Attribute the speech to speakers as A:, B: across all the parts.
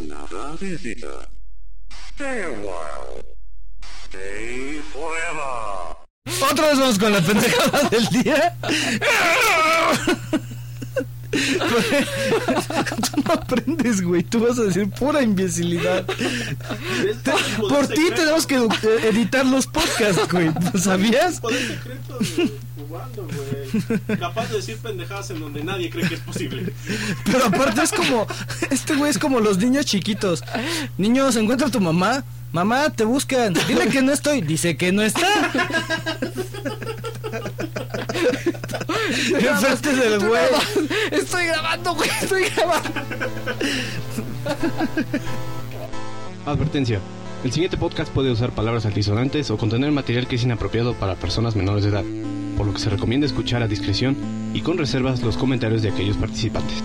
A: another visitor. Stay a while. Stay forever.
B: Otra vez vamos con la pendejada del día. tú no aprendes, güey. Tú vas a decir pura imbecilidad. Te-
C: Este
B: por ti tenemos que edu- eh, editar los podcasts, güey. ¿Lo ¿Sabías?
C: Poder secreto de cubano, güey. Capaz de decir pendejadas en donde nadie cree que es posible.
B: Pero aparte es como, este güey es como los niños chiquitos. Niños, encuentra a tu mamá. Mamá, te buscan. Dile que no estoy. Dice que no está. Enfrente del güey.
D: Estoy grabando, güey, estoy grabando.
E: Advertencia. El siguiente podcast puede usar palabras altisonantes o contener material que es inapropiado para personas menores de edad, por lo que se recomienda escuchar a discreción y con reservas los comentarios de aquellos participantes.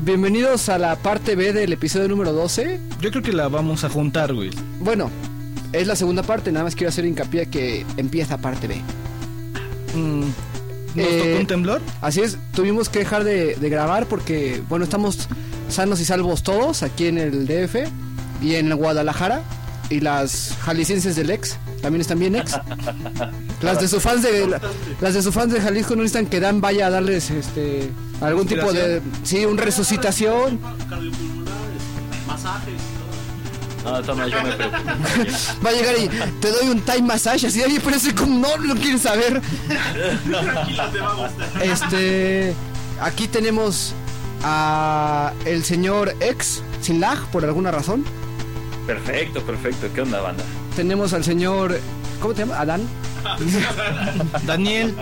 D: Bienvenidos a la parte B del episodio número 12.
B: Yo creo que la vamos a juntar, güey.
D: Bueno, es la segunda parte, nada más quiero hacer hincapié que empieza parte B.
B: Mm, ¿Nos
D: Eh,
B: tocó un temblor?
D: Así es, tuvimos que dejar de, de grabar porque, bueno, estamos sanos y salvos todos aquí en el DF y en Guadalajara. Y las jaliscienses del ex también están bien ex. Las de sus fans de las de sus fans de Jalisco no necesitan que Dan vaya a darles este algún tipo de sí, un resucitación.
C: Cardiopulmonares, masajes, todo.
F: No, de todas maneras yo me preocupo.
D: Va a llegar y te doy un time massage así, oye, pero ese como no lo quieres saber.
C: Tranquilo, te va a gustar.
D: Este, aquí tenemos a el señor ex sin lag por alguna razón.
F: Perfecto, perfecto. ¿Qué onda, banda?
D: Tenemos al señor. ¿Cómo te llama? Adán.
B: Daniel,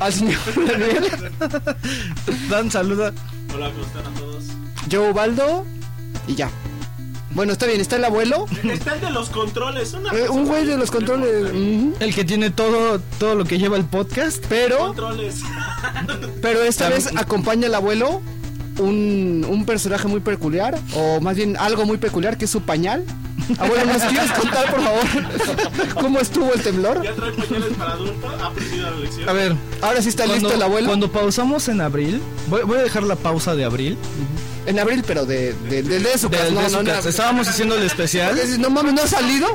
D: Al señor Daniel.
B: Dan saluda.
C: Hola, ¿cómo están a todos?
D: Joe Baldo. Y ya. Bueno, está bien, está el abuelo.
C: Está el de los controles, una
D: eh,
C: persona
D: un güey
C: que
D: de los controles. ujú,
B: El que tiene todo, todo lo que lleva el podcast.
D: Pero,
C: Controles.
D: pero esta
B: Tam-
D: vez acompaña al abuelo un, un personaje muy peculiar. O más bien algo muy peculiar que es su pañal. Abuelo, ¿nos quieres contar, por favor? ¿Cómo estuvo el temblor?
C: Ya trae pañales para adulto, ha aprendido la lección.
B: A ver,
D: Ahora sí está
B: cuando,
D: listo el abuelo.
B: cuando pausamos en abril, voy, voy a dejar la pausa de abril.
D: En abril, pero de, de, de- de su
B: de-
D: casa.
B: de
D: no,
B: su
D: no, no.
B: casa. Estábamos haciendo el especial.
D: Porque dices, No mames, ¿no ha salido?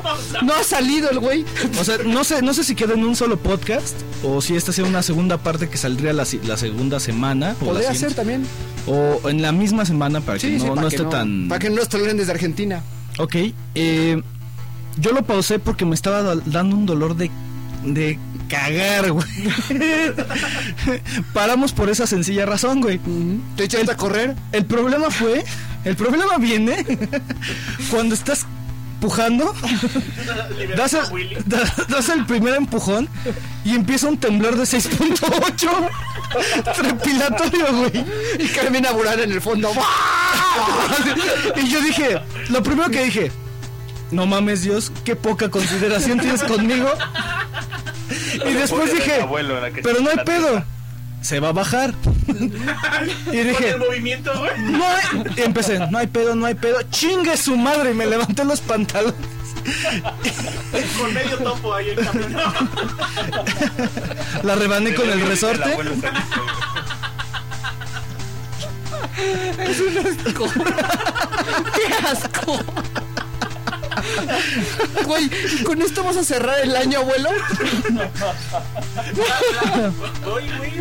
D: No ha salido el güey.
B: O sea, no sé, no sé si queda en un solo podcast o si esta sea una segunda parte que saldría la, si- la segunda semana. O, la
D: Podría ser
B: siguiente-
D: también.
B: o en la misma semana para que
D: Sí,
B: no,
D: sí, para
B: no
D: que
B: esté tan...
D: Para que no nos toleran desde Argentina.
B: Ok, eh, yo lo pausé porque me estaba do- dando un dolor de, de cagar, güey. Paramos por esa sencilla razón, güey.
D: Te echaste a correr.
B: El problema fue, el problema viene cuando estás pujando, das
C: Libertad, Willy.
B: el, da- das el primer empujón y empieza un temblor de 6.8 trepilatorio, güey.
D: Y Carmen Burana en el fondo.
B: Y yo dije, lo primero que dije, no mames Dios, qué poca consideración tienes conmigo. Y después Pues dije,
F: Abuelo, la que
B: pero no hay
F: la-
B: pedo, se va a bajar. Y
C: Con
B: dije,
C: el movimiento, güey.
B: no hay... Y empecé, no hay pedo, no hay pedo. Chingue su madre. Y me levanté los pantalones.
C: Con medio topo ahí en camino.
B: La rebané con el resorte.
F: abuelo está listo, güey.
D: ¡Qué asco! Güey, ¿con esto vas a cerrar el año, abuelo?
C: Oye, güey.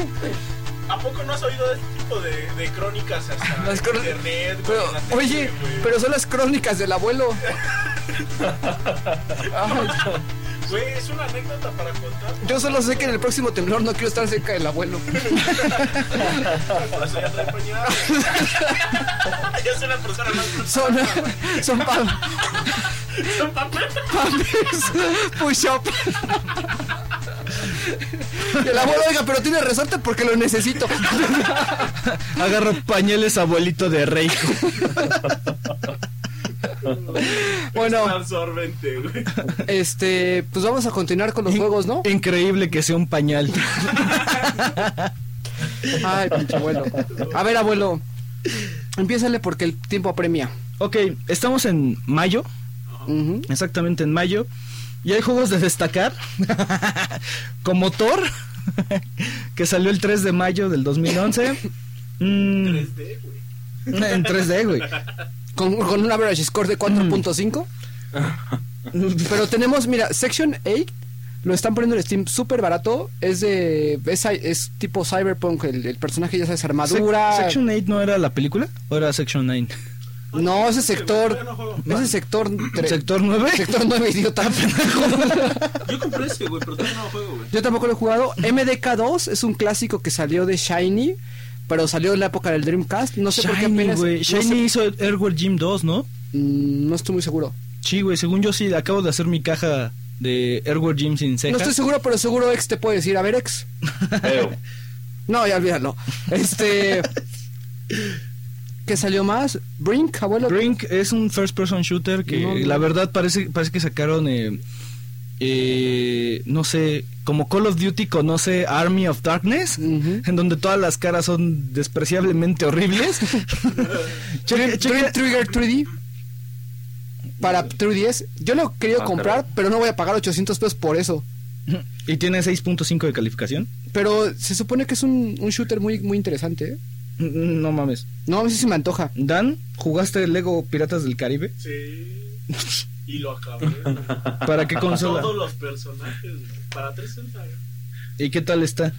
C: ¿A poco no has oído de este tipo de, de crónicas hasta
D: Las
C: en
D: crón-
C: internet? güey,
D: Pero,
C: en la tele,
D: oye,
C: güey?
D: pero son las crónicas del abuelo. Ay,
C: Güey, es una anécdota para contar.
D: yo solo sé que en el próximo temblor no quiero estar cerca del abuelo.
C: Por eso ya trae pañales. ya es una persona más
D: Son, son pa-
C: Son papel.
D: push up. El abuelo, oiga, pero tiene resorte porque lo necesito.
B: Agarro pañales abuelito de rey.
D: Bueno,
C: Absorbente, güey.
D: este, pues vamos a continuar con los juegos, ¿no?
B: Increíble que sea un pañal.
D: Ay, pinche abuelo. A ver, abuelo. Empiézale porque el tiempo apremia.
B: Ok, estamos en mayo,
D: Ujú.
B: exactamente en mayo. Y hay juegos de destacar, como Thor, que salió el 3 de mayo del 2011. Mm,
C: 3D, güey.
B: en 3D, güey.
D: Con, con un average score de
B: Mm.
D: 4.5. Pero tenemos, mira, Section 8 lo están poniendo en Steam súper barato. Es de. Es, cy- es tipo Cyberpunk. El, el personaje ya sabes, armadura.
B: Sec- Section 8 no era la película, o era Section 9.
D: No,
C: Yo
D: ese sector.
C: no juego.
D: Ese sector. tre-
B: Sector 9.
D: sector 9, idiota.
C: Yo compré ese, güey, pero todavía no lo juego, güey.
D: Yo tampoco lo he jugado. MDK2 es un clásico que salió de Shiny. Pero salió en la época del Dreamcast. No sé por qué
B: Shiny,
D: apenas.
B: güey.
D: no sé-
B: Shiny hizo Airworld Gym 2, ¿no?
D: Mm, no estoy muy seguro.
B: Sí, güey. Según yo sí, acabo de hacer mi caja de Airworld Gym sin ceja.
D: No estoy seguro, pero seguro Ex te puede decir. A ver, Ex.
F: Pero,
D: No, ya olvídalo. Este. ¿Qué salió más? Brink, abuelo.
B: Brink es un first person shooter que
D: No, no.
B: la verdad parece, parece que sacaron, eh, eh, no sé, como Call of Duty conoce Army of Darkness,
D: Ujú.
B: en donde todas las caras son despreciablemente horribles. Checa-
D: Dream,
B: checa-
D: Dream Trigger 3D. Para 3DS. Yo lo he querido
F: Ah,
D: comprar,
F: caray.
D: pero no voy a pagar 800 pesos por eso.
B: y tiene 6.5 de calificación.
D: Pero se supone que es un, un shooter muy, muy interesante. ¿eh?
B: Mm, No mames.
D: No, a mí sí se me antoja.
B: Dan, ¿jugaste Lego Piratas del Caribe?
C: Sí. Y lo acabé. güey.
B: ¿Para qué consola?
C: Todos los personajes, güey. Para 360, güey.
B: ¿Y qué tal está?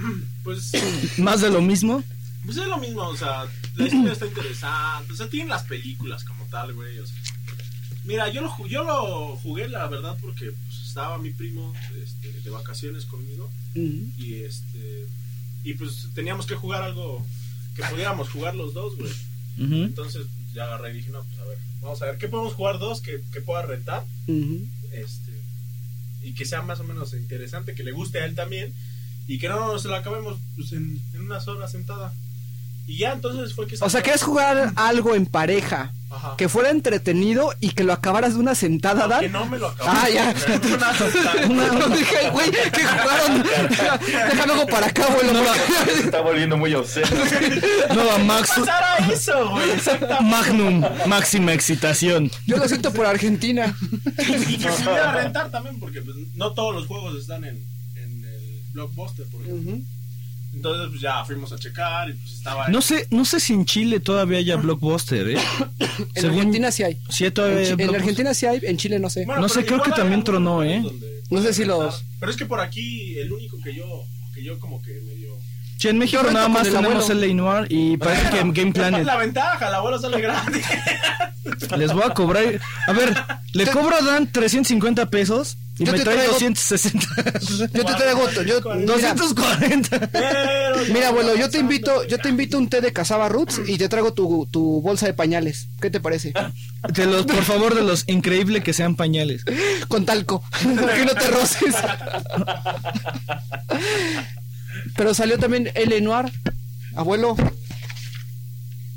C: Pues,
B: ¿Más de lo mismo?
C: pues es lo mismo, o sea, la historia está interesante. O sea, tienen las películas como tal, güey. o sea. Mira, yo lo, ju- yo lo jugué, la verdad, porque pues, estaba mi primo este, de vacaciones conmigo. Y este. Y pues teníamos que jugar algo que pudiéramos jugar los dos, güey.
B: Ujú.
C: Entonces pues, ya agarré y dije, no, pues a ver, vamos a ver, ¿qué podemos jugar dos que, que pueda rentar?
D: Ujú.
C: Este, y que sea más o menos interesante, que le guste a él también, y que no nos lo acabemos pues, en, en unas horas sentada. Y ya entonces fue que...
D: O sea, quieres jugar algo en pareja.
C: Ajá.
D: Que fuera entretenido y que lo acabaras de una sentada,
C: No,
D: Dan.
C: que no me lo acabé.
D: Ah, ya.
C: Pero una sentada.
D: No, dije, güey, que jugaron. Déjame algo para acá, abuelo.
F: se está volviendo muy obsceno.
B: Nueva Max,
C: Pasara eso, güey.
B: Magnum, máxima excitación.
D: Yo lo siento por Argentina.
C: Y que pudiera rentar también, porque pues, no todos los juegos están en, en el blockbuster, por ejemplo. Entonces, pues ya fuimos a checar y pues estaba...
B: No sé, no sé si en Chile todavía haya blockbuster, ¿eh?
D: En
B: Según-
D: Argentina sí hay.
B: Sí,
D: En,
B: todavía hay
D: Chi- en
B: blockbuster.
D: Argentina sí hay, en Chile no sé.
C: Bueno,
B: No
C: pero
B: sé, creo
C: igual
B: que
C: hay
B: también
C: algunos
B: tronó,
C: lugares
B: ¿eh?
C: donde-
D: No sé si los.
C: Claro, Pero es que por aquí el único que yo que yo como que medio
B: Sí, en México
D: Yo
B: nada
D: rento
B: más
D: con el
B: tenemos
D: abuelo.
B: LA Noir y parece que en Game Planet
C: La ventaja, la bola sale grande.
B: les voy a cobrar. A ver, le cobro a Dan 350 pesos y
D: Yo
B: me
D: te
B: trae
D: traigo-
B: 260.
D: Yo te traigo. Yo, mira,
B: 240.
C: Pero ya
D: mira, abuelo, yo te
C: avanzando,
D: invito,
C: güey.
D: yo te invito un té de cazaba roots y te traigo tu, tu bolsa de pañales. ¿Qué te parece?
B: De los, por favor, de los increíble que sean pañales.
D: Con talco. que no te roces. Pero salió también el Noir. Abuelo,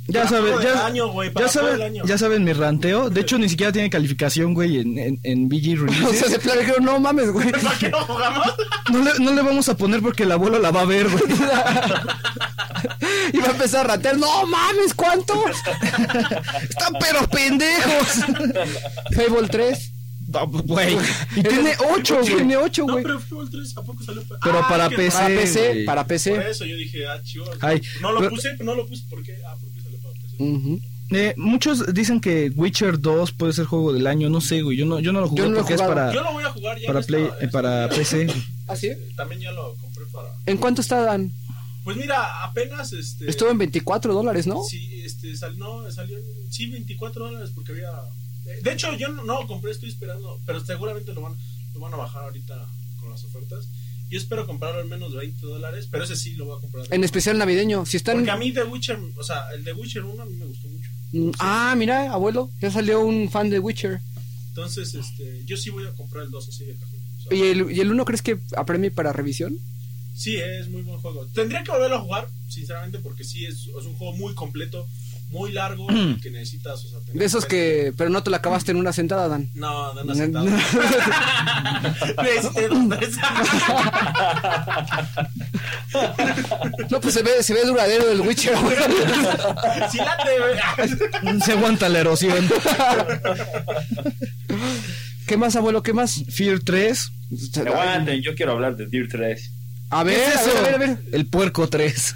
B: Ya
C: Para
B: saben,
C: todo el
B: ya,
C: año, güey, para
B: ya
C: todo el
B: saben,
C: año.
B: ya saben mi ranteo. De hecho, ni siquiera tiene calificación, güey, en, en, en VG
D: o sea,
B: Releases.
D: se plano dijeron, no mames, güey.
C: ¿Para qué no jugamos?
B: No le, no le vamos a poner porque el abuelo la va a ver, güey.
D: Y va a empezar a ratear, no mames, ¿cuánto?
B: Están pero pendejos.
D: Fable 3.
B: No, Güey. Y tiene 8, güey.
D: Tiene 8,
C: No,
D: güey.
C: pero Fútbol 3 ¿a poco salió?
B: Pero para
C: que-
B: PC.
D: Para PC,
B: güey.
D: para
C: Por
D: PC.
C: eso yo dije, ah, chido.
B: Ay,
C: No lo
B: pero-
C: puse, no lo puse. ¿Por qué? Ah, porque salió para PC.
D: Ujú.
B: Eh, muchos dicen que Witcher 2 puede ser juego del año. No sé, güey. Yo no, yo no lo jugué
D: Yo no lo he
B: porque es
D: jugado.
B: para,
C: Yo lo voy a jugar ya.
B: Mm. para,
C: en
B: play,
C: esta-
B: eh, para
C: esta-
B: PC.
D: ¿Ah, sí?
C: Eh, También ya lo compré para.
D: ¿En cuánto está Dan?
C: Pues mira, apenas este.
D: Estuvo en 24 dólares, ¿no?
C: Sí, este, sal- no, salió en, sí, 24 dólares porque había... eh, De hecho, yo no, no lo compré, estoy esperando, pero seguramente lo van, lo van a bajar ahorita con las ofertas. Yo espero comprarlo al menos 20 dólares, pero ese sí lo voy a comprar.
D: En especial navideño. Si están.
C: Porque a mí The Witcher, o sea, el The Witcher 1 a mí me gustó mucho.
D: Mm, Ah, mira, abuelo. Ya salió un fan de Witcher.
C: Entonces,
D: Ah.
C: este, yo sí voy a comprar el 2 así de cajón. O sea,
D: ¿Y el, y el uno crees que apremie para revisión?
C: Sí, es muy buen juego. Tendría que volverlo a jugar, sinceramente, porque sí, es, es un juego muy completo. muy largo y que necesitas, o sea, tener
D: De esos
C: cuenta.
D: que. Pero no te lo acabaste en una sentada, Dan.
C: No, Pues, eh, de una sentada.
D: Pero
C: Necesité dos veces.
D: No, pues se ve, se ve duradero el Witcher. güey.
C: Sí la te ve.
B: Se aguanta la erosión.
D: ¿Qué más, abuelo? ¿Qué más?
B: Fear 3.
F: Aguanten, yo quiero hablar de Dear 3.
D: A ver,
B: ¿Qué es eso?
D: a ver, a ver.
B: El puerco 3.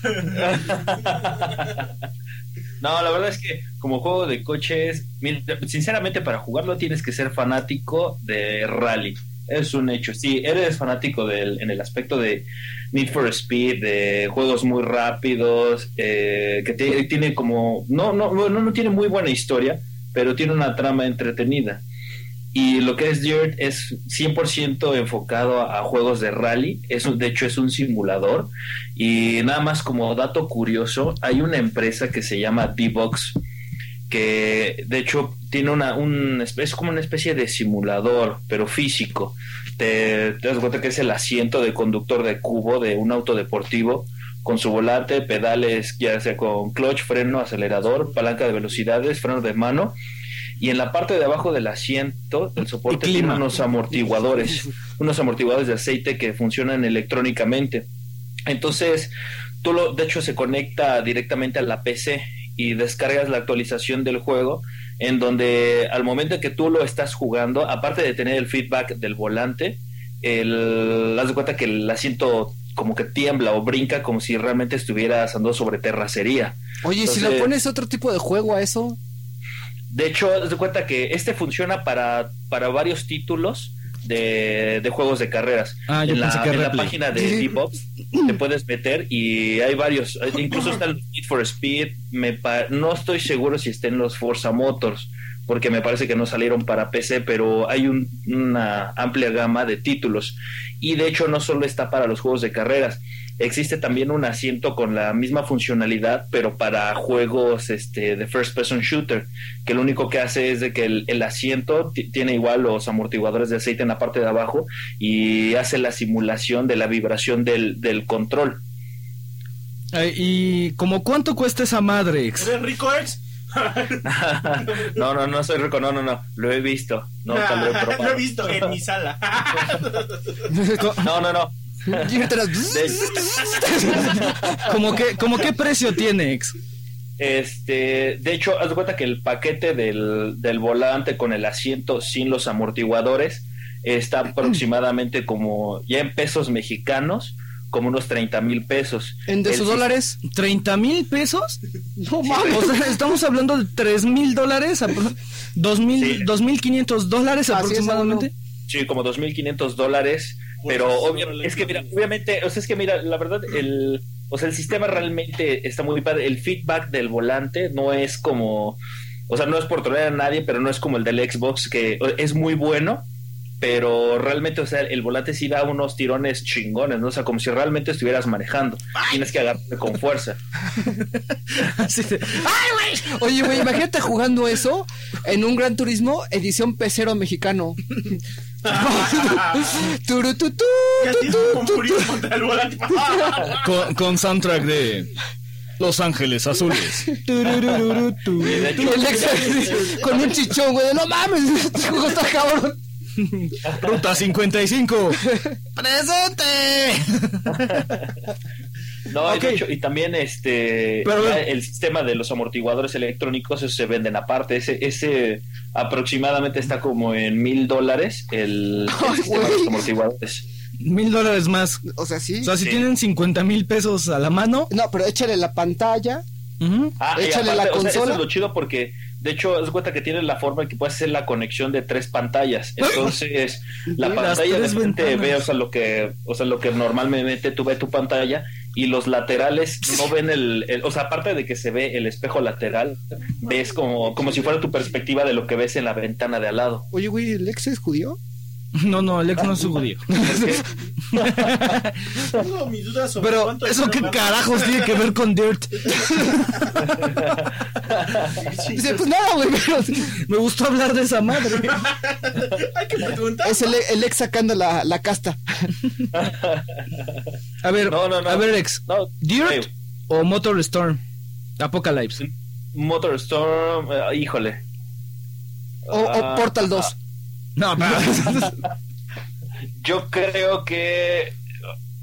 F: No, la verdad es que como juego de coches, mira, sinceramente para jugarlo tienes que ser fanático de rally. Es un hecho. Si eres fanático del, en el aspecto de Need for Speed, de juegos muy rápidos, eh, que te- tiene como... No, no, no, no tiene muy buena historia, pero tiene una trama entretenida. Y lo que es Dirt es 100% enfocado a, a juegos de rally. Es, un- de hecho, es un simulador. Y nada más como dato curioso, hay una empresa que se llama D-Box, que de hecho tiene una, un, es como una especie de simulador, pero físico. Te, te das cuenta que es el asiento de conductor de cubo de un auto deportivo con su volante, pedales, ya sea con clutch, freno, acelerador, palanca de velocidades, freno de mano. Y en la parte de abajo del asiento, del soporte, tiene unos amortiguadores, unos amortiguadores de aceite que funcionan electrónicamente. Entonces, tú lo, de hecho se conecta directamente a la PC y descargas la actualización del juego en donde al momento que tú lo estás jugando, aparte de tener el feedback del volante, el, haz de cuenta que el asiento como que tiembla o brinca como si realmente estuvieras andando sobre terracería.
D: Oye, si le
F: Entonces-
D: pones otro tipo de juego a eso.
F: De hecho, haz de cuenta que este funciona para, para varios títulos de, de juegos de carreras.
B: Ah, yo
F: en
B: pensé
F: la,
B: que
F: en la
B: Ripley.
F: página de
D: Sí.
F: D-Box te puedes meter y hay varios. eh, Incluso está el Need for Speed. Me pa- no estoy seguro si estén los Forza Motors, porque me parece que no salieron para PC, pero hay un- una amplia gama de títulos. Y de hecho, no solo está para los juegos de carreras. Existe también un asiento con la misma funcionalidad, pero para juegos este, de first person shooter que lo único que hace es de que el, el asiento ti- tiene igual los amortiguadores de aceite en la parte de abajo y hace la simulación de la vibración del, del control.
B: Ay, ¿Y como cuánto cuesta esa madre? ex?
C: ¿Eres rico, ex?
F: no, no, no soy rico, no, no, no, lo he visto, no, te Ah, lo he probado.
C: Lo he visto en mi sala.
F: No, no, no.
D: Y mientras-
B: ¿Como que, como qué precio tiene? Ex?
F: Este, de hecho, haz de cuenta que el paquete del, del volante con el asiento sin los amortiguadores está aproximadamente como, ya en pesos mexicanos, como unos 30 mil pesos.
D: ¿En de
F: El
D: sus
F: sis-
D: dólares?
B: ¿30 mil pesos?
D: No mames.
B: O sea, estamos hablando de 3 mil dólares, apro- dos
F: Sí.
B: mil- 2.500 dólares
D: Así es,
B: aproximadamente.
F: Sí, como 2.500 dólares.
C: Pues,
F: Pero
C: sí,
F: obvia-
C: órale,
F: es que, mira,
C: órale.
F: obviamente, o sea, es que, mira, la verdad, el, o sea, el sistema realmente está muy padre. El feedback del volante no es como, o sea, no es por trolear a nadie, pero no es como el del Xbox, que o- es muy bueno, pero realmente, o sea, el volante sí da unos tirones chingones, ¿no? O sea, como si realmente estuvieras manejando. Tienes que agarrarte con fuerza.
B: Así de-
D: Oye, güey, imagínate jugando eso en un Gran Turismo edición pecero mexicano. Turu, tu, tu,
C: Ya
D: tu,
C: tienes
D: tu,
C: un
D: tu,
C: purismo contra el volante.
B: con, con soundtrack de Los Ángeles Azules.
D: tururururu.
F: De
D: Y
F: hecho,
D: el ex- con un chichón, güey, de, no mames, este juego está cabrón.
B: Ruta 55. ¡Presente!
F: No, y de
B: Ok.
F: hecho, y también este
B: Pero,
F: ya
B: a ver.
F: el sistema de los amortiguadores electrónicos esos se venden aparte. Ese, ese aproximadamente está como en mil dólares el, el
D: Ay,
F: sistema de
D: güey.
F: los amortiguadores.
B: Mil dólares más.
D: O sea, sí.
B: O sea, si
F: Sí.
B: tienen 50 mil pesos a la mano.
D: No, pero échale la pantalla.
B: ujú,
F: Ah, y
D: Échale la
F: o sea, eso
D: consola.
F: es lo chido porque de hecho haz cuenta que tiene la forma en que puedes hacer la conexión de tres pantallas. Entonces, la
B: Las
F: pantalla de
B: tres
F: frente ve,
B: ventanas.
F: o sea, lo que, o sea, lo que normalmente tú ves tu pantalla y los laterales no ven el, el- o sea, aparte de que se ve el espejo lateral, ves como como si fuera tu perspectiva de lo que ves en la ventana de al lado.
D: Oye, güey, ¿el ex es judío?
B: No, no, Alex no es judío.
C: Tengo mis dudas sobre
B: Pero,
C: cuánto
B: ¿eso qué
C: dinero
B: carajos tiene que ver con Dirt?
C: gasta. Sí,
D: Dice, pues nada, güey, pero
B: Me gustó hablar de esa madre.
C: Hay que preguntar.
D: es el, el ex sacando la, la casta.
B: A ver,
F: No, no, no.
B: a ver, ex.
F: No,
B: ¿Dirt
F: eh,
B: o Motor Storm? Apocalypse.
F: Motor Storm, eh, híjole.
D: O, o
F: Ah,
D: Portal 2.
B: No, pero.
F: Yo creo que.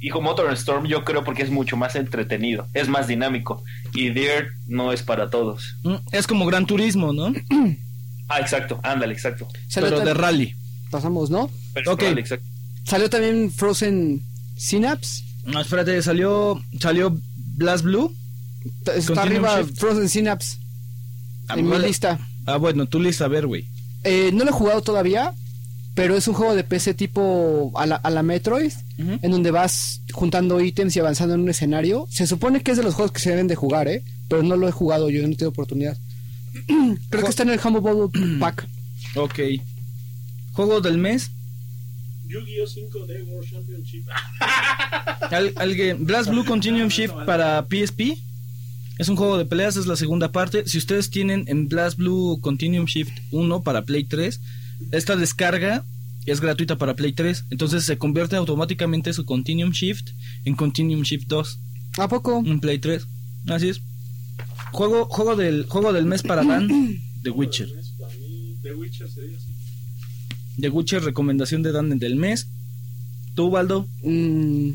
F: Hijo Motor Storm, yo creo porque es mucho más entretenido, es más dinámico. Y Dirt no es para todos.
B: Mm, es como gran turismo, ¿no?
F: Ah, exacto, ándale, exacto.
D: Salió
B: Pero de
D: tam-
B: rally.
D: Pasamos, ¿no?
F: Pero
B: Ok.
F: ándale, exacto.
D: Salió también Frozen Synapse.
B: No, espérate, salió. Salió Blast Blue.
D: T- Está
B: Continuum
D: arriba
B: Shift.
D: Frozen Synapse
B: Ah,
D: en mi
B: vale.
D: lista.
B: Ah, bueno, tú lista, a ver, güey.
D: Eh, no lo he jugado todavía, pero es un juego de PC tipo a la, a la Metroid,
B: Ujú.
D: en donde vas juntando ítems y avanzando en un escenario. Se supone que es de los juegos que se deben de jugar, ¿eh? Pero no lo he jugado, yo no tengo oportunidad. Creo que está en el Humble Bundle Pack.
B: Ok. Juego del mes.
C: Yu-Gi-Oh! 5D World Championship. Ah,
B: Al- alguien- Blast Blue Continuum Shift para PSP. Es un juego de peleas, es la segunda parte. Si ustedes tienen en Blast Blue Continuum Shift 1 para Play 3, esta descarga es gratuita para Play 3. Entonces se convierte automáticamente su Continuum Shift en Continuum Shift 2
D: ¿A poco?
B: en Play 3. Así es. Juego, juego, del, juego del mes para Dan, The Witcher.
C: Para mí, The Witcher sería así.
B: The Witcher, recomendación de Dan del mes. ¿Tú, Baldo?
D: Mm,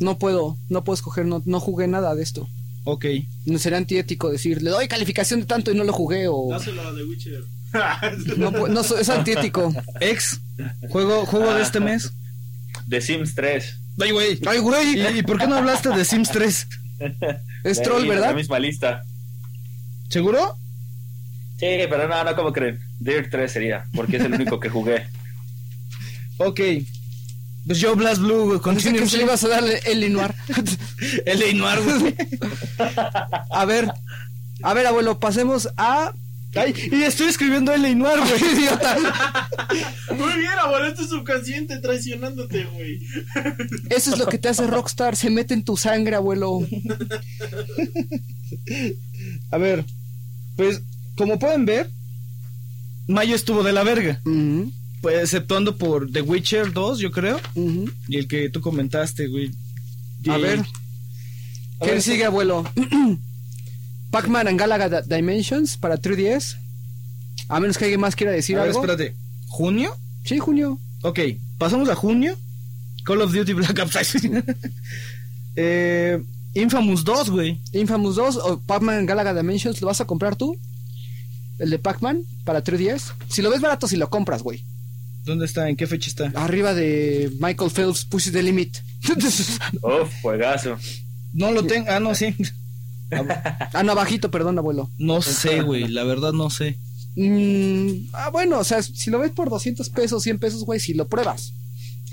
D: no puedo, no puedo escoger, no, no jugué nada de esto.
B: Ok.
D: No será antiético decir, le doy calificación de tanto y no lo jugué, o...
C: Dáselo a The Witcher.
D: No, pu- no, so- es antiético.
B: Ex, juego, juego de este mes.
F: The Sims 3.
B: Ay, güey.
D: Ay, güey,
B: ¿Y, y por qué no hablaste de Sims 3?
D: es
F: De
D: troll,
F: ahí, de La
D: ¿verdad?
F: misma lista.
B: ¿Seguro?
F: Sí, pero no, no, ¿cómo creen? Dirt 3 sería, porque es el único que jugué.
B: Ok. Pues yo, Blast Blue, güey,
D: Pensé
B: Continuum
D: que se le
B: Shift.
D: ibas a darle el Linuar.
B: El de Inuar, güey.
D: A ver, a ver, abuelo, pasemos a.
B: Ay, y estoy escribiendo el de Inuar, güey, idiota.
C: Muy bien, abuelo, este subconsciente traicionándote, güey.
D: Eso es lo que te hace Rockstar, se mete en tu sangre, abuelo.
B: A ver, pues, como pueden ver, mayo estuvo de la verga.
D: Ujú,
B: Pues, exceptuando por The Witcher 2, yo creo.
D: ujú.
B: Y el que tú comentaste, güey.
D: A
B: Y-
D: ver,
B: a
D: ¿qué
B: ver,
D: sigue, abuelo? Pac-Man and Galaga Da- Dimensions para 3DS. A menos que alguien más quiera decir
B: a ver,
D: algo.
B: espérate. ¿Junio?
D: Sí, Junio.
B: Ok, pasamos a junio. Call of Duty Black Ops. eh, Infamous 2, güey.
D: Infamous 2 o Pac-Man and Galaga Dimensions, ¿lo vas a comprar tú? El de Pac-Man para 3DS. Si lo ves barato, si lo compras, güey.
B: ¿Dónde está? ¿En qué fecha está?
D: Arriba de Michael Phelps, Pussy the Limit.
F: Uf, juegazo.
B: No lo tengo. Ah, no, sí.
D: ah, no, abajito, perdón, abuelo.
B: No sé, güey. La verdad no sé.
D: Mm, ah, bueno, o sea, si lo ves por 200 pesos, 100 pesos, güey, si lo pruebas.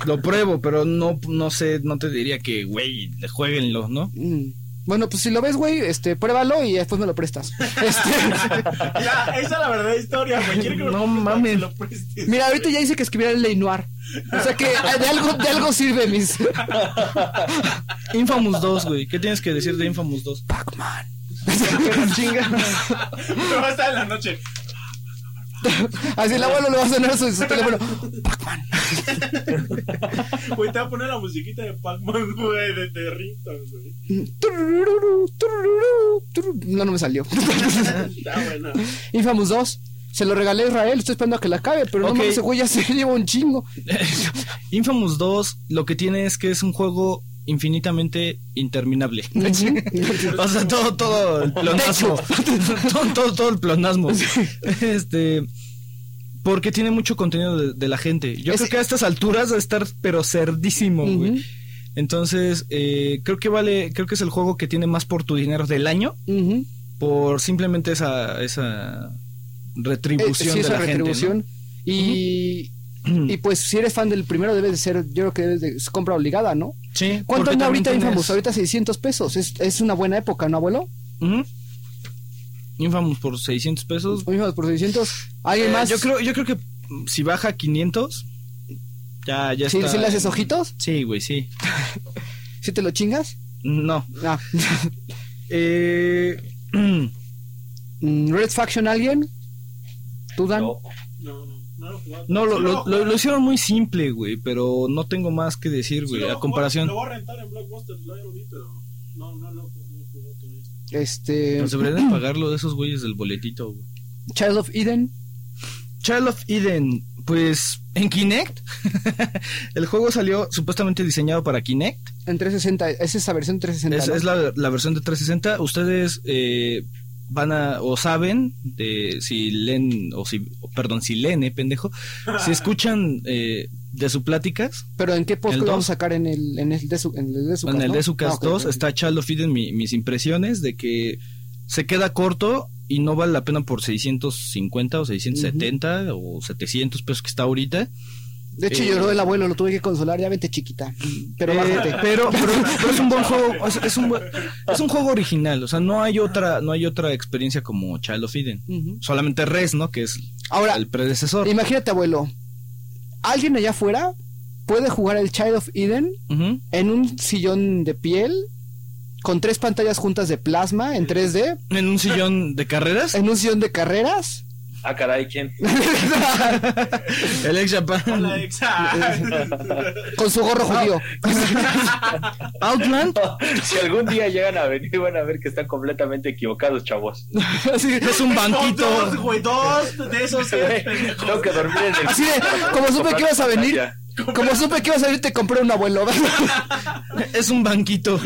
B: Lo pruebo, pero no, no sé. No te diría que, güey, jueguenlo, ¿no?
D: Mm, Bueno, pues si lo ves, güey, este, pruébalo y después me lo prestas. Este,
C: Ya, esa es la verdadera historia, güey. Quiero que me
B: No
C: lo prestes para
B: mames.
C: que lo prestes.
D: mira, ahorita ya dice que escribiera el Leinoir. O sea que eh, de algo, de algo sirve, mis.
B: Infamous 2, güey. ¿Qué tienes que decir de Infamous 2?
D: Pac-Man.
B: Chinga.
C: Me va a estar en la noche.
D: Así el abuelo lo va a sonar su, su teléfono.
C: Güey, te va a poner la musiquita de Pac-Man, güey, de Territos, güey.
D: Turururu, turururu, turururu. No, no me salió.
C: Está bueno.
D: Infamous 2. Se lo regalé a Israel, estoy esperando a que la acabe, pero
B: Ok.
D: no mames, ese güey ya se lleva un chingo.
B: Infamous 2, lo que tiene es que es un juego infinitamente interminable. O sea, todo, todo el plonasmo. todo, todo, todo el plonasmo. Este. Porque tiene mucho contenido de, de la gente. Yo
D: Es-
B: creo que a estas alturas va a estar, pero cerdísimo, güey.
D: Ujú,
B: Entonces, eh, creo que vale, creo que es el juego que tiene más por tu dinero del año,
D: ujú.
B: por simplemente esa, esa
D: Eh,
B: retribución
D: sí,
B: de
D: esa
B: la
D: retribución. Y,
B: gente. ¿no?
D: y pues si eres fan del primero debe de ser, yo creo que debe de ser compra obligada, ¿no?
B: Sí,
D: ¿Cuánto
B: porque
D: anda
B: también
D: ahorita
B: tienes-
D: Infamous? Ahorita 600 pesos. Es, es una buena época, ¿no, abuelo?
B: Ujú. Infamous por 600 pesos.
D: Infamous por 600. ¿Alguien
B: Eh,
D: más?
B: Yo creo, yo creo que mm, si baja a 500, ya, ya
D: ¿Sí,
B: está.
D: sí le haces
B: en-
D: ojitos?
B: Sí, güey, sí.
D: ¿Sí te lo chingas?
B: No.
D: Ah.
B: Eh,
D: Mm, ¿Red Faction alguien? ¿Tú, Dan?
F: No.
C: No, no, no lo he jugado.
B: no, lo,
C: Sí
B: lo,
C: voy a
B: lo- lo
C: jugar.
B: hicieron muy simple, güey, pero no tengo más que decir,
C: Sí
B: güey,
C: lo voy
B: a
C: jugar.
B: comparación.
C: Lo voy a rentar en Blockbuster, lo ya lo vi, pero. No, no, no, no, no, no, no, no, no.
D: Este.
B: Pues deberían de pagarlo de esos güeyes del boletito, güey.
D: Child of Eden.
B: Child of Eden, pues en Kinect. el juego salió supuestamente diseñado para Kinect.
D: En 360. Es esa versión 360.
B: Es,
D: ¿no?
B: es la, la versión de 360. Ustedes eh, van a o saben de si leen o si perdón si leen, eh, pendejo, si escuchan eh, de sus pláticas
D: Pero en qué post
B: el
D: lo vamos
B: dos.
D: a sacar en el, en el de su En el de su Ah,
B: en el de su
D: caso
B: 2 está Child of Eden, mi- mis impresiones de que se queda corto y no vale la pena por 650 o 670 o 700 pesos que está ahorita.
D: De hecho,
B: eh,
D: lloró el abuelo, lo tuve que consolar. Ya vente, chiquita. Pero
B: Eh,
D: bájate.
B: pero, pero- pero es un buen juego, es, es un, buen- es un juego original, o sea, no hay otra no hay otra experiencia como Child of Eden.
D: Ujú.
B: solamente Res, ¿no? Que es
D: Ahora,
B: el predecesor.
D: imagínate, abuelo. Alguien allá afuera puede jugar el Child of Eden
B: Ujú.
D: en un sillón de piel con tres pantallas juntas de plasma en 3D,
B: En un sillón de carreras.
D: en un sillón de carreras.
F: Ah, caray, ¿quién?
B: El ex Japan.
C: Hola, exacto.
D: Con su gorro judío.
B: Outland.
F: si algún día llegan a venir, van a ver que están completamente equivocados, chavos.
D: Así,
B: Es un
C: Dos,
B: banquito.
C: güey, dos de esos eh, pendejos.
F: Tengo que dormir en el.
D: Así de, como supe que ibas a venir. Como supe que ibas a venir, te compré un abuelo.
B: Es un banquito.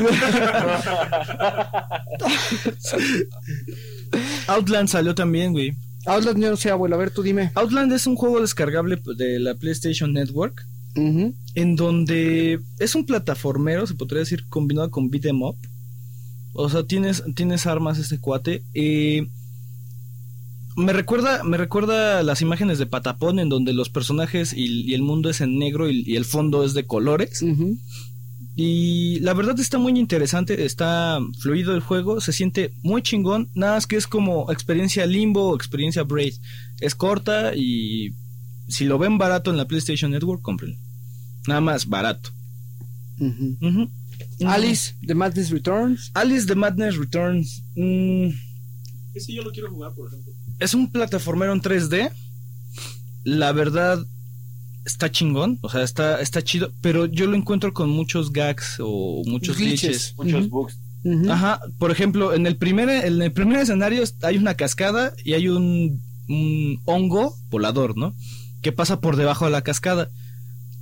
B: Outland salió también, güey.
D: Outland yo no sé, abuelo. A ver, tú dime.
B: Outland es un juego descargable de la PlayStation Network.
D: Ujú.
B: en donde es un plataformero, se podría decir, combinado con beat 'em up. O sea, tienes, tienes armas este cuate. Eh, me recuerda, me recuerda las imágenes de Patapón, en donde los personajes y, y el mundo es en negro y, y el fondo es de colores.
D: Ujú.
B: Y la verdad está muy interesante, está fluido el juego, se siente muy chingón, nada más que es como experiencia limbo, experiencia braid. Es corta y si lo ven barato en la PlayStation Network, cómprenlo. Nada más barato.
D: Ujú.
B: Ujú.
D: Alice, The Madness Returns.
B: Alice de Madness Returns. mm,
C: Ese yo lo quiero jugar, por ejemplo.
B: es un plataformero en 3D. La verdad está chingón, o sea, está está chido, pero yo lo encuentro con muchos gags o muchos
D: Glitches.
B: glitches.
F: Muchos bugs.
D: Ujú.
B: Ajá, por ejemplo, en el primer, en el primer escenario hay una cascada y hay un, un hongo volador, ¿no? Que pasa por debajo de la cascada.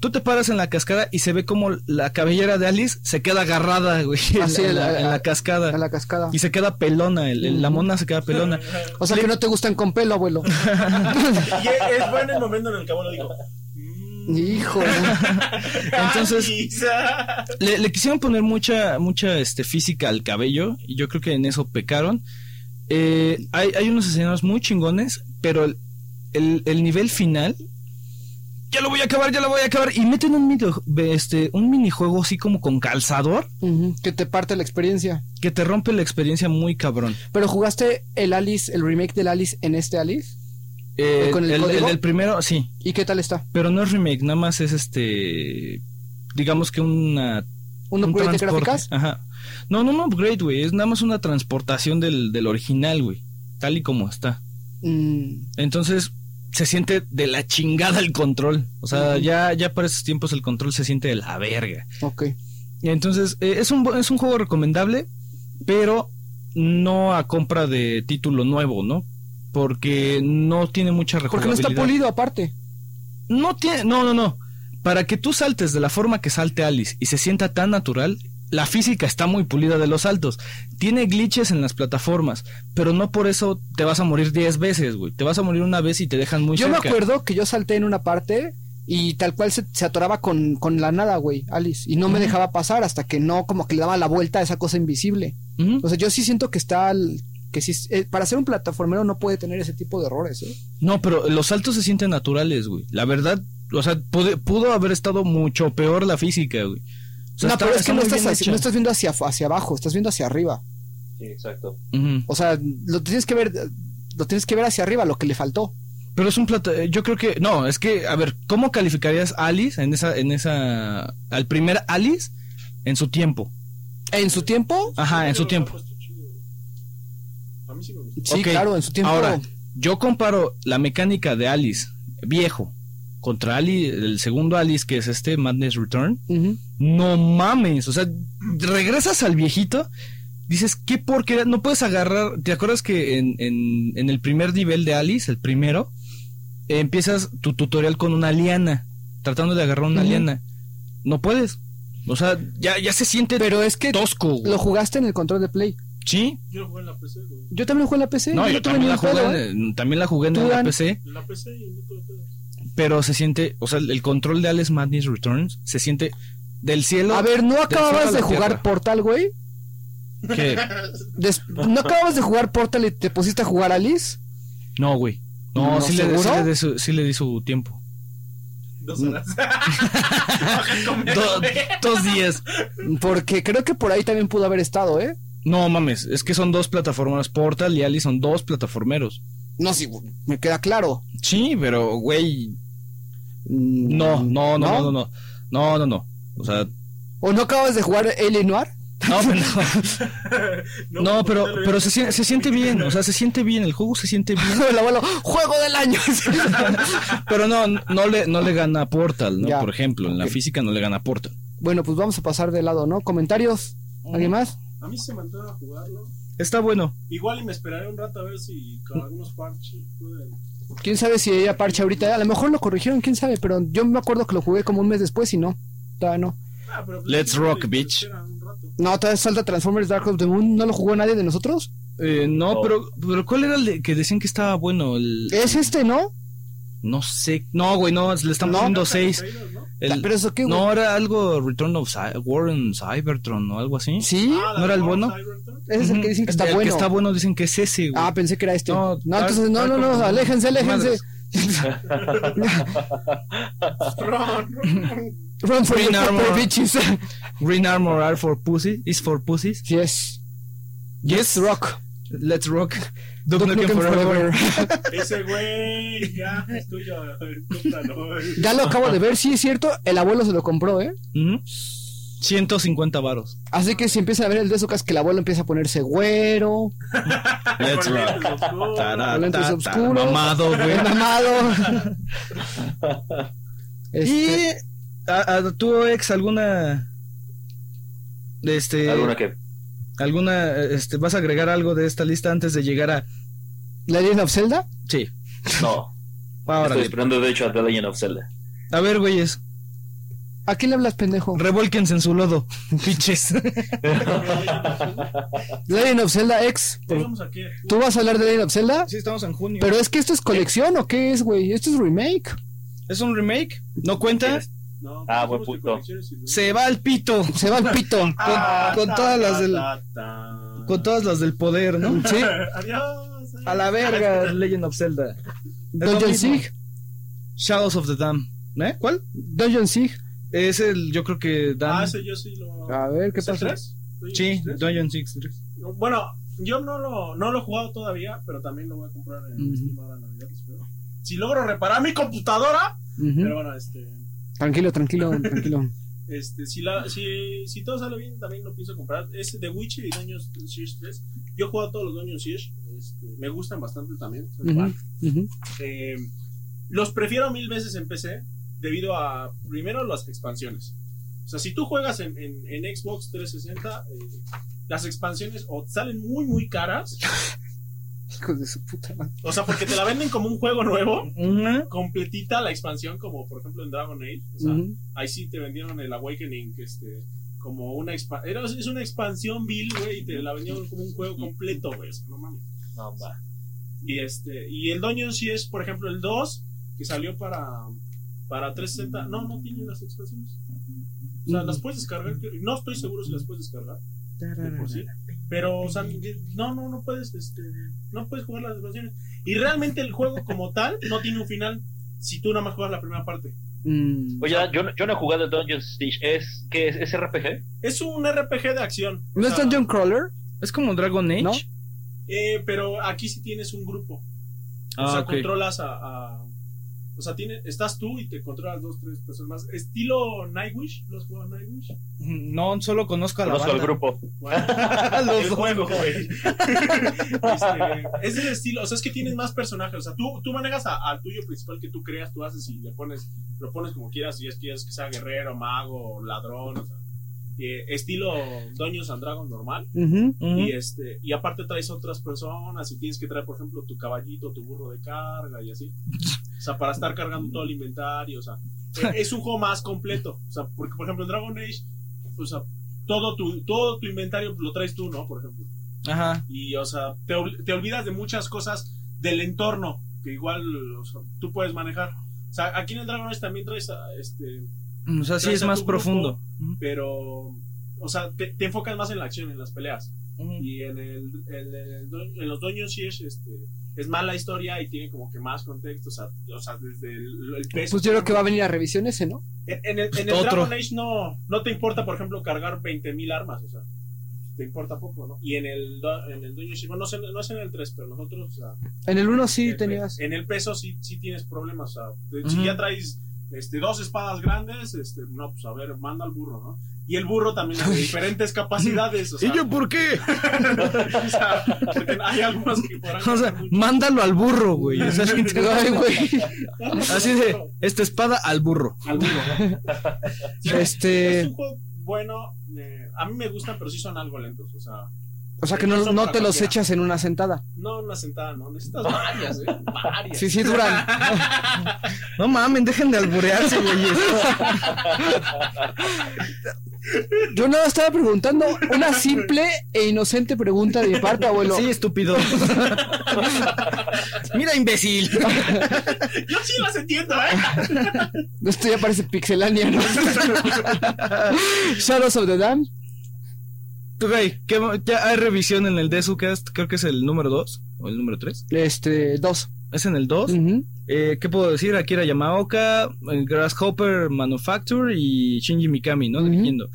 B: Tú te paras en la cascada y se ve como la cabellera de Alice se queda agarrada, güey, en,
D: Ah, sí,
B: la- en la,
D: a-
B: en la
D: a-
B: cascada.
D: A la cascada.
B: Y se queda pelona, el- el- la mona se queda pelona.
D: O sea que no te gustan con pelo, abuelo.
C: Y es, es bueno el momento en el que abuelo digo. mm,
D: Hijo.
B: Entonces-
C: quizá.
B: Le, le quisieron poner mucha, mucha este, física al cabello y yo creo que en eso pecaron. Eh, hay, hay unos escenarios muy chingones, pero el, el- el nivel final... Ya lo voy a acabar, ya lo voy a acabar. Y meten un, mito- este, un minijuego así como con calzador
D: Ujú. Que te parte la experiencia.
B: que te rompe la experiencia muy cabrón.
D: Pero jugaste el Alice, el remake del Alice en este Alice.
B: Eh,
D: ¿Con el código?
B: del primero, sí,
D: ¿Y qué tal está?
B: pero no es remake, nada más es este... Digamos que una
D: ¿Un
B: un
D: upgrade de
B: transporte.
D: gráficas?
B: Ajá. No, no, no upgrade, güey. Es nada más una transportación del, del original, güey. Tal y como está.
D: Mm,
B: Entonces, se siente de la chingada el control. O sea,
D: Ujú.
B: ya, ya para esos tiempos el control se siente de la verga.
D: ok.
B: Y entonces, eh, es, un, bu- es un juego recomendable, pero no a compra de título nuevo, ¿no? Porque no tiene mucha
D: Porque no
B: rejugabilidad.
D: está pulido aparte.
B: No tiene, no, no, no. Para que tú saltes de la forma que salte Alice y se sienta tan natural, la física está muy pulida de los saltos. Tiene glitches en las plataformas, pero no por eso te vas a morir 10 veces, güey. Te vas a morir una vez y te dejan muy
D: yo
B: cerca.
D: me acuerdo que yo salté en una parte y tal cual se, se atoraba con, con la nada, güey, Alice. Y no me dejaba pasar hasta que no, como que le daba la vuelta a esa cosa invisible.
B: Ujú.
D: O sea, yo sí siento que está... al- que sí, eh, para ser un plataformero no puede tener ese tipo de errores, ¿eh?
B: No, pero los saltos se sienten naturales, güey. La verdad, o sea, pude- pudo haber estado mucho peor la física, güey. O sea,
D: no,
B: está-
D: pero es
B: está
D: que no
B: muy
D: estás,
B: bien
D: hacia-
B: hecha.
D: no estás viendo hacia, hacia abajo, estás viendo hacia arriba.
F: Sí, exacto.
B: Ujú.
D: O sea, lo tienes que ver, lo tienes que ver hacia arriba, lo que le faltó.
B: Pero es un plato. eh, Yo creo que. No, es que, a ver, ¿cómo calificarías a Alice en esa. en esa. al primer Alice en su tiempo?
D: En su tiempo,
B: Ajá, en
C: Yo
B: su
C: lo hubiera
B: tiempo.
C: puesto chido, güey. A mí sí me gusta.
D: sí,
B: Ok,
D: claro, en su tiempo.
B: Ahora, yo comparo la mecánica de Alice viejo contra Alice, el segundo Alice que es este Madness Return.
D: Ujú.
B: No mames, o sea, regresas al viejito dices, qué porquería, no puedes agarrar, ¿te acuerdas que en, en, en el primer nivel de Alice, el primero, eh, empiezas tu tutorial con una liana, tratando de agarrar una
D: Ujú.
B: liana? No puedes. O sea, ya, ya se siente
D: Pero es que
B: tosco, güey.
D: lo jugaste en el control de Play.
B: Sí,
C: Yo lo jugué en la PC, güey.
D: Yo también lo jugué en la PC.
B: no,
D: yo
B: yo
D: no tuve ni
B: también la,
D: un pedo,
B: jugué
D: ¿eh?
B: en, también la jugué en
D: ¿Tú,
B: la
D: Dan?
B: PC,
C: En la PC y no tuve pedos.
B: pero se siente, o sea, el control de Alice Madness Returns se siente del cielo.
D: A ver, ¿no
B: suelo
D: acababas
B: a
D: de
B: la
D: jugar
B: tierra.
D: Portal, güey?
B: que-
D: Des- ¿No acababas de jugar Portal y te pusiste a jugar Alice?
B: No, güey. No,
D: ¿No,
B: sí, le, sí,
D: seguro?
B: le di su, sí le di su tiempo.
C: Dos horas. Baja a comer,
B: Mm. Do-
C: güey.
B: dos días.
D: Porque creo que por ahí también pudo haber estado, ¿eh?
B: No mames, es que son dos plataformas. Portal y Ali son dos plataformeros.
D: No, sí, güey, me queda claro.
B: Sí, pero, güey.
D: Mm,
B: No, no, no, no, no, no. No, no, no. O sea,
D: ¿O no acabas de jugar Alien Noir?
B: no, pero, no, pero,
C: te lo
B: pero
C: digo.
B: se, sien- se siente bien. O sea, se siente bien. El juego se siente bien.
D: El abuelo, juego del año.
B: Pero no, no le, no le gana a Portal, ¿no?
D: Ya.
B: Por ejemplo, en la
D: Ok.
B: física no le gana a Portal.
D: bueno, pues vamos a pasar de lado, ¿no? ¿Comentarios? ¿Alguien más?
C: A mí se me andaba a jugarlo.
B: Está bueno.
C: Igual y me esperaré un rato a ver si con algunos parches pueden.
D: ¿Quién sabe si ella parche ahorita? A lo mejor lo corrigieron, quién sabe, pero yo me acuerdo que lo jugué como un mes después y no. Todavía no.
C: Ah, pero pues
B: Let's
C: sí,
B: rock,
C: te- te
B: bitch.
C: esperan un rato.
D: No, todavía salta Transformers Dark of the Moon. ¿No lo jugó nadie de nosotros?
B: Eh, no,
F: No.
B: pero, pero ¿cuál era el de- que decían que estaba bueno? El,
D: Es este, ¿no?
B: No sé. No, güey, no, le están
D: No.
B: poniendo seis.
C: ¿No?
B: El-
D: Pero eso qué, güey?
B: no, era algo Return of Cy- War on Cybertron o algo así.
D: ¿Sí?
C: Ah, la
B: ¿No era
C: de
B: el
C: War
B: bono?
C: Cybertron.
D: Ese es el que
B: Ujú.
D: dicen que está
B: El
D: bueno.
B: que está bueno dicen que es ese, güey.
D: Ah, pensé que era este. No,
B: No, Dark-
D: entonces, no,
B: Dark
D: no,
B: of
D: no,
B: the Moon.
D: aléjense, aléjense.
B: Madres.
C: Ron, Ron.
D: Run for
B: Green
D: your
B: Armor.
D: paper, bitches.
B: Green Armor are for pussy, is for pussies.
D: yes.
B: Yes,
D: Rock.
B: Let's rock. Duke
D: Duke
B: Nukem
D: Nukem
B: forever.
D: Forever.
C: Ese güey, ya, es tuyo. a ver, cómpralo, güey.
D: ya lo acabo de ver, sí es cierto. El abuelo se lo compró, ¿eh?
B: Ujú. 150 varos.
D: Así que si empiezan a ver el de Socas que el abuelo empieza a ponerse güero,
B: Let's
C: Con
B: rock.
C: lentes oscuros.
B: Tará,
D: Lentes
B: tá, tá,
D: oscuros.
B: Mamado, güey.
D: el mamado. Este,
B: Y a, a tu ex alguna
D: Eh,
B: este
F: ¿Alguna que?
B: alguna este vas a agregar algo de esta lista antes de llegar a
D: ¿La Legend of Zelda?
B: Sí.
F: No.
B: Ahora.
F: Estoy esperando, de hecho, a The Legend of Zelda.
B: A ver, güeyes.
D: ¿A quién le hablas, pendejo?
B: Revuélquense en su lodo, piches.
D: Legend of Zelda X.
C: Llegamos aquí.
D: ¿Tú vas a hablar de Legend of Zelda?
B: Sí, estamos en junio.
D: Pero es que esto es colección o qué es, güey? Esto es remake.
B: ¿Es un remake? ¿No cuenta?
C: No,
F: Ah,
C: pues somos
F: buen
C: de
F: punto.
C: colecciones y-
B: Se va al pito.
D: Se va al pito.
C: Ah,
B: con
C: ta,
B: todas
C: ta,
B: las del-
C: ta, ta.
B: Con todas las del poder, ¿no?
D: Sí.
C: Adiós. Ah,
B: A la verga, Legend of Zelda. lo
D: Dungeon
B: mismo.
D: Sieg.
B: Shadows of the Dam. ¿Eh? ¿Cuál?
D: Dungeon Sieg.
B: Es el, yo creo que Dam.
C: Ah, ese yo sí lo.
D: A ver, ¿qué
C: ¿Es el
D: pasa?
C: tres?
B: Sí,
C: ¿Tres?
B: Dungeon Six.
C: Bueno, yo no lo, no lo he jugado todavía, pero también lo voy a comprar en
D: Ujú.
C: Steam ahora en Navidad, espero. Si logro reparar mi computadora.
D: Ujú.
C: Pero bueno, este.
D: Tranquilo, tranquilo, tranquilo.
C: Este, si, la, si, si todo sale bien, también lo pienso comprar. Es de Witcher y Dungeon Siege 3. Yo he jugado todos los Dungeon Siege. Este, me gustan bastante también. son
D: Ujú.
C: fan.
D: Ujú.
C: Eh, los prefiero mil veces en PC debido a, primero, las expansiones. O sea, si tú juegas en, en- en Xbox 360, eh, las expansiones o salen muy, muy caras.
D: Hijos de su puta madre.
C: O sea, porque te la venden como un juego nuevo, completita la expansión, como por ejemplo en Dragon Age. O sea,
D: Ujú.
C: ahí sí te vendieron el Awakening, que este, como una expansión. Es una expansión Bill, güey, y te la vendieron como un juego completo, güey. O sea, no mames.
F: No, va.
C: Y este, y el Dungeon sí es, por ejemplo, el 2, que salió para, para 360. No, no tiene las expansiones. O sea, las puedes descargar. creo- No estoy seguro si las puedes descargar. de por sí. Pero, o sea, no, no, no puedes, este, no puedes jugar las expansiones. Y realmente el juego como tal no tiene un final si tú nada más juegas la primera parte.
D: Mm.
F: Oye,
B: Ah.
F: yo, no- yo no he jugado Dungeon Siege. ¿Es, ¿Qué es? ¿Es RPG?
C: Es un RPG de acción. o
D: ¿No es
C: sea,
D: Dungeon Crawler?
B: Es como Dragon Age.
D: ¿No?
C: eh, pero aquí sí tienes un grupo. o
B: Ah,
C: sea,
B: ok.
C: controlas a, a- O sea, tiene, estás tú y te controlas dos, tres personas más. Estilo Nightwish. ¿Los juegos Nightwish?
B: No, solo conozco a la
F: Conozco al
B: banda.
F: grupo.
C: Bueno,
B: Los
C: el
B: dos.
C: juego, güey. Este, es el estilo. O sea, es que tienes más personajes. O sea, tú, tú manejas a- al tuyo principal que tú creas, tú haces y le pones, lo pones como quieras. Si es que quieres que sea guerrero, mago, ladrón. O sea, eh, estilo Doños and Dragons normal.
D: Ujú.
B: Ujú.
C: Y este, y aparte traes otras personas y tienes que traer, por ejemplo, tu caballito, tu burro de carga y así. O sea, para estar cargando todo el inventario, o sea, e- es un juego más completo. O sea, porque por ejemplo en Dragon Age, o sea, todo tu, todo tu inventario lo traes tú, ¿no? Por ejemplo.
B: Ajá.
C: Y, o sea, te, ol- te olvidas de muchas cosas del entorno que igual o sea, tú puedes manejar. O sea, aquí en el Dragon Age también traes, a- este,
B: O sea, sí
C: Traes
B: es
C: a
B: más
C: tu
B: profundo.
C: pero, o sea, te, te enfocas más en la acción, en las peleas.
B: Ujú.
C: Y en, el, en el do- en los Dungeons sí es, este, es más la historia y tiene como que más contexto, o sea, o sea desde el, el peso.
D: Pues yo creo que va a venir a revisión ese, ¿no?
C: En, en el, en el
B: Otro.
C: Dragon Age no, no te importa, por ejemplo, cargar 20.000 armas, o sea, te importa poco, ¿no? Y en el, do- en el Dungeons, bueno, no, sé- no es en el 3, pero nosotros, o sea,
D: En el 1 sí
C: en-
D: tenías.
C: En el peso sí, sí tienes problemas. O sea,
B: Ujú.
C: Si ya traes este, dos espadas grandes, este, no, pues a ver, manda al burro, ¿no? Y el burro también tiene diferentes capacidades. O sea,
B: por qué?
C: o sea, porque hay algunos que podrán
B: O sea,
C: ganar mucho.
B: mándalo al burro, güey. O sea, sí te-
D: Ay, güey.
B: así de, esta espada al burro.
C: Al burro. Sí,
B: eh,
D: Este-
C: Es un juego bueno. eh, a mí me gustan, pero sí son algo lentos. O sea,
D: O sea que no, no te los echas en una sentada.
C: no una sentada, no. Necesitas varias, ¿eh? Varias.
D: Sí, sí duran.
B: No mamen, dejen de alburearse, güeyes.
D: Yo nada estaba preguntando una simple e inocente pregunta de mi parte, abuelo.
B: Sí, estúpido. Mira, imbécil.
C: Yo sí las entiendo, ¿eh?
D: Esto ya parece pixelania, ¿no? Shadows of the Dam.
B: Güey, ¿qué mo- ya hay revisión en el de Sucast, creo que es el número 2 o el número 3.
D: Este, dos.
B: Es en el 2.
D: Ujú.
B: Eh, ¿Qué puedo decir? Akira Yamaoka, eh, Grasshopper Manufacture y Shinji Mikami, ¿no?
D: Ujú.
B: Dirigiendo.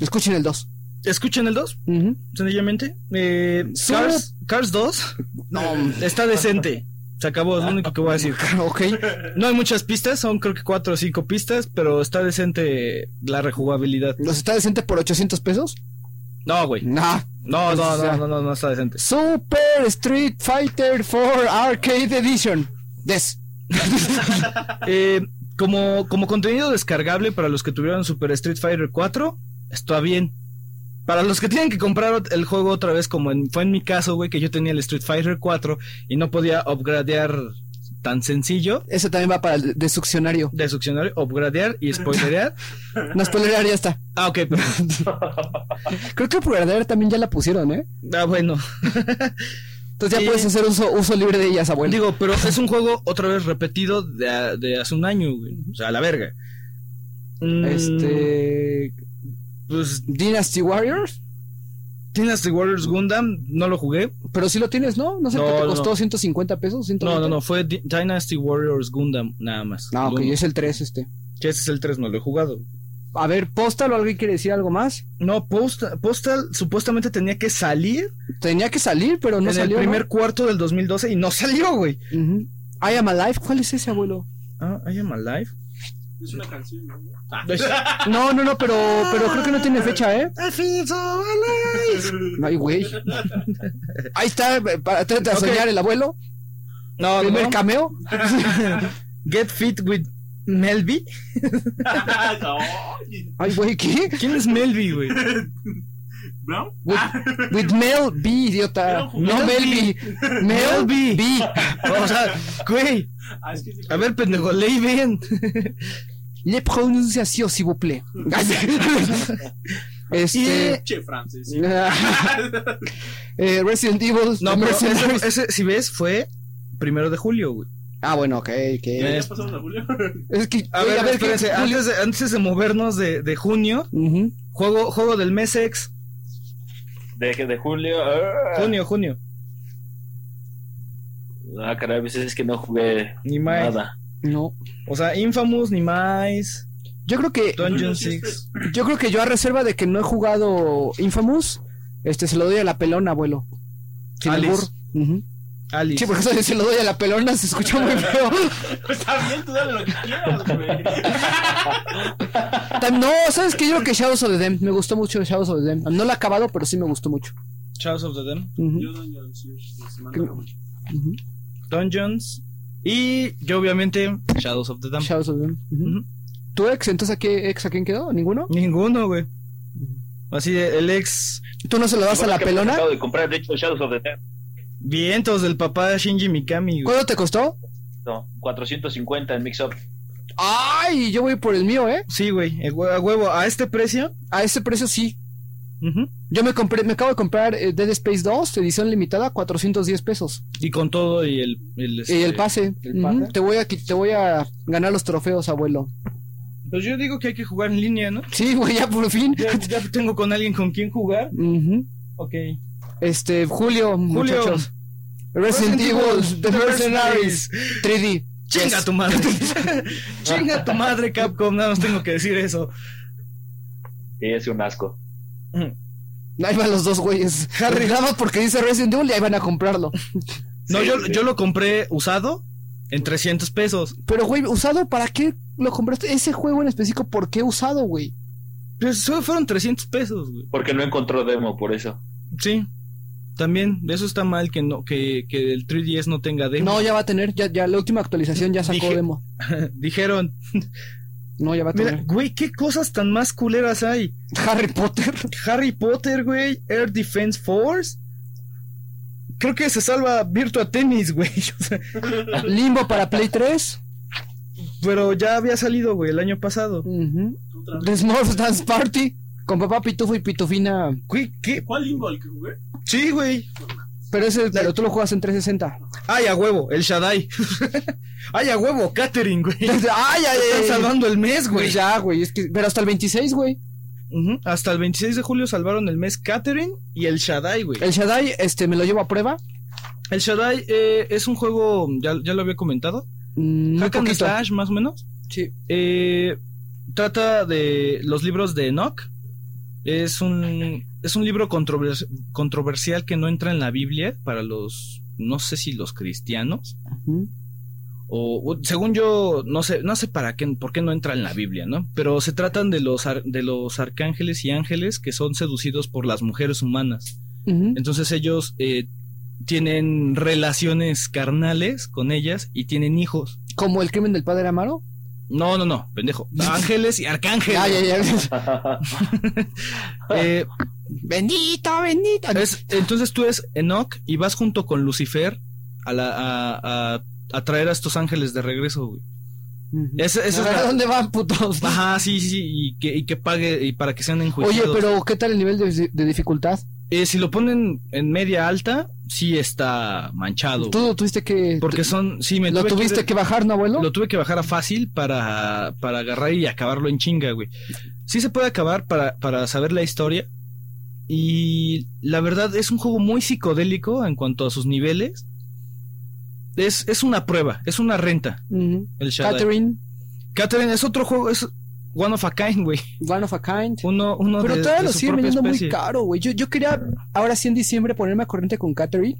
D: Escuchen el dos.
B: Escuchen el 2,
D: Ujú.
B: sencillamente. Eh,
D: Su-
B: Cars, Cars 2
D: No,
B: está decente. Se acabó, es lo único que voy a decir.
D: ok.
B: No hay muchas pistas, son creo que 4 o 5 pistas, pero está decente la rejugabilidad.
D: ¿Los está decente por 800 pesos?
B: No, güey.
D: Nah.
B: No, no,
D: O sea-
B: no, no, no, no está decente.
D: Super Street Fighter 4 Arcade Edition. Des.
B: Eh, como, como contenido descargable para los que tuvieron Super Street Fighter 4, está bien. Para los que tienen que comprar ot- el juego otra vez, como en- fue en mi caso, güey, que yo tenía el Street Fighter 4 y no podía upgradear tan sencillo.
D: Eso también va para el de succionario.
B: De succionar, upgradear y spoilerear.
D: No spoilerar, ya está.
B: Ah, ok, pero-
D: Creo que Upgradear también ya la pusieron, ¿eh?
B: ah, bueno.
D: Entonces ya
B: Sí.
D: puedes hacer uso, uso libre de ellas, abuelo.
B: Digo, pero es un juego otra vez repetido de, a- de hace un año, güey. O sea, a la verga. Mm,
D: Este.
B: Pues
D: Dynasty Warriors.
B: Dynasty Warriors Gundam, no lo jugué.
D: Pero si lo tienes, ¿no? No sé
B: No,
D: qué te
B: no.
D: costó, 150 pesos.
B: No,
D: 120.
B: no, no, fue Di- Dynasty Warriors Gundam, nada más.
D: Ah, ok,
B: Gundam.
D: es el 3 este.
B: Que ese es el 3, no lo he jugado.
D: A ver, póstalo, ¿alguien quiere decir algo más?
B: No, Postal, Postal supuestamente tenía que salir
D: Tenía que salir, pero no
B: en
D: salió.
B: el
D: ¿no?
B: primer cuarto del 2012 y no salió, güey.
D: Ujú. I am alive, ¿cuál es ese, abuelo?
B: Ah, I am alive.
C: Es una canción, ¿no? Ah.
D: No, no, no, pero, pero creo que no tiene fecha, ¿eh?
B: I feel so alive.
D: Ay, güey. Ahí está, eh, para trata de
B: Ok.
D: soñar el abuelo.
B: No,
D: primer
B: no.
D: cameo.
B: Get fit with Melby.
C: Ay,
D: Ay, güey, ¿qué?
B: ¿Quién es Melby, güey?
C: ¿No?
D: With, with Mel B,
C: Era
D: idiota.
C: un
D: No
B: juguete.
D: Mel B. Mel
B: Mel B.
D: B.
B: O sea, güey.
C: Ah, es que sí.
B: A ver, pendejo, leí bien.
D: Le pronunciación, s'il vous plaît. Este.
C: Che, Francis.
D: eh, Resident Evil.
B: No,
D: The
B: pero ese,
D: Mercenaries.
B: ese, si ves, fue primero de julio, güey.
D: Ah, bueno, ok,
C: ¿Ya,
D: ok.
C: ya pasamos a Julio?
D: Es que.
B: A
D: güey,
B: ver,
D: ¿qué-
B: espérense, ah.
D: Julio?
B: antes de, antes de movernos de, de junio,
D: Ujú.
B: juego, juego del mes ex,
F: De, de julio. ah.
B: junio, junio,
F: Ah, caray, pues es que no jugué
B: ni más.
F: nada.
D: No.
B: O sea, Infamous, ni más.
D: Yo creo que.
B: Dungeon
C: Sí, este-
B: 6.
D: Yo creo que yo a reserva de que no he jugado Infamous, este se lo doy a la pelona, abuelo. Sin
B: Alice.
D: albur. Ujú.
B: Alice.
D: Sí, porque eso de se lo doy a la pelona se escuchó muy feo.
C: Pues, Está bien, tú dale lo que quieras, güey.
D: Tam- No, ¿sabes qué? Yo creo que Shadows of the Dem. Me gustó mucho Shadows of the Dem. No la he acabado, pero sí me gustó mucho.
B: Shadows of the Dam.
D: Ujú,
C: Yo, Dungeon Sears, la semana
D: Creo-
C: que-
D: ujú.
B: Dungeons. Y yo, obviamente, Shadows of the Dam.
D: Shadows of the Dem. ujú.
B: Ujú.
D: ¿Tu ex? ¿Entonces a qué ex a quién quedó? ¿Ninguno?
B: Ninguno, güey. Así, de- el ex
D: ¿Tú no se lo das a la pelona?
F: Acabo de comprar, de hecho, Shadows of the Dead.
B: vientos del papá de Shinji Mikami, güey.
D: ¿Cuánto te costó?
F: No, 450 en Mix Up.
D: ¡Ay! Yo voy por el mío, ¿eh?
B: Sí, güey, eh, hue- a huevo, a este precio.
D: A ese precio sí.
B: ujú,
D: Yo me compré, me acabo de comprar eh, Dead Space 2, edición limitada, 410 pesos.
B: Y con todo y el... el,
D: y
B: este,
D: el pase.
B: el pase.
D: Ujú, Te voy a qui- te voy a ganar los trofeos, abuelo.
B: Pues yo digo que hay que jugar en línea, ¿no?
D: Sí, güey, ya por fin.
B: Ya, ya tengo con alguien con quien jugar.
D: Ujú.
B: Ok.
D: Este, Julio, muchachos. Resident Evil, The Mercenaries, 3D.
B: Chinga tu madre. Chinga tu madre, Capcom. Nada más tengo que decir eso.
F: Sí, es un asco.
D: Ahí van los dos güeyes. Harry, nada más porque dice Resident Evil y ahí van a comprarlo.
B: No,
F: Sí,
B: yo,
F: sí.
B: yo lo compré usado en 300 pesos.
D: Pero, güey, ¿usado para qué lo compraste? Ese juego en específico, ¿por qué usado, güey?
B: Pero solo Pues, fueron 300 pesos, güey.
F: Porque no encontró demo, por eso.
B: Sí. También, eso está mal que no que, que el 3DS no tenga demo.
D: No, ya va a tener, ya, ya la última actualización ya sacó
B: Dije-
D: demo.
B: Dijeron,
D: No, ya va a
B: mira,
D: tener.
B: güey, qué cosas tan más culeras hay.
D: Harry Potter.
B: Harry Potter, güey, Air Defense Force. Creo que se salva Virtua Tennis, güey. O sea,
D: Limbo para Play 3.
B: pero ya había salido, güey, el año pasado.
D: Ujú.
C: Otra vez.
D: The Smurfs Dance Party. Con papá Pitufo y Pitufina.
B: Güey, ¿qué?
C: ¿Cuál limbo el que jugué?
B: Sí, güey.
D: Pero ese, pero tú lo juegas en 360.
B: Ay, a huevo, el Shaddai. Ay, a huevo, Catering, güey.
D: ay, ay, ay.
B: Están
D: ay.
B: salvando el mes, güey.
D: Pues ya, güey. Es que, pero hasta el 26, güey.
B: Ujú, Hasta el 26 de julio salvaron el mes Catering y el Shaddai, güey.
D: El Shaddai, este, me lo llevo a prueba.
B: El Shaddai eh, es un juego, ya, ya lo había comentado,
D: Mm, muy
B: hack and
D: poquito.
B: slash, más o menos.
D: Sí.
B: Eh, trata de los libros de Enoch. Es un, es un libro controvers- controversial que no entra en la Biblia para los, no sé si los cristianos.
D: Ujú.
B: o o, según yo no sé no sé para qué por qué no entra en la Biblia no pero se tratan de los ar- de los arcángeles y ángeles que son seducidos por las mujeres humanas
D: Ujú.
B: entonces ellos eh, tienen relaciones carnales con ellas y tienen hijos
D: Como el crimen del padre Amaro.
B: no no no pendejo ángeles y arcángeles
D: Ay, ay, ay.
B: Eh,
D: Bendito, bendito.
B: es- entonces tú es Enoch y vas junto con Lucifer a la a, a- a traer a estos ángeles de regreso güey.
D: Ujú.
B: Esa- esa
D: A
B: es
D: ver,
B: la-
D: ¿Dónde van, putos?
B: Ajá, pues sí, sí, sí, y que, y que pague y para que sean
D: Oye,
B: enjuiciados.
D: pero ¿qué tal el nivel de, de dificultad?
B: Eh, si lo ponen en media alta, sí está manchado.
D: Tú lo tuviste que.
B: Porque son, sí, me
D: ¿Lo
B: tuve
D: tuviste que, bajar, no, abuelo?
B: lo tuve que bajar a fácil para, para agarrar y acabarlo en chinga, güey. Sí se puede acabar para, para saber la historia. Y la verdad es un juego muy psicodélico en cuanto a sus niveles. Es, es una prueba, es una renta.
D: Ujú.
B: El Shadow.
D: Catherine,
B: Catherine es otro juego, es one of a kind, güey.
D: One of a Kind.
B: Uno, uno
D: Pero
B: de,
D: todavía
B: de
D: lo
B: su
D: siguen
B: propia
D: vendiendo muy
B: especie.
D: caro, güey. Yo, yo quería, ahora sí en diciembre, ponerme a corriente con Catherine.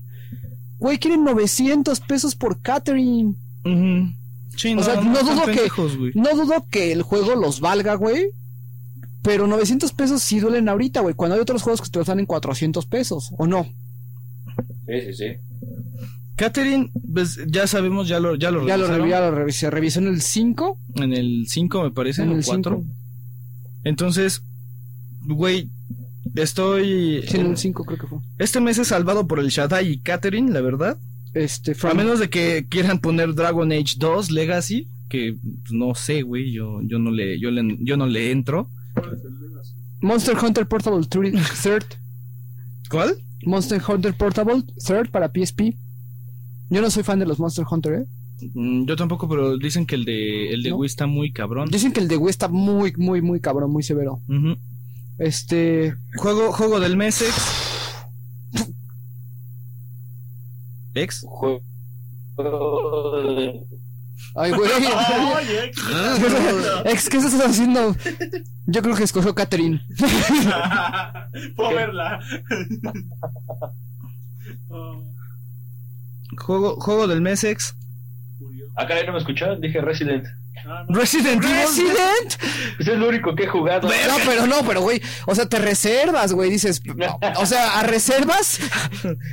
D: Güey, quieren 900 pesos por Catherine.
B: Ujú. Sí,
D: O sea,
B: no,
D: no
B: están
D: dudo que-
B: pendejos, güey.
D: No dudo que el juego los valga, güey. Pero 900 pesos sí duelen ahorita, güey. Cuando hay otros juegos que te los dan en 400 pesos, ¿o no?
F: sí, sí, sí.
B: Catherine, pues, ya sabemos, ya lo, ya lo
D: Ya lo,
B: revisaron
D: revi- ya lo revisé. Revisé en el 5.
B: En el 5, me parece,
D: En
B: en
D: el
B: el 4.
D: 5.
B: Entonces, güey, estoy.
D: Sí, en el 5 creo que fue.
B: Este mes es salvado por el Shaddai y Catherine, la verdad.
D: Este,
B: A
D: From-
B: menos de que quieran poner Dragon Age 2 Legacy, que pues, no sé, güey, yo, yo, no le, yo, le, yo no le entro.
C: ¿Cuál es el Legacy?
D: Monster Hunter Portable 3, Third.
B: ¿Cuál?
D: Monster Hunter Portable Third para PSP. Yo no soy fan de los Monster Hunter, ¿eh?
B: Mm, yo tampoco, pero dicen que el de, el de
D: No.
B: Wii está muy cabrón.
D: Dicen que el de Wii está muy, muy, muy cabrón, muy severo.
B: Ujú.
D: Este.
B: Juego, juego del mes, ex. Ex.
F: Juego-
D: Ay, güey.
C: Oye,
D: Ex, ¿qué estás haciendo? Yo creo que escogió Catherine.
C: puedo verla. Oh,
B: Juego, juego del mes, ex.
C: Julio.
F: Acá Ah, no me escucharon, dije Resident.
C: Ah, no.
D: Resident Evil.
B: ¿Resident?
F: Ese es lo único que he jugado.
D: No, pero no, pero güey, o sea, te reservas, güey, dices, o sea, a reservas,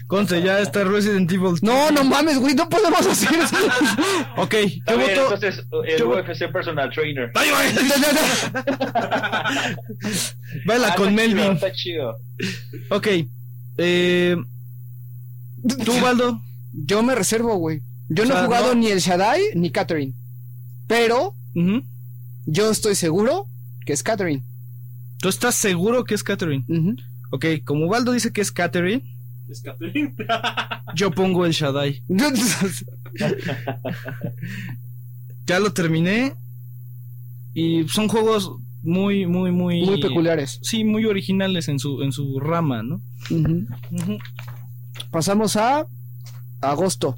B: Conte, ya está Resident Evil.
D: no, no mames, güey, no podemos hacer eso.
B: Ok,
F: A
B: yo
F: ver,
B: voto.
F: entonces, el
B: yo-
F: UFC Personal Trainer.
B: Baila
F: Ah,
B: con
F: está chido,
B: Melvin.
F: Está chido.
B: Ok. Eh, ¿Tú, Baldo?
D: Yo me reservo, güey. Yo
B: O
D: no
B: sea,
D: he jugado
B: no-
D: ni el Shaddai ni Catherine, pero
B: Ujú.
D: yo estoy seguro que es Catherine.
B: ¿Tú estás seguro que es Catherine?
D: Ujú.
B: Ok, como Baldo dice que es Catherine,
C: Es Catherine.
B: yo pongo el Shaddai. Ya lo terminé. Y son juegos muy, muy, muy.
D: Muy peculiares.
B: Sí, muy originales en su, en su rama, ¿no?
D: Ujú.
B: Ujú.
D: Pasamos a agosto.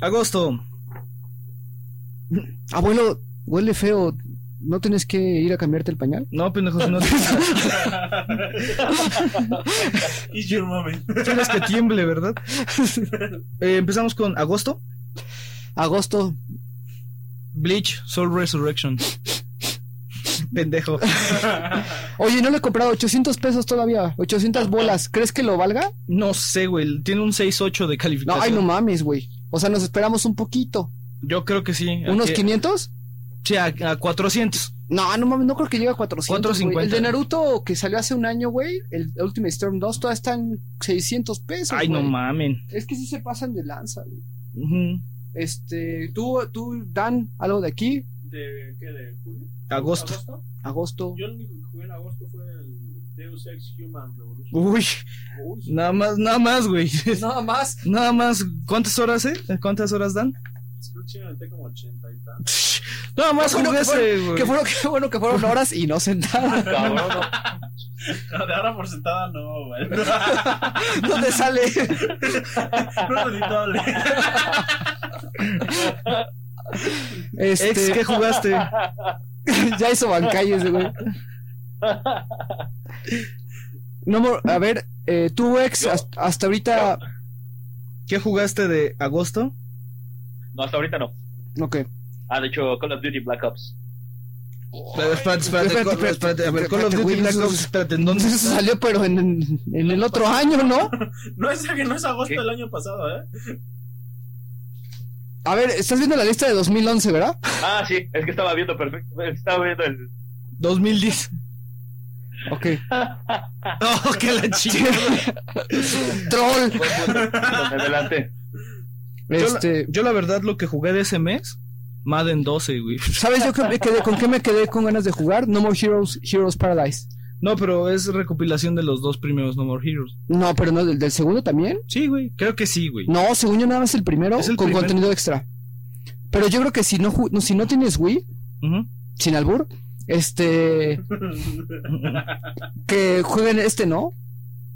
B: Agosto.
D: Abuelo, Ah, huele feo. ¿No tienes que ir a cambiarte el pañal?
B: No, pendejo, si no tienes
C: Y your mami.
B: que tiemble, ¿verdad? Eh, empezamos con agosto.
D: Agosto.
B: Bleach, Soul Resurrection. Pendejo.
D: Oye, no le he comprado 800 pesos todavía. 800 bolas. ¿Crees que lo valga?
B: No sé, güey. Tiene un 6-8 de
D: No,
B: calificación.
D: ay, no mames, güey. O sea, nos esperamos un poquito.
B: Yo creo que sí. a
D: ¿Unos
B: que-
D: 500?
B: Sí, a, a 400.
D: No, no mames, no creo que llegue a 400. güey.
B: 450.
D: El de Naruto que salió hace un año, güey, el Ultimate Storm 2, todavía está en 600 pesos.
B: Ay,
D: güey.
B: no mamen.
D: Es que sí se pasan de lanza, güey.
B: Ujú.
D: Este, tú, tú, Dan, algo de aquí,
C: ¿De qué? ¿De julio?
B: Agosto.
D: agosto.
C: Yo el único que jugué en agosto fue el Deus Ex Human Revolution.
B: Uy,
C: Uy,
B: nada más, nada más, güey.
D: Nada más.
B: Nada más. ¿Cuántas horas, eh? ¿Cuántas horas dan?
C: creo que sí me aventé como 80 y tantos.
B: Nada más
D: Qué bueno
B: jugué
D: que fueron-
B: ese,
F: Pues-
B: güey.
D: Qué bueno, qué bueno que fueron horas y no sentadas.
F: Cabrón, no.
C: No, de ahora por sentada no, güey.
D: No te sale.
C: No es editable.
D: Este,
B: Ex, ¿qué jugaste?
D: ya hizo bancalles, güey. No, mo- a ver, eh, tú, ex,
F: Yo-
D: hasta, hasta ahorita.
B: ¿Qué jugaste de agosto?
F: No, hasta ahorita no.
D: Ok.
F: Ah, de hecho, Call of Duty Black Ops.
B: Espérate, espérate, espérate,
D: Espérate,
B: Call- espérate, a ver, Call of Duty
D: espérate, güey,
B: Black
D: eso-
B: Ops, espérate, ¿en dónde
D: Entonces eso
B: está?
D: salió, pero en, en el otro año, ¿no?
C: No es, que no es agosto
F: ¿Qué?
C: del año pasado, ¿eh?
D: A ver, estás viendo la lista de 2011, ¿verdad?
F: Ah, sí, es que estaba viendo perfecto. Estaba viendo el.
B: 2010.
D: Ok.
B: Oh, que la chingada.
D: Troll.
F: Adelante.
D: Este,
B: Yo la verdad lo que jugué de ese mes, Madden 12, güey.
D: ¿Sabes yo que me quedé, con qué me quedé con ganas de jugar? No More Heroes, Heroes Paradise.
B: No, pero es recopilación de los dos primeros No More Heroes.
D: No, pero no, ¿del, del segundo también?
B: Sí, güey, creo que sí, güey.
D: No, según yo nada más el primero
B: Es el
D: con
B: primero.
D: contenido extra. Pero yo creo que si no, ju- no, si no tienes Wii,
B: Ujú.
D: sin albur, este, que jueguen este, ¿no?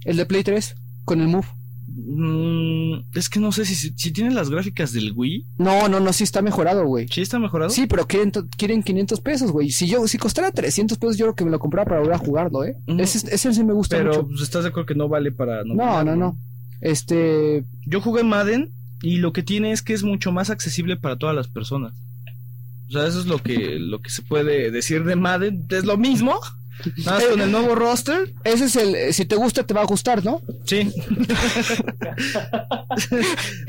D: El de Play 3, con el Move.
B: Mm, es que no sé si, si, si tiene las gráficas del Wii.
D: No, no, no, sí está mejorado, güey.
B: ¿Sí está mejorado?
D: Sí, pero quieren, to- quieren 500 pesos, güey. Si yo, si costara 300 pesos, yo creo que me lo compraba para volver a jugarlo, ¿eh?
B: Ujú.
D: Ese, ese sí me gusta
B: pero
D: mucho.
B: pues, estás de acuerdo que no vale para...
D: No, no, no. Este,
B: Yo jugué Madden y lo que tiene es que es mucho más accesible para todas las personas. O sea, eso es lo que, lo que se puede decir de Madden. Es lo mismo, nada más con el nuevo roster.
D: ese es el, eh, si te gusta, te va a gustar, ¿no?
B: Sí. o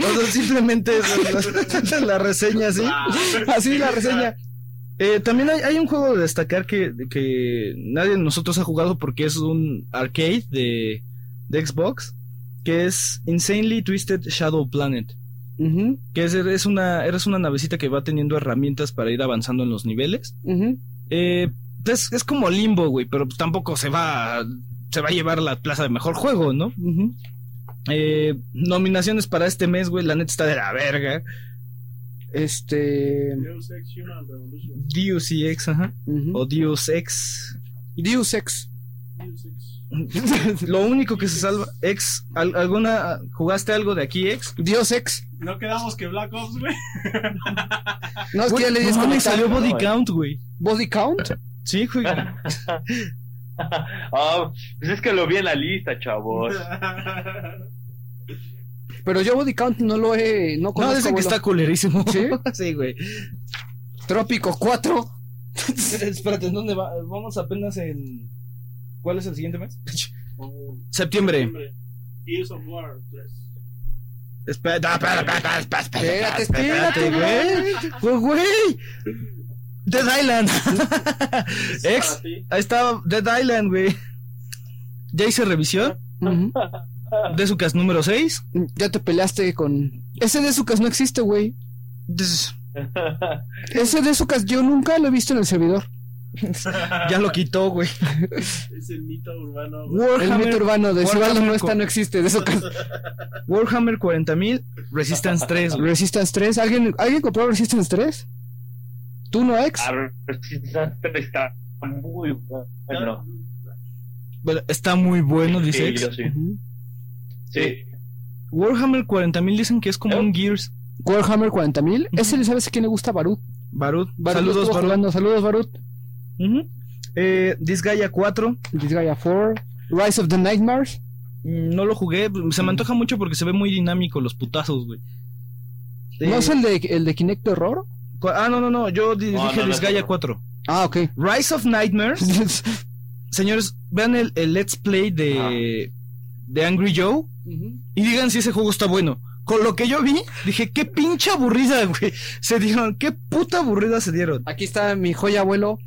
B: sea, simplemente es la, la reseña, ¿sí?
D: Así la reseña.
B: Eh, también hay, hay un juego de destacar que, que nadie de nosotros ha jugado porque es un arcade de, de Xbox, que es Insanely Twisted Shadow Planet.
D: Ujú,
B: Que es, eres, una, eres una navecita que va teniendo herramientas para ir avanzando en los niveles.
D: ujú.
B: Eh, es, es como limbo, güey, pero pues tampoco se va, a- se va a llevar la plaza de mejor juego, ¿no? Eh, nominaciones para este mes, güey, la neta está de la verga.
D: Este.
C: Deus Ex Human Revolution.
B: Deus Ex, ajá.
D: ujú.
B: O Deus Ex.
D: Deus Ex.
C: Deus Ex.
B: Lo único que se salva, ex, al- ¿alguna jugaste algo de aquí, ex?
D: Dios Ex.
C: No quedamos que Black Ops, güey.
D: No, es que ya
B: Güey,
D: este le dices
B: no mames,
D: conectar.
B: salió Body
F: No, eh.
B: Count, güey.
D: Body Count.
B: Sí, güey.
D: Ah,
F: Ah, pues es que lo vi en la lista, chavos.
D: Pero yo Body Count no lo he. No,
B: No,
D: conozco,
B: dicen que
D: abuelo.
B: está culerísimo.
D: ¿Sí?
B: sí, güey.
D: Trópico 4.
B: Espérate, ¿en dónde va? Vamos apenas en. ¿Cuál es el siguiente mes?
C: Oh,
B: Septiembre.
C: Gears of War 3.
B: Espera, espera, espera, espera, espera,
D: Espérate,
B: espera,
D: espérate, güey.
B: güey. Güey. Dead Island.
C: Es
B: Ex.
C: para ti.
B: Ahí está Dead Island, güey. Ya hice revisión
D: Ujú.
B: de su cas número 6.
D: Ya te peleaste con. Ese de Sucas no existe, güey. Ese de Sucas yo nunca lo he visto en el servidor.
B: Ya lo quitó, güey.
C: Es el mito urbano. güey.
D: El mito
B: Warhammer,
D: urbano de
B: Warhammer
D: Cibaldo no
B: co-
D: está, no existe. De Sucas.
B: Warhammer 40.000, Resistance 3, güey.
D: Resistance 3. ¿Alguien, ¿Alguien compró Resistance 3? ¿Tú no, ex?
F: Resistance está muy bueno.
B: Bueno, está muy bueno, dice.
F: Sí,
B: Ex.
F: yo sí.
D: Ujú.
F: Sí.
B: Warhammer 40.000 dicen que es como
F: ¿Eh?
B: un Gears.
D: Warhammer 40.000. Ese le sabes a quién le gusta Barut.
B: Barut.
D: Barut lo
B: Saludos,
D: estuvo
B: Barut.
D: jugando. Saludos, Barut.
B: Ujú. Eh, Disgaea 4.
D: Disgaea 4. Rise of the Nightmares.
B: Mm, No lo jugué. Se me antoja mucho porque se ve muy dinámico los putazos, güey. Eh,
D: ¿No es el de, el de Kinect Horror?
B: cu- Ah, no, no, no. Yo di-
F: No,
B: dije
F: no, no es
B: Disgaea
F: otro.
B: 4.
D: Ah, ok.
B: Rise of Nightmares. Señores, vean el, el Let's Play de, de Angry Joe y digan si ese juego está bueno. Con lo que yo vi, dije, qué pinche aburrida, güey. Se dieron, qué puta aburrida se dieron.
D: Aquí está mi joya abuelo.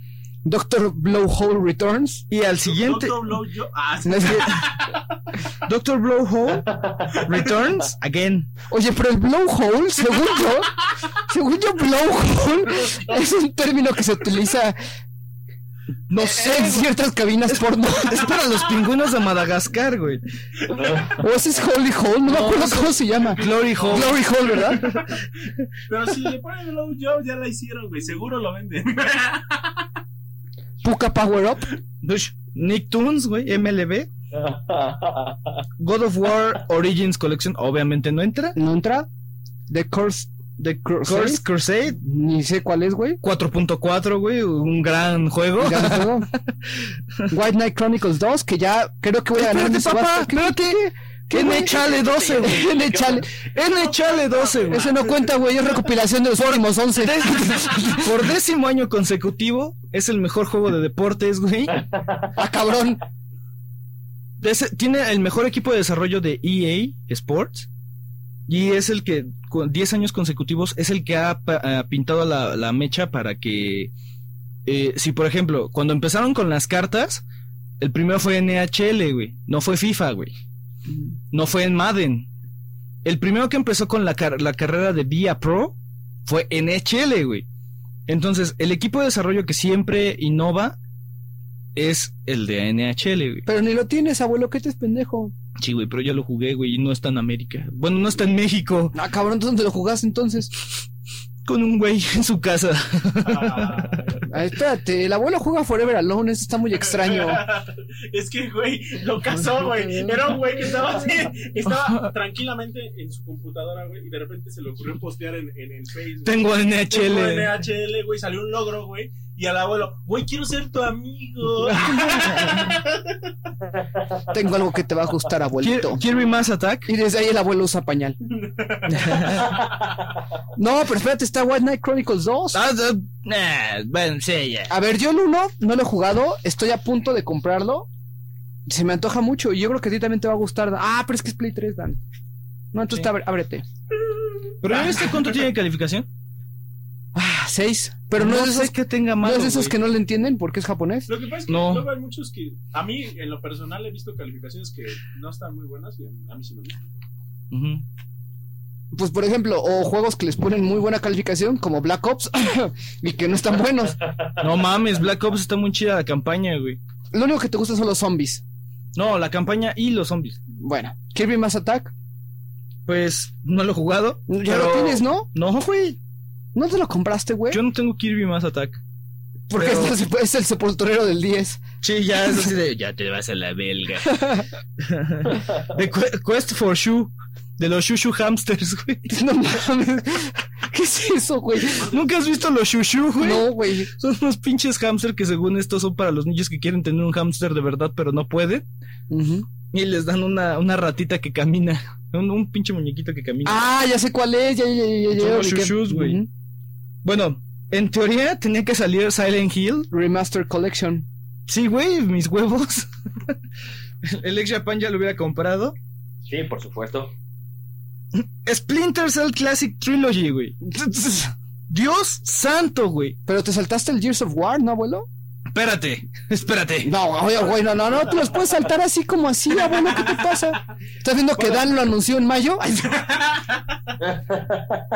D: Doctor Blowhole Returns.
B: Y al siguiente,
C: Doctor Blow yo. Ah, sí.
D: No es que-
B: Doctor Blowhole returns again.
D: Oye, pero el blowhole, según yo, según yo, blowhole es un término que se utiliza
B: No
D: en
B: sé, güey.
D: ciertas cabinas porno.
B: Es para los pingüinos de Madagascar, güey.
D: O ese es Holy Hole, no, me acuerdo cómo se llama.
B: Glory Hole.
D: Glory Hole, ¿verdad?
C: Pero si le ponen Blow Job, ya la hicieron, güey. Seguro lo venden.
D: Puka Power Up.
B: Dush. Nicktoons, güey. MLB. God of War Origins Collection. Obviamente no entra.
D: ¿No entra? The Curse. The Curse.
B: Curse Crusade.
D: Ni sé cuál es, güey.
B: 4.4, güey. Un gran juego.
D: Ya no juego. White Knight Chronicles 2, que ya creo que voy a ganar.
B: Espérate,
D: mi
B: papá,
D: subasta. ¿Qué-
B: espérate.
D: qué, güey?
B: NHL 12, güey.
D: NHL.
B: NHL 12, güey.
D: Ese no cuenta, güey. Es recopilación de los últimos 11.
B: Por décimo año consecutivo, es el mejor juego de deportes, güey.
D: Ah, cabrón.
B: Es- tiene el mejor equipo de desarrollo de EA Sports. Y es el que, con 10 años consecutivos, es el que ha pa- ha pintado la, la mecha para que. eh, si, por ejemplo, cuando empezaron con las cartas, el primero fue NHL, güey. No fue FIFA, güey. No fue en Madden. El primero que empezó con la, car- la carrera de Via Pro fue NHL, güey. Entonces, el equipo de desarrollo que siempre innova es el de NHL, güey.
D: Pero ni lo tienes, abuelo. ¿Qué te es pendejo?
B: Sí, güey, pero ya lo jugué, güey, y no está en América. Bueno, no está en México,
D: Ah, cabrón, ¿dónde lo jugaste entonces?
B: con un güey en su casa.
C: Ah,
D: Ah, espérate, el abuelo juega Forever Alone. Eso está muy extraño.
C: es que, güey, lo casó, güey. Era un güey que estaba así, estaba tranquilamente en su computadora, güey, y de repente se le ocurrió postear en, en el Facebook.
B: Tengo
C: Tengo
B: NHL.
C: NHL, güey, salió un logro, güey. Y al abuelo, güey, quiero ser tu amigo.
D: Tengo algo que te va a gustar, abuelito.
B: Kier- Kirby Mass Attack.
D: Y desde ahí el abuelo usa pañal. No, pero espérate, está White Knight Chronicles 2.
B: Ah, ah, nah, bueno, sí, ya.
D: A ver, yo el 1 no lo he jugado. Estoy a punto de comprarlo. Se me antoja mucho. Y yo creo que a ti también te va a gustar. Dan. Ah, pero es que es Play 3, Dan. No, entonces
B: Sí.
D: te abre- ábrete.
B: Pero ¿ya viste cuánto tiene de calificación?
D: Ah, 6. Pero no, es de
B: sé
D: esos,
B: que tenga
D: no
B: malo,
D: es de esos
B: güey.
D: que no le entienden porque es japonés.
C: Lo que pasa es que
B: No.
C: luego hay muchos que. A mí, en lo personal, he visto calificaciones que no están muy buenas y a mí, a mí sí me gustan.
B: Ujú.
D: Pues, por ejemplo, o juegos que les ponen muy buena calificación, como Black Ops, y que no están buenos.
B: No mames, Black Ops está muy chida la campaña, güey.
D: Lo único que te gustan son los zombies.
B: No, la campaña y los zombies.
D: Bueno, Kirby Mass Attack.
B: Pues no lo he jugado.
D: Ya
B: pero-
D: lo tienes, ¿no?
B: No, güey.
D: ¿No te lo compraste, güey?
B: Yo no tengo Kirby Mass Attack.
D: Porque este
B: pero-
D: es el- es el sepulturero del 10.
B: Sí, ya es así de, ya te vas a la belga. The Que- Quest for Shoe, de los Shushu Hamsters, güey.
D: No mames. ¿Qué es eso, güey?
B: ¿Nunca has visto los Shushu, güey?
D: No, güey.
B: Son unos pinches hamster que según esto son para los niños que quieren tener un hamster de verdad pero no pueden.
D: Ujú.
B: Y les dan una, una ratita que camina. Un, un pinche muñequito que camina.
D: Ah, ya sé cuál es. Ya, ya, ya, ya,
B: Son
D: ya
B: los
D: ubiqué.
B: chuchus, güey.
D: Ujú.
B: Bueno, en teoría tenía que salir Silent Hill.
D: Remaster Collection.
B: Sí, güey, mis huevos. El ex Japan ya lo hubiera comprado.
F: Sí, por supuesto.
B: Splinter Cell Classic Trilogy, güey. Dios santo, güey.
D: Pero te saltaste el Gears of War, ¿no, abuelo?
B: Espérate, espérate.
D: No, oye, güey, no, no, no, tú los puedes saltar así como así, abuelo, ¿qué te pasa? ¿Estás viendo que Dan lo anunció en mayo? Ay,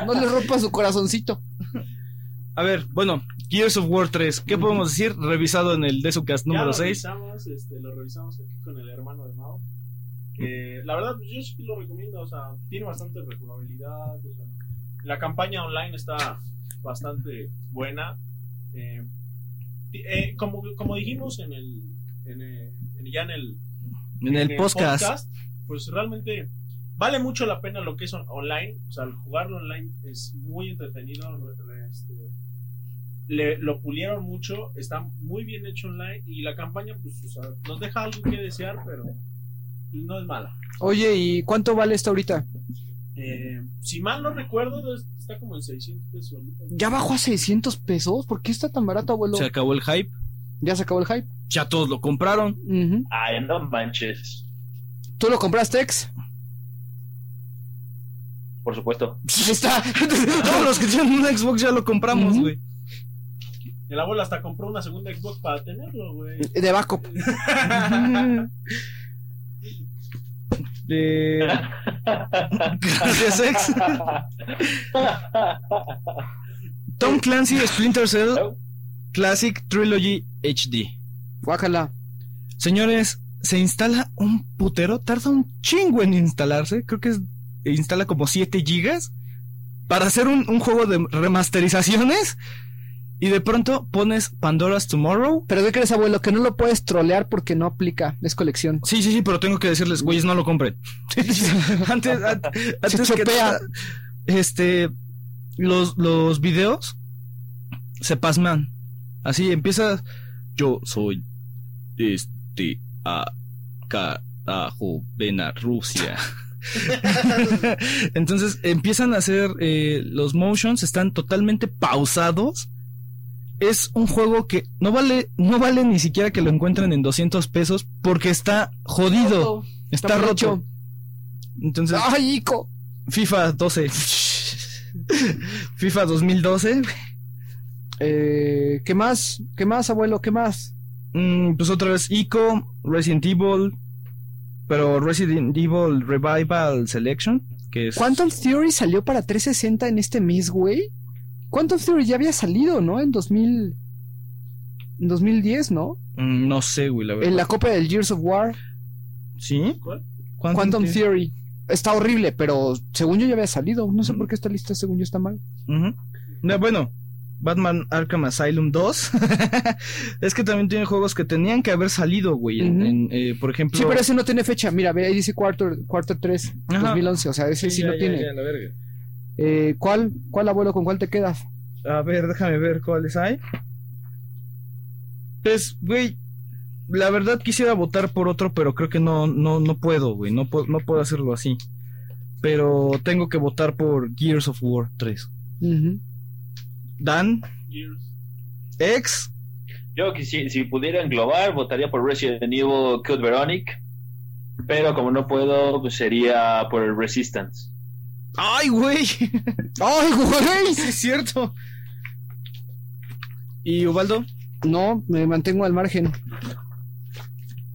D: No le rompa su corazoncito.
B: A ver, bueno, Gears of War 3. ¿Qué podemos decir? Revisado en el Desucast
C: Ya
B: número
C: lo
B: 6.
C: revisamos, este, lo revisamos aquí con el hermano de Mao. Eh, la verdad, pues, yo sí lo recomiendo, o sea, tiene bastante rejugabilidad, o sea, la campaña online está bastante buena. Eh, ti- eh, como, como dijimos en el, en, eh, en- ya en el,
B: En el podcast.
C: pues realmente vale mucho la pena lo que es on- online, o sea, jugarlo online es muy entretenido, re- re- este, le- lo pulieron mucho, está muy bien hecho online y la campaña pues o sea, nos deja algo que desear, pero no es mala.
D: Oye, ¿y cuánto vale esto ahorita?
C: Eh, si mal no recuerdo, es- está como en 600 pesos ahorita.
D: Ya bajó a 600 pesos. ¿Por qué está tan barato, abuelo?
B: Se acabó el hype.
D: Ya se acabó el hype.
B: Ya todos lo compraron.
D: Ujú.
F: Ay, no manches.
D: ¿Tú lo compraste, ex?
F: Por supuesto.
D: Ahí está.
B: Todos los que tienen un Xbox ya lo compramos,
D: Ujú.
B: güey.
C: El abuelo hasta compró una segunda Xbox para tenerlo, güey.
D: De backup.
B: Eh, gracias, ex. Tom Clancy Splinter Cell Classic Trilogy HD.
D: Guácala.
B: Señores, se instala un putero, tarda un chingo en instalarse, creo que es- instala como 7 gigas para hacer un, un juego de remasterizaciones y de pronto pones Pandora's Tomorrow.
D: ¿Pero qué crees, abuelo? Que no lo puedes trolear porque no aplica. Es colección.
B: Sí, sí, sí, pero tengo que decirles, güeyes, no lo compren. antes, an- antes que
D: chopea.
B: nada, este, los, los videos se pasman. Así empieza, yo soy este, a, carajo, ven a Rusia. Entonces empiezan a hacer eh, los motions, están totalmente pausados. Es un juego que no vale, no vale ni siquiera que lo encuentren en 200 pesos porque está jodido, está,
D: Está
B: roto. ¡Ah!
D: borracho.
B: Entonces,
D: Ay, Ico.
B: FIFA 12. FIFA 2012.
D: Eh, ¿Qué más? ¿Qué más, abuelo? ¿Qué más?
B: Mm, pues otra vez ICO, Resident Evil, pero Resident Evil Revival Selection, que es...
D: Quantum Theory salió para 360 en este mes, güey. Quantum Theory ya había salido, ¿no? En 2000. En 2010, ¿no?
B: Mm, no sé, güey, la verdad.
D: En la copia del Gears of War.
B: ¿Sí?
C: ¿Cuál?
B: Quantum,
D: Quantum
B: Theory.
D: Theory. Está horrible, pero según yo ya había salido. No sé por qué esta lista, según yo, está mal.
B: Ujú. No, bueno, Batman Arkham Asylum 2. es que también tiene juegos que tenían que haber salido, güey. en-
D: Ujú.
B: en, eh, por ejemplo...
D: Sí, pero ese no tiene fecha. Mira, ve, ahí dice cuarto, cuarto 3,
B: Ajá.
D: 2011. O sea, ese sí,
B: ya,
D: lo
B: ya,
D: tiene.
B: ya, la verga.
D: Eh, ¿Cuál, cuál abuelo, con cuál te quedas?
B: A ver, déjame ver cuáles hay. Pues, güey, la verdad quisiera votar por otro, pero creo que no, no, no puedo, güey. No, pu- no puedo hacerlo así. Pero tengo que votar por Gears of War 3.
D: Ujú.
B: Dan,
C: Gears.
B: ex,
F: Yo que si, si pudiera englobar, votaría por Resident Evil Code Veronic. Pero como no puedo, pues sería por Resistance.
B: ¡Ay, güey!
D: ¡Ay, güey!
B: sí, es cierto. ¿Y Ubaldo?
D: No, me mantengo al margen.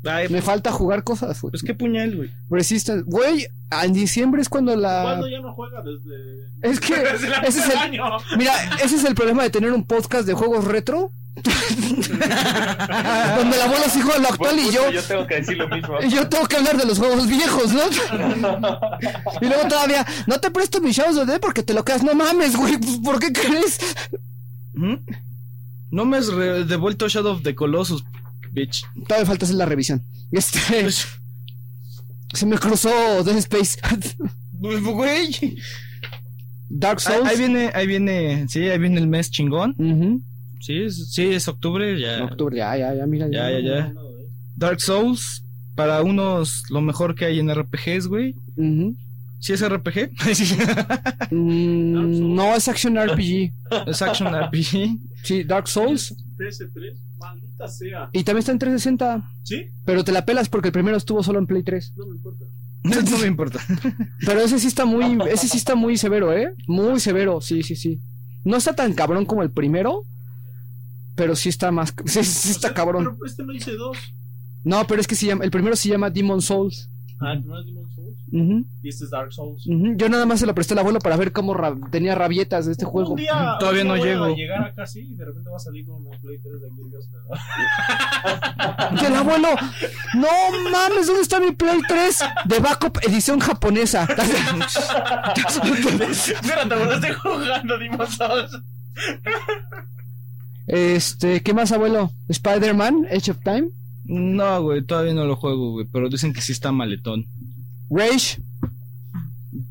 B: Ay,
D: Me falta jugar cosas. güey.
B: Eh, pues qué puñal, güey.
D: Resistance. Güey, en diciembre es cuando la.
C: ¿Cuándo ya no juega desde,
D: Ah. Es que
C: desde la
D: ese es el-
C: año?
D: Mira, ese es el problema de tener un podcast de juegos retro. donde el abuelo se juega lo actual y yo,
F: Justo pues, Yo tengo que decir lo mismo.
D: y yo tengo que hablar de los juegos viejos, ¿no? y luego todavía, no te presto mi Shadows of the Dead porque te lo quedas. No mames, güey, pues, ¿por qué crees?
B: ¿Mm? No me has re- devuelto Shadow of the Colossus, bitch.
D: Todavía falta hacer la revisión. Este, se me cruzó Dead Space.
B: Güey.
D: Dark
B: Ahí,
D: Pues, Souls.
B: ahí viene, ahí viene, sí, ahí viene el mes chingón.
D: Ujú.
B: Sí, es, sí, es octubre, ya.
D: En octubre, ya, ya, ya, mira.
B: Ya, ya, ya.
C: No, eh.
B: Dark Souls, para unos lo mejor que hay en RPGs, güey.
D: Ujú.
B: ¿Sí es RPG?
D: Mm, no, es Action RPG.
B: es Action RPG.
D: Sí, Dark Souls.
C: PS3, maldita sea.
D: Y también está en 360.
C: ¿Sí?
D: Pero te la pelas porque el primero estuvo solo en Play 3.
C: No me importa.
B: No me importa.
D: Pero ese sí está muy, ese sí está muy severo, ¿eh? Muy severo, sí, sí, sí. No está tan cabrón como el primero, pero sí está más, sí, sí está cabrón.
C: Pero este no hice dos.
D: No, pero es que se llama, el primero se llama Demon Souls.
C: Ah, no es Demon Souls.
D: Ujú,
C: Y este es Dark Souls.
D: ujú. Yo nada más se lo presté al abuelo para ver cómo ra- tenía rabietas de este juego.
C: Un día,
B: Todavía
C: un
B: no
C: día voy
B: llego.
C: A llegar acá sí y de repente va a salir con una Play 3 de aquí. Dios, pero-
D: Y el abuelo, no mames, ¿dónde está mi Play 3? De Backup edición japonesa.
F: Mira, te acordaste jugando Demon Souls.
D: Este, ¿qué más, abuelo? Spider-Man, Edge of Time,
B: No, güey, todavía no lo juego, güey. Pero dicen que sí está maletón.
D: Rage.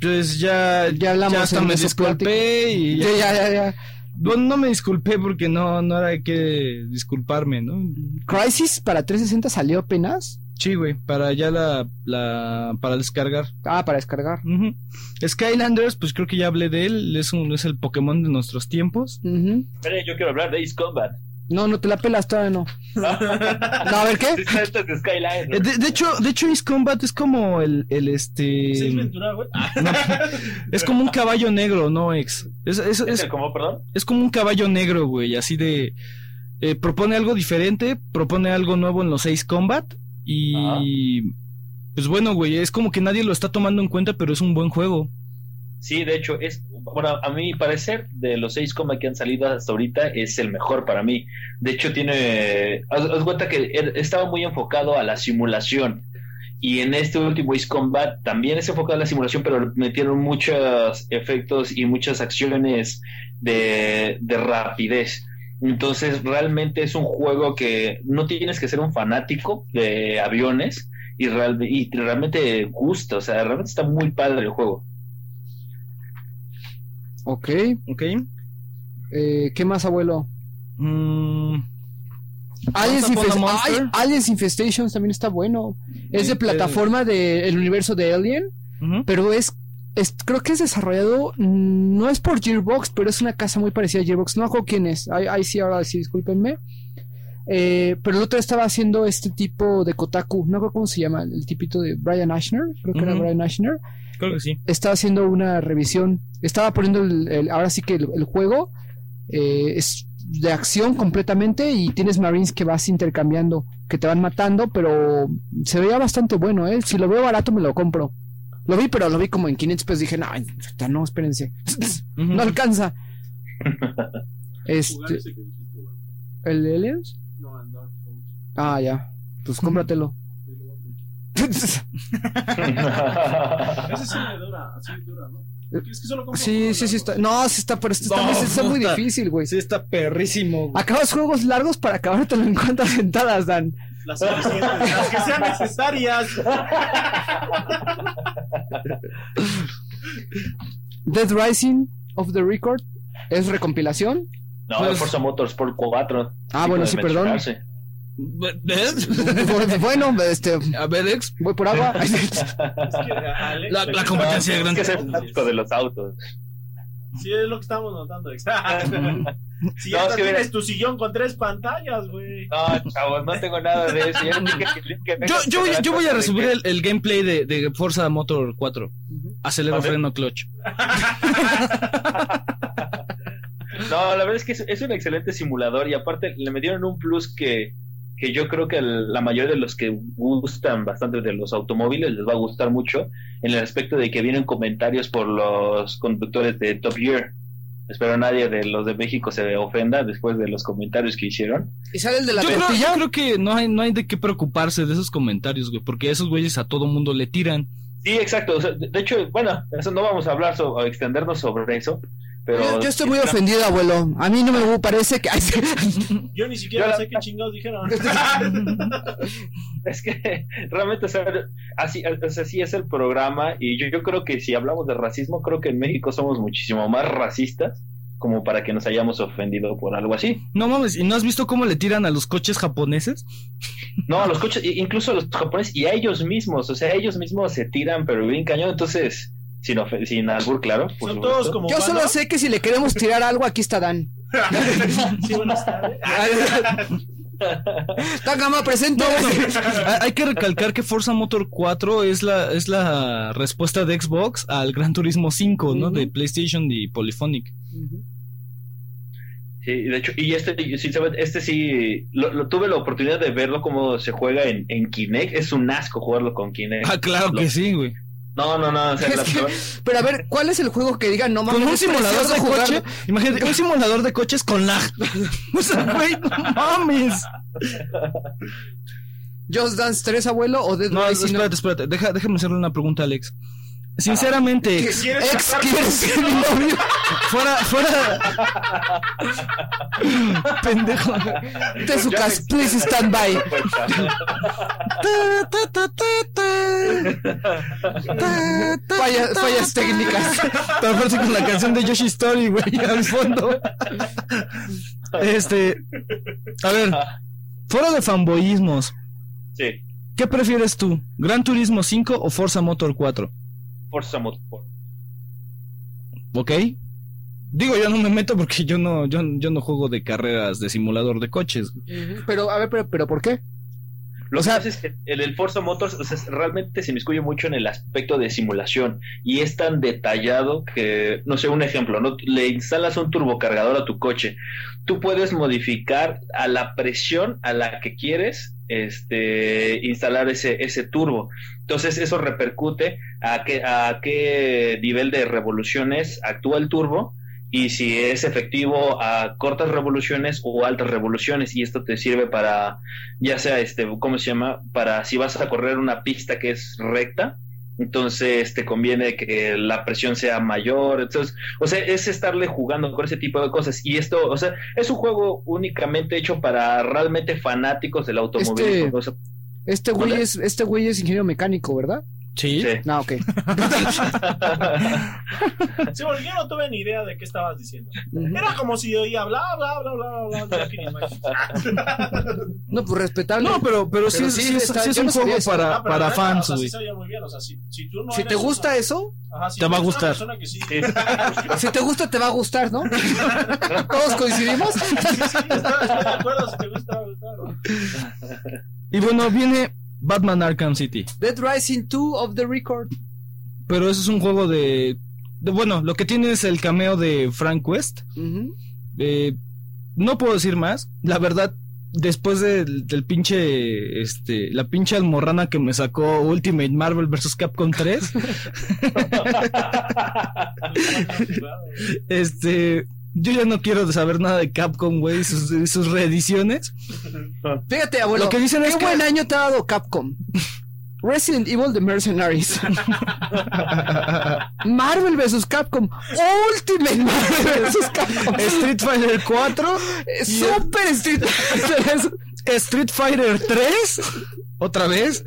B: Pues ya,
D: Ya hablamos
B: ya hasta
D: en
B: me
D: esos
B: disculpé y
D: Ya, ya, ya, ya.
B: Bueno, no me disculpé porque no, no era que disculparme, ¿no?
D: Crisis para 360 salió apenas.
B: Sí, güey, para ya la, la para descargar.
D: Ah, para descargar.
B: Ujú. Skylanders, pues creo que ya hablé de él, es un, es el Pokémon de nuestros tiempos.
D: Ujú.
F: Espera, yo quiero hablar de Ace Combat.
D: No, no te la pelas todavía no. No, a ver
F: Sí,
D: qué.
F: está Esto es de Skyline.
B: Eh, De, de hecho, de hecho Ace Combat es como el, el este
C: Seis Ventura, güey. Ah,
B: no, es como un caballo negro, no ex. Es, es-
F: ¿Es
B: es-
F: el como, perdón?
B: es como un caballo negro, güey, así de eh, propone algo diferente, propone algo nuevo en los Ace Combat y pues bueno, güey, es como que nadie lo está tomando en cuenta, pero es un buen juego.
F: Sí, de hecho, es. Bueno, a mi parecer, de los seis combats que han salido hasta ahorita, es el mejor para mí. De hecho, tiene. Haz, haz cuenta que er- estaba muy enfocado a la simulación. Y en este último Ace Combat también es enfocado a la simulación, pero metieron muchos efectos y muchas acciones de, de rapidez. Entonces, realmente es un juego que no tienes que ser un fanático de aviones y, real- y realmente gusta. O sea, realmente está muy padre el juego.
D: Ok.
B: ¿Ok?
D: Eh, ¿Qué más, abuelo?
B: Mm,
D: Aliens,
B: Upon a
D: Infest-
B: Monster.
D: Ay, Aliens Infestations también está bueno. Es de
B: Eh,
D: plataforma del universo de Alien,
B: ujú.
D: pero es, es- creo que es desarrollado, mm, no es por Gearbox, pero es una casa muy parecida a Gearbox. No me acuerdo quién es. Ay, ay, sí, ahora sí, discúlpenme. Eh, pero el otro estaba haciendo este tipo de Kotaku, no me acuerdo cómo se llama, el tipito de Brian Ashner, creo que era
B: Ujú.
D: Brian Ashner.
B: Creo que sí.
D: estaba haciendo una revisión. Estaba poniendo el, el- ahora sí que el, el juego eh, es de acción completamente y tienes marines que vas intercambiando, que te van matando, pero se veía bastante bueno, ¿eh? Si lo veo barato me lo compro. Lo vi, pero lo vi como en 500 pesos. Dije, no, ay, puta, no, espérense.
B: Ujú.
D: no alcanza.
C: jugar
D: Este,
C: ese que dijiste, güey.
D: ¿El de Aliens?
C: No, en Dark Souls.
D: Ah, ya. Pues cómpratelo.
C: Sí, lo voy a comprar. Ese sí me dura, así dura, ¿no? Porque Es que solo compro
D: sí,
C: juegos
D: sí, sí
C: largos.
D: está. No, sí está, pero este está,
B: No,
D: este está muy
B: puta.
D: difícil, güey.
B: Sí, está perrísimo. güey.
D: Acabas juegos largos para acabártelo en cuantas sentadas, Dan.
C: Las, suficientes, las que sean necesarias.
D: Dead Rising of the Record es recompilación.
F: no,
B: Pues-
F: es Forza Motorsport 4.
D: Ah, bueno,
F: de
D: sí, perdón.
F: mencionarse.
B: ¿Ves?
D: bueno, este,
B: A ver, ex.
D: voy por agua.
C: Es que a Alex
B: La-
C: le
B: la
C: gusta-
B: competencia
C: es
B: grande.
F: Es que
C: que
F: es el fanático
C: se-
F: de los autos.
C: Sí, es lo que estamos notando. Alex. Si
F: No,
C: ya
F: es
C: hasta
F: que mira-
C: tienes tu sillón con tres pantallas, güey.
F: No, chavos, no tengo nada de eso. Ya dije que- que me-
B: Yo, yo, voy, yo voy a
F: de
B: resumir
F: que-
B: el, el gameplay de, de Forza Motor 4. Acelero,
F: Vale.
B: freno, clutch.
F: No, la verdad es que es, es un excelente simulador y aparte le metieron un plus que, que yo creo que el- la mayoría de los que gustan bastante de los automóviles les va a gustar mucho en el aspecto de que vienen comentarios por los conductores de Top Gear. Espero nadie de los de México se ofenda después de los comentarios que hicieron.
D: y sale el de la
B: Yo creo,
D: tortilla.
B: yo creo que no hay, no hay de qué preocuparse de esos comentarios, güey, porque esos güeyes a todo mundo le tiran.
F: Sí, exacto. o sea, de de hecho, bueno, eso no vamos a hablar so- o extendernos sobre eso, pero
D: Yo, yo estoy muy ofendido, abuelo. A mí no me gu- parece que. Ay, sí.
C: Yo ni siquiera
F: Yo la-
C: sé qué chingados dijeron.
F: es que realmente o sea, así, o sea, así es el programa y yo, yo creo que si hablamos de racismo, creo que en México somos muchísimo más racistas como para que nos hayamos ofendido por algo así.
B: No mames, ¿y no has visto cómo le tiran a los coches japoneses?
F: No, a los coches, i- incluso a los japoneses y a ellos mismos, o sea, ellos mismos se tiran, pero bien cañón, entonces sin, ofe- sin albur, claro. por
C: Son
F: supuesto.
C: todos como.
D: Yo solo
C: banda.
D: sé que si le queremos tirar algo, aquí está Dan.
C: Sí, buenas tardes.
D: Tangama presente.
B: Hay- Hay que recalcar que Forza Motor 4 es la, es la respuesta de Xbox al Gran Turismo 5, ¿no?
D: Ujú.
B: De PlayStation y Polyphonic.
F: Sí, de hecho, y este, y sí, ¿sabes? este sí, lo, lo- tuve la oportunidad de verlo cómo se juega en, en Kinect. Es un asco jugarlo con Kinect.
B: Ah, claro que sí, güey.
F: No, no, no. O sea,
D: Es
F: la-
D: que- Pero a ver, ¿cuál es el juego que digan no mames?
B: Con un
D: es
B: simulador
D: precioso
B: de
D: jugarlo?
B: coche, imagínate, un simulador de coches con lag. O sea, güey, no mames.
D: Just Dance 3, abuelo, o Dead
B: No,
D: Rising.
B: espérate, espérate. Deja, déjame hacerle una pregunta a Alex. Sinceramente,
D: ¿Qué-
B: ex,
C: ¿Quieres
D: Ex,
C: casarte
D: ¿quieres ser mi novio?
B: fuera, fuera. Pendejo.
D: Tezukas, please stand by.
B: Ta, ta, ta, ta, ta. Ta, ta,
D: Falla-
B: ta,
D: fallas
B: ta.
D: técnicas.
B: Pero aparte con la canción de Yoshi Story, güey, al fondo. Este. A ver, fuera de fanboyismos,
F: sí,
B: ¿qué prefieres tú? ¿Gran Turismo 5 o Forza Motor 4?
F: Forza Motorsport.
B: ¿Ok? Digo, yo no me meto porque yo no, yo, yo no juego de carreras de simulador de coches.
D: Pero, a ver, pero, pero ¿por qué?
F: Lo
D: O sea-
F: que pasa es que el, el Forza Motors o sea, es- realmente se inmiscuye mucho en el aspecto de simulación y es tan detallado que, no sé, un ejemplo, ¿no? le instalas un turbocargador a tu coche. Tú puedes modificar a la presión a la que quieres este, instalar ese, ese turbo. Entonces eso repercute a qué, a qué nivel de revoluciones actúa el turbo y si es efectivo a cortas revoluciones o altas revoluciones y esto te sirve para ya sea este, ¿cómo se llama? Para si vas a correr una pista que es recta, entonces te conviene que la presión sea mayor, entonces, o sea, es estarle jugando con ese tipo de cosas y esto, o sea, es un juego únicamente hecho para realmente fanáticos del automovilismo.
D: Este-
F: o sea,
D: Este güey
F: Hola.
D: es, este güey es ingeniero mecánico, ¿verdad?
B: Sí.
F: sí.
D: No, ok.
C: Sí, porque yo no tuve ni idea de qué estabas diciendo.
D: Ujú.
C: Era como si oía bla, bla, bla, bla, bla, bla. Joaquín Ismael.
D: No, pues respetable.
B: No, pero, pero sí,
D: Pero
B: es-
D: sí
B: sí es,
D: está-
B: sí es
D: yo
B: un
D: no sabía
B: juego
D: eso.
B: para,
C: Ah, pero
B: para
C: neta,
B: fans,
C: o sea, sí
B: güey.
C: se oye muy bien, o sea, si, si tú no
D: si
C: eres
D: te gusta
C: una-
D: eso,
C: Ajá, si
B: te
C: tú
B: va a
C: eres una
B: gustar.
C: persona que sí-
F: Sí.
D: si te gusta, te va a gustar, ¿no? Todos coincidimos.
C: sí, sí, está- estoy de acuerdo, si te gusta, va a gustar, güey.
B: Y bueno, viene Batman Arkham City.
D: Dead Rising 2 of the Record.
B: Pero eso es un juego de, de- Bueno, lo que tiene es el cameo de Frank West.
D: Ujú.
B: Eh, no puedo decir más. La verdad, después del, del pinche. Este, la pinche almorrana que me sacó Ultimate Marvel vs. Capcom 3. este. Yo ya no quiero saber nada de Capcom, güey, y sus, y sus reediciones.
D: Fíjate, abuelo.
B: Lo que dicen
D: qué
B: es que-
D: buen año te ha dado Capcom. Resident Evil The Mercenaries. Marvel vs. Capcom. Ultimate Marvel vs. Capcom.
B: Street Fighter 4,
D: Super Street Fighter.
B: Street Fighter 3, otra vez.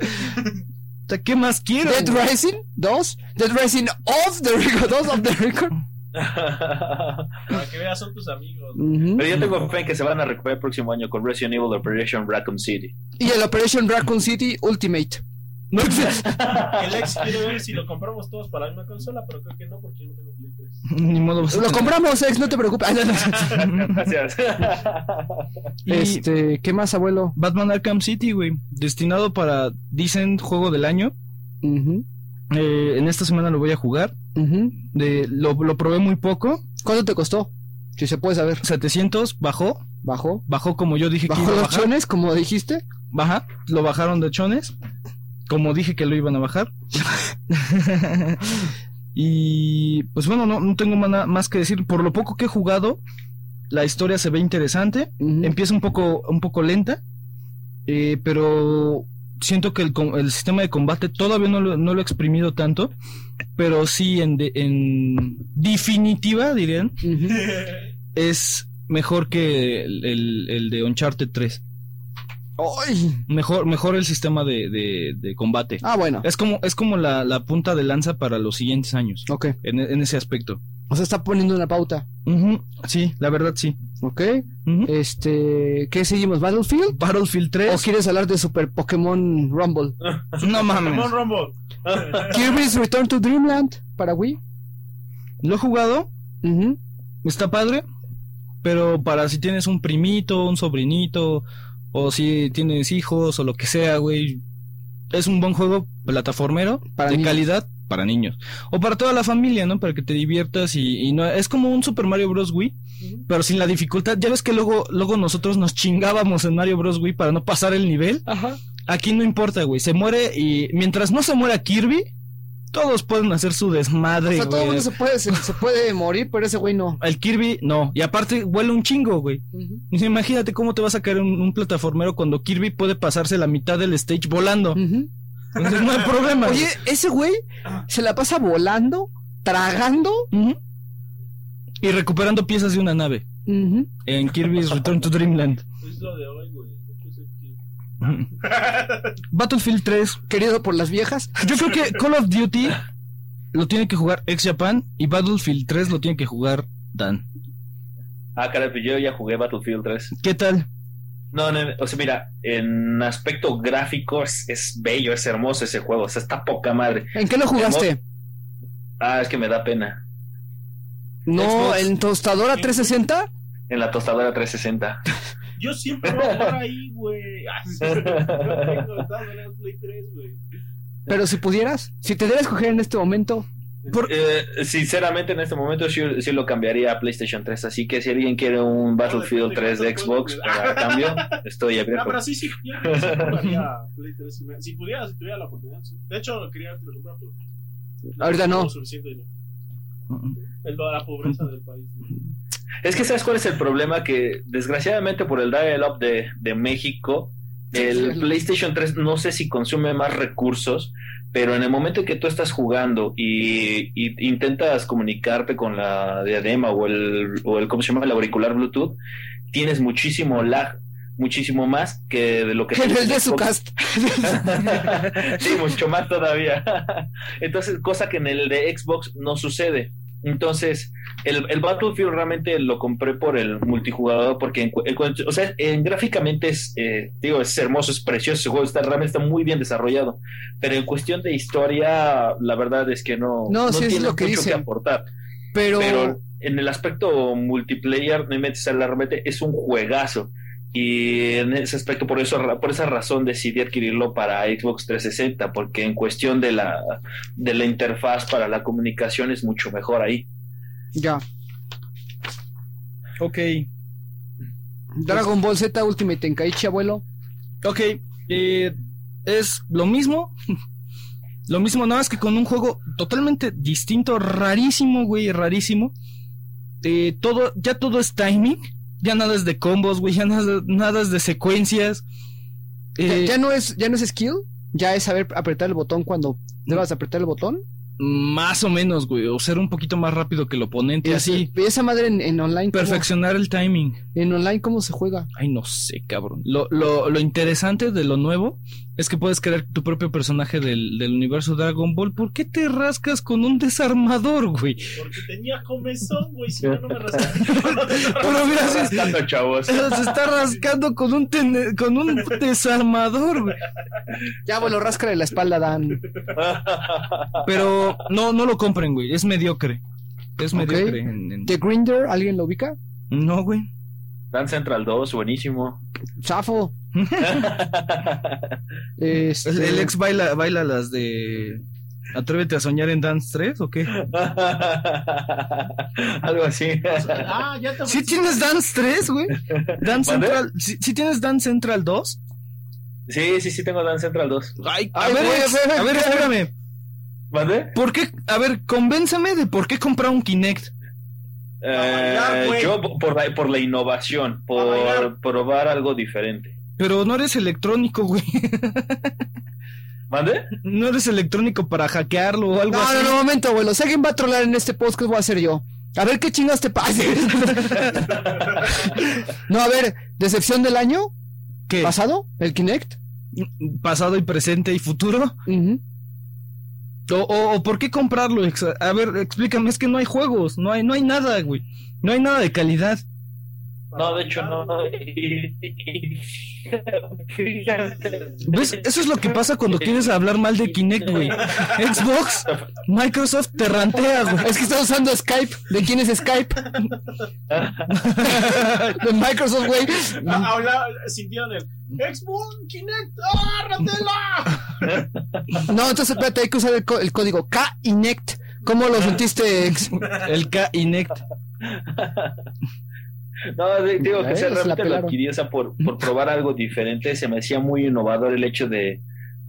B: O sea, ¿Qué más quiero?
D: Dead
B: güey?
D: Rising 2. Dead Rising of the Record. 2 of the Record.
C: Para que veas, son tus amigos.
D: Ujú.
F: Pero yo tengo fe en que se van a recuperar el próximo año con Resident Evil Operation Raccoon City.
D: Y el Operation Raccoon City Ultimate.
B: No,
C: El ex quiere ver si lo compramos todos para la misma consola, pero creo que no, porque yo no tengo Play tres.
B: ni modo. vas a
D: Lo
B: tener.
D: compramos, ex, no te preocupes. Ah, no, no.
F: Gracias.
B: Y-
D: Este, ¿qué más, abuelo?
B: Batman Arkham City, güey. Destinado para, dicen, juego del año.
D: Ujú,
B: Eh, en esta semana lo voy a jugar.
D: ujú.
B: De, lo, lo probé muy poco.
D: ¿Cuánto te costó? Si se puede saber.
B: 700, bajó.
D: ¿Bajó?
B: Bajó como yo dije que
D: ¿Bajó
B: iba a
D: los
B: bajar.
D: chones, como dijiste?
B: Baja, lo bajaron de chones. Como dije que lo iban a bajar. y pues bueno, no, no tengo mana- más que decir. Por lo poco que he jugado, la historia se ve interesante.
D: Ujú.
B: Empieza un poco, un poco lenta, eh, pero siento que el, com- el sistema de combate todavía no lo, no lo he exprimido tanto, pero sí en, de- en definitiva, dirían,
D: Ujú.
B: es mejor que el, el- el de Uncharted 3.
D: Ay.
B: Mejor, mejor el sistema de, de- de combate.
D: Ah, bueno.
B: Es como, es como la, la punta de lanza para los siguientes años,
D: Ok.
B: en, en ese aspecto.
D: O sea, está poniendo una pauta.
B: Ujú, Sí, la verdad sí.
D: Ok.
B: Ujú.
D: Este, ¿qué seguimos? ¿Battlefield?
B: Battlefield
D: ¿O
B: 3.
D: quieres hablar de Super Pokémon Rumble?
B: No mames.
C: Ramón Rombo.
D: Kirby's Return to Dreamland. para Wii.
B: Lo he jugado,
D: Ujú.
B: está padre, pero para si tienes un primito, un sobrinito, o si tienes hijos, o lo que sea, güey. Es un buen juego plataformero
D: Para
B: de
D: niños.
B: calidad para niños. O para toda la familia, ¿no? Para que te diviertas y, y no. Es como un Super Mario Bros. Wii, pero sin la dificultad. Ya ves que luego, luego nosotros nos chingábamos en Mario Bros. Wii para no pasar el nivel.
D: Ajá.
B: Aquí no importa, güey. Se muere y mientras no se muera Kirby, todos pueden hacer su
D: O
B: desmadre,
D: sea, todo el
B: güey.
D: mundo se puede, se, se puede morir, pero ese güey no.
B: El Kirby, no. Y aparte, huele un chingo, güey.
D: Ujú.
B: Imagínate cómo te vas a caer un, un plataformero cuando Kirby puede pasarse la mitad del stage volando.
D: Ujú.
B: Entonces, no hay problema.
D: Oye, ese güey se la pasa volando, tragando.
B: güey. Ujú. Y recuperando piezas de una nave.
D: Ujú.
B: En Kirby's Return to Dreamland.
C: Es lo de hoy, güey. Yo puse aquí.
B: Battlefield 3.
D: Querido por las viejas.
B: Yo creo que Call of Duty lo tiene que jugar ex Japan y Battlefield 3 lo tiene que jugar Dan.
F: Ah, caray, pues yo ya jugué Battlefield 3.
B: ¿Qué tal?
F: No, no, no, o sea, mira, en aspecto gráfico es, es bello, es hermoso ese juego, o sea, está poca madre.
D: ¿En qué lo jugaste?
F: Ah, es que me da pena.
D: No,
F: Xbox.
D: en tostadora 360.
F: En la tostadora 360.
C: Yo siempre voy a jugar ahí, güey. Ah, sí. Yo tengo de todas maneras Play 3, güey.
D: Pero si pudieras, si te dieras escoger en este momento,
B: Por-
F: Eh, sinceramente, en este momento sí, sí lo cambiaría a PlayStation 3, así que si alguien quiere un Battlefield 3 de Xbox para cambio, estoy
C: No,
F: abierto.
C: Ah, pero sí, sí. Yo yo sí compraría Play 3. Si, me- si pudiera, si tuviera la oportunidad. Sí. De hecho, lo quería antes de comprar, pero.
D: Ahorita no.
C: tengo Suficiente dinero. El, la pobreza del país, güey.
F: Es que sabes cuál es el problema que desgraciadamente por el dial-up de, de México,
D: Sí,
F: el
D: sí.
F: PlayStation 3 no sé si consume más recursos, pero en el momento en que tú estás jugando y, y intentas comunicarte con la diadema o el, o el ¿cómo se llama? El auricular Bluetooth, tienes muchísimo lag, muchísimo más que de lo que
D: en
F: tienes
D: el
F: en
D: de su
F: Xbox.
D: cast.
F: sí, mucho más todavía. Entonces, cosa que en el de Xbox no sucede. Entonces, el, el Battlefield realmente lo compré por el multijugador porque, encu- encuentro- o sea, en- gráficamente es, eh, digo, es hermoso, es precioso, ese juego está, realmente está muy bien desarrollado. Pero en cuestión de historia, la verdad es que no,
D: No, sí, es
F: tiene
D: lo que
F: mucho que
D: dicen.
F: aportar.
D: Pero,
F: Pero en el aspecto multiplayer, no metes realmente es un juegazo. Y en ese aspecto, por eso, por esa razón decidí adquirirlo para Xbox 360, porque en cuestión de la, de la interfaz para la comunicación es mucho mejor ahí.
D: ya.
B: Ok.
D: Dragon Ball Z Ultimate Tenkaichi, abuelo.
B: Ok. eh, es lo mismo. Lo mismo, nada más que con un juego totalmente distinto, rarísimo, güey, rarísimo. Eh, todo, ya todo es timing. Ya nada es de combos, güey, ya nada, nada es de secuencias.
D: Ya,
B: Eh,
D: ya no es, ya no es skill, ya es saber apretar el botón cuando debas apretar el botón.
B: Más o menos, güey, o ser un poquito más rápido que el oponente,
D: Y
B: así.
D: Y esa madre en, en online. ¿cómo-
B: Perfeccionar el timing.
D: En online, ¿cómo se juega?
B: Ay, no sé, cabrón. Lo, lo, lo interesante de lo nuevo es que puedes crear tu propio personaje del, del universo Dragon Ball. ¿Por qué te rascas con un desarmador, güey?
C: Porque tenía comezón, güey. Si no, no me rascaba.
B: Pero mira, se,
F: Rascando, chavos.
B: se está rascando con un, tene- con un desarmador, güey.
D: Ya, abuelo, ráscale la espalda, Dan.
B: Pero no, no lo compren, güey. Es mediocre. Es
D: Ok.
B: mediocre. en- en-
D: The Grinder, ¿alguien lo ubica?
B: No, güey.
F: Dan Central 2, buenísimo.
D: Zafo. Este,
B: El, el ex baila, baila las de... Atrévete a soñar en Dance 3 o qué?
F: Algo así.
C: Ah, ya te
B: ¿Sí tienes Dance 3, güey? Dance
F: ¿Mande?
B: Central, ¿sí, sí tienes Dance Central 2?
F: Sí, sí, sí, tengo Dan Central 2.
B: Ay, a
D: Ay,
B: ver,
D: güey,
B: ex,
D: güey, güey,
B: a ver,
D: güey.
B: espérame.
F: ¿Mande?
B: ¿Por qué? A ver, convénceme de por qué comprar un Kinect.
F: Eh,
C: bailar, güey.
F: yo por la, por la innovación, por
C: bailar.
F: probar algo diferente.
B: Pero no eres electrónico, güey.
F: ¿Mande?
B: No eres electrónico para hackearlo o algo
D: No,
B: así.
D: no, no, momento, abuelo. Si alguien va a trolear en este podcast, voy a ser yo. A ver qué chingas te pasa. no, a ver, decepción del año
B: ¿Qué?
D: pasado, el Kinect.
B: Pasado y presente y futuro.
D: Ujú.
B: O, o- o por qué comprarlo. ex? A ver, explícame, es que no hay juegos, no hay, no hay nada, güey. No hay nada de calidad.
F: No, de hecho no. Fíjate.
B: ¿Ves? Eso es lo que pasa cuando quieres hablar mal de Kinect, güey. Xbox, Microsoft te rantea, güey.
D: Es que está usando Skype. ¿De quién es Skype? De Microsoft, güey.
B: Mm.
C: Ah, Habla, sintieron el Xbox Kinect, ¡ah,
D: No, entonces espérate, hay que usar el, co- el código KINECT. ¿Cómo lo sentiste, ex?
B: El Kinect.
F: No, de- digo
D: Ya
F: que se
D: ves, la
F: realmente lo
D: pelaron.
F: adquirí, o sea, por, por probar algo diferente. Se me hacía muy innovador el hecho de,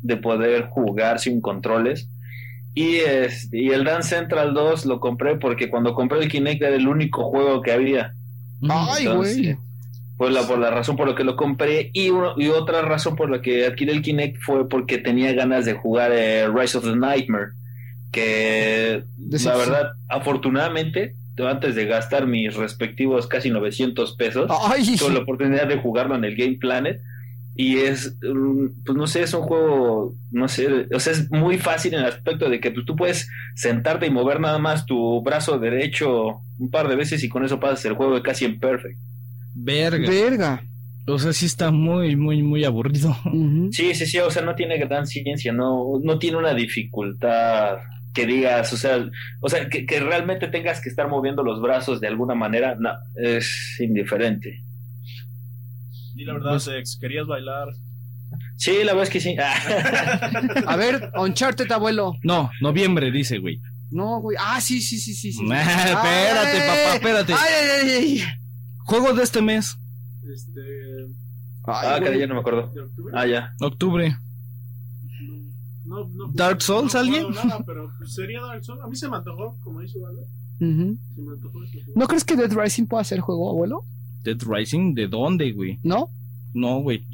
F: de poder jugar sin controles. Y, este, y el Dance Central 2 lo compré porque cuando compré el Kinect era el único juego que había.
B: Mm,
D: Ay, güey.
F: Pues la, por la razón por la que lo compré y, uno- y otra razón por la que adquirí el Kinect fue porque tenía ganas de jugar eh, Rise of the Nightmare, que
D: De
F: la
D: Simpsons.
F: verdad, afortunadamente, antes de gastar mis respectivos casi 900 pesos,
D: Ay,
F: tuve la oportunidad de jugarlo en el Game Planet y es, mm, pues no sé, es un juego, no sé, o sea, es muy fácil en el aspecto de que pues, tú puedes sentarte y mover nada más tu brazo derecho un par de veces y con eso pasas el juego de casi en perfect.
B: Verga.
D: verga.
B: O sea, sí está muy, muy, muy aburrido.
D: Ujú.
F: Sí, sí, sí, o sea, no tiene gran ciencia, no, no tiene una dificultad que digas, o sea, o sea que, que realmente tengas que estar moviendo los brazos de alguna manera, no, es indiferente.
C: Di la verdad,
B: Pues-
C: Sex, querías bailar.
F: Sí, la verdad es que sí. Ah,
D: A ver, Uncharted, abuelo.
B: No, noviembre, dice, güey.
D: No, güey. Ah, sí, sí, sí, sí. sí.
B: Nah, espérate,
D: Ay,
B: papá, espérate.
D: Ay, ay, ay, ay.
B: Juego de este mes,
C: Este.
D: Ay,
F: ah,
D: güey.
F: caray, ya no me acuerdo.
C: ¿de octubre?
F: Ah, ya.
B: octubre.
C: No, no, no,
B: ¿Dark Souls,
C: no
B: alguien?
C: recuerdo Nada, pero pues, sería Dark Souls. A mí se me antojó, como dice Vale.
D: Ujú.
C: Se me antojó este juego.
D: ¿No crees que Dead Rising pueda ser juego, abuelo?
B: Dead Rising, ¿de dónde, güey?
D: ¿No?
B: No, güey.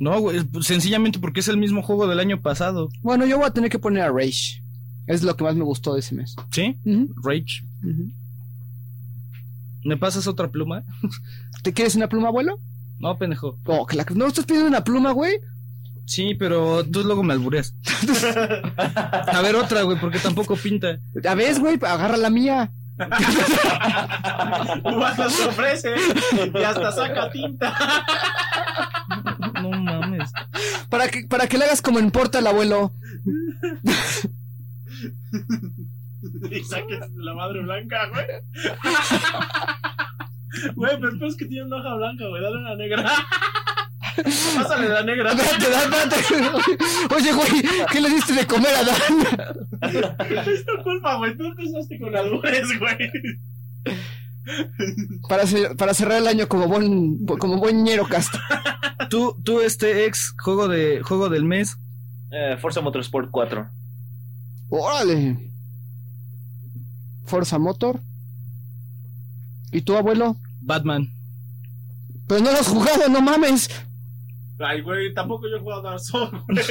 B: No, güey, pues, sencillamente porque es el mismo juego del año pasado.
D: Bueno, yo voy a tener que poner a Rage. Es lo que más me gustó de ese mes.
B: ¿Sí?
D: Ujú,
B: Rage.
D: ujú.
B: ¿Me pasas otra pluma?
D: ¿Te quieres una pluma, abuelo?
B: No, pendejo.
D: Oh, que la... No, estás pidiendo una pluma, güey.
B: Sí, pero tú luego me albureas. A ver otra, güey, porque tampoco pinta.
D: A ver, güey, agarra la mía.
C: Uvas las ofrece y hasta saca tinta.
B: No mames.
D: Para que, para que le hagas como en Portal, abuelo.
C: Y saques la madre blanca, güey. Güey, pero el peor es que tiene una hoja blanca, güey. Dale una negra. Pásale la negra.
D: Espérate, Dan, espérate. Oye, güey, ¿qué le diste de comer a Dan?
C: Es tu culpa, güey. Tú empezaste con albures, güey.
D: Para, cer- para cerrar el año como buen, como buen ñero cast.
B: Tú, tú, este ex juego de juego del mes.
F: Eh, Forza Motorsport 4.
D: Órale. Forza Motor. ¿Y tu abuelo?
B: Batman.
D: Pero no lo has jugado, no mames.
C: Ay, güey, tampoco yo he jugado a Dark Souls, güey.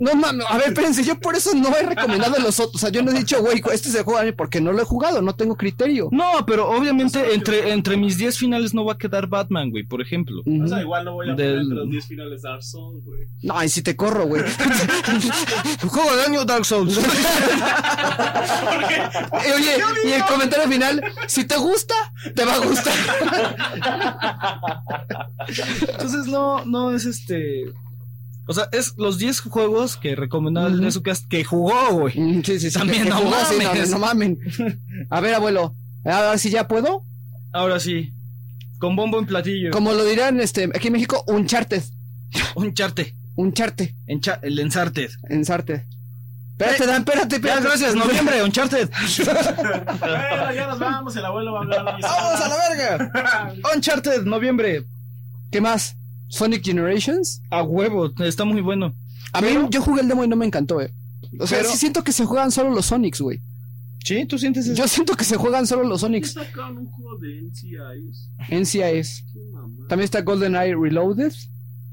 D: No mames. A ver, espérense, yo por eso no he recomendado los otros. O sea, yo no he dicho, güey, este se juega porque no lo he jugado, no tengo criterio.
B: No, pero obviamente entre, entre mis 10 finales no va a quedar Batman, güey, por ejemplo.
D: Ujú.
C: O sea, igual no voy a poner
B: Del-
C: entre los 10 finales Dark Souls, güey.
D: No, y si te corro, güey.
B: Juego del año Dark Souls.
D: Eh, Oye, y el comentario final, si te gusta, te va a gustar.
B: Entonces no, no es este. O sea, es los 10 juegos que recomendaba el
D: Ujú.
B: Nezucast que jugó, güey.
D: Mm, Sí, sí, sí.
B: También
D: que- que
B: no
D: jugó así,
B: mames.
D: no, no mamen. A ver, abuelo, a ver si ya puedo.
B: Ahora sí. Con bombo en platillo.
D: Como lo dirán este, aquí en México, un charted.
B: Un charte.
D: Un charte,
B: Encha- el ensarte.
D: en Sarte. Espérate, Dan, espérate,
B: Ya,
D: espérate.
B: gracias, noviembre, Uncharted.
C: Bueno, ya nos vamos, el abuelo va a hablar.
B: ¡Vamos a la verga! Uncharted, noviembre.
D: ¿Qué más? Sonic Generations.
B: A huevo, está muy bueno.
D: A mí, yo jugué el demo y no me encantó, eh. O sea,
B: Pero-
D: sí siento que se juegan solo los Sonics, güey.
B: Sí, tú sientes eso.
D: Yo siento que se juegan solo los
C: ¿Qué
D: Sonics.
C: sacaron un juego de NCIs?
D: NCIS.
C: Qué mamá.
D: También está GoldenEye Reloaded.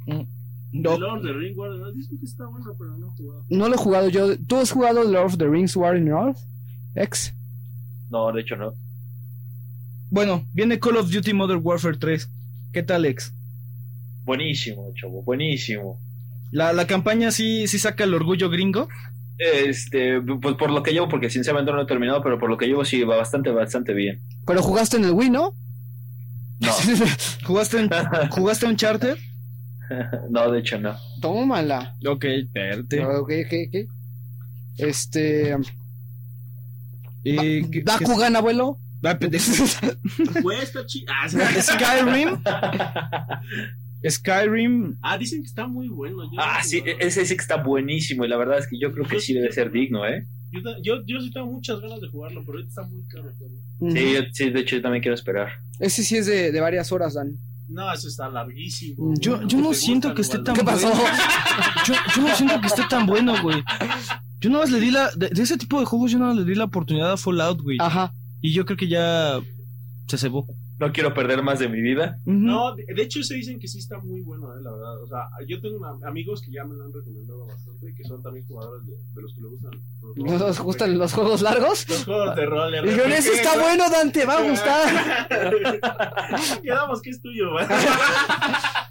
C: The
B: No.
C: Lord of the Ring, guarda, ¿no? dicen que está bueno, pero no he jugado.
D: No lo he jugado yo. ¿Tú has jugado Lord of the Rings War in Earth? X.
F: No, de hecho no.
B: Bueno, viene Call of Duty Modern Warfare 3. ¿Qué tal, ex?
F: Buenísimo, chavo, buenísimo.
B: La, la campaña sí, sí saca el orgullo gringo.
F: Este, pues por lo que llevo, porque sinceramente no lo he terminado, pero por lo que llevo sí va bastante, bastante bien.
D: Pero jugaste en el Wii, ¿no?
F: No,
B: ¿Jugaste un, ¿Jugaste un charter?
F: no, de hecho no.
D: Tómala. Ah,
B: Ok, espérate.
D: Ok, ok, ok. Este.
B: Eh, ¿qué- qué-
D: Bakugan, abuelo.
B: Ah, pendejo.
C: Cuesta chi- Ah, sí.
B: Skyrim.
F: Ah,
B: Skyrim.
C: Ah, dicen que está muy bueno. Yo
F: Ah, sí,
C: yo-
F: ese sí que está buenísimo y la verdad es que yo creo que sí debe ser digno, ¿eh?
C: Yo, ta- yo, yo sí tengo muchas ganas de jugarlo, pero ahorita está muy caro. todavía.
F: Sí,
D: Ujú.
F: yo- sí, de hecho yo también quiero esperar.
D: Mm. Ese sí es de, de varias horas, Dan.
C: No, ese está larguísimo.
B: Yo-
C: güey.
B: yo no
C: ¿Te
B: siento
C: gusta,
B: que esté
C: Waldo?
B: tan-
D: ¿Qué pasó?
B: Yo, yo no siento que esté tan bueno, güey. Yo nada más le di la. De, de ese tipo de juegos, yo nada más le di la oportunidad a Fallout, güey.
D: Ajá.
B: Y yo creo que ya se cebó.
F: No quiero perder más de mi vida.
B: Ujú.
C: No, de, de hecho se dicen que sí está muy bueno, eh, la verdad. O sea, yo tengo una- amigos que ya me lo han recomendado bastante, que son también jugadores de, de los que le gustan. los
D: ¿No
C: roles,
D: nos
C: güey.
D: gustan los juegos largos?
C: Los juegos de rol.
D: Y yo, ese está bueno, Dan, te va a gustar.
C: gustar. Quedamos que es tuyo, güey.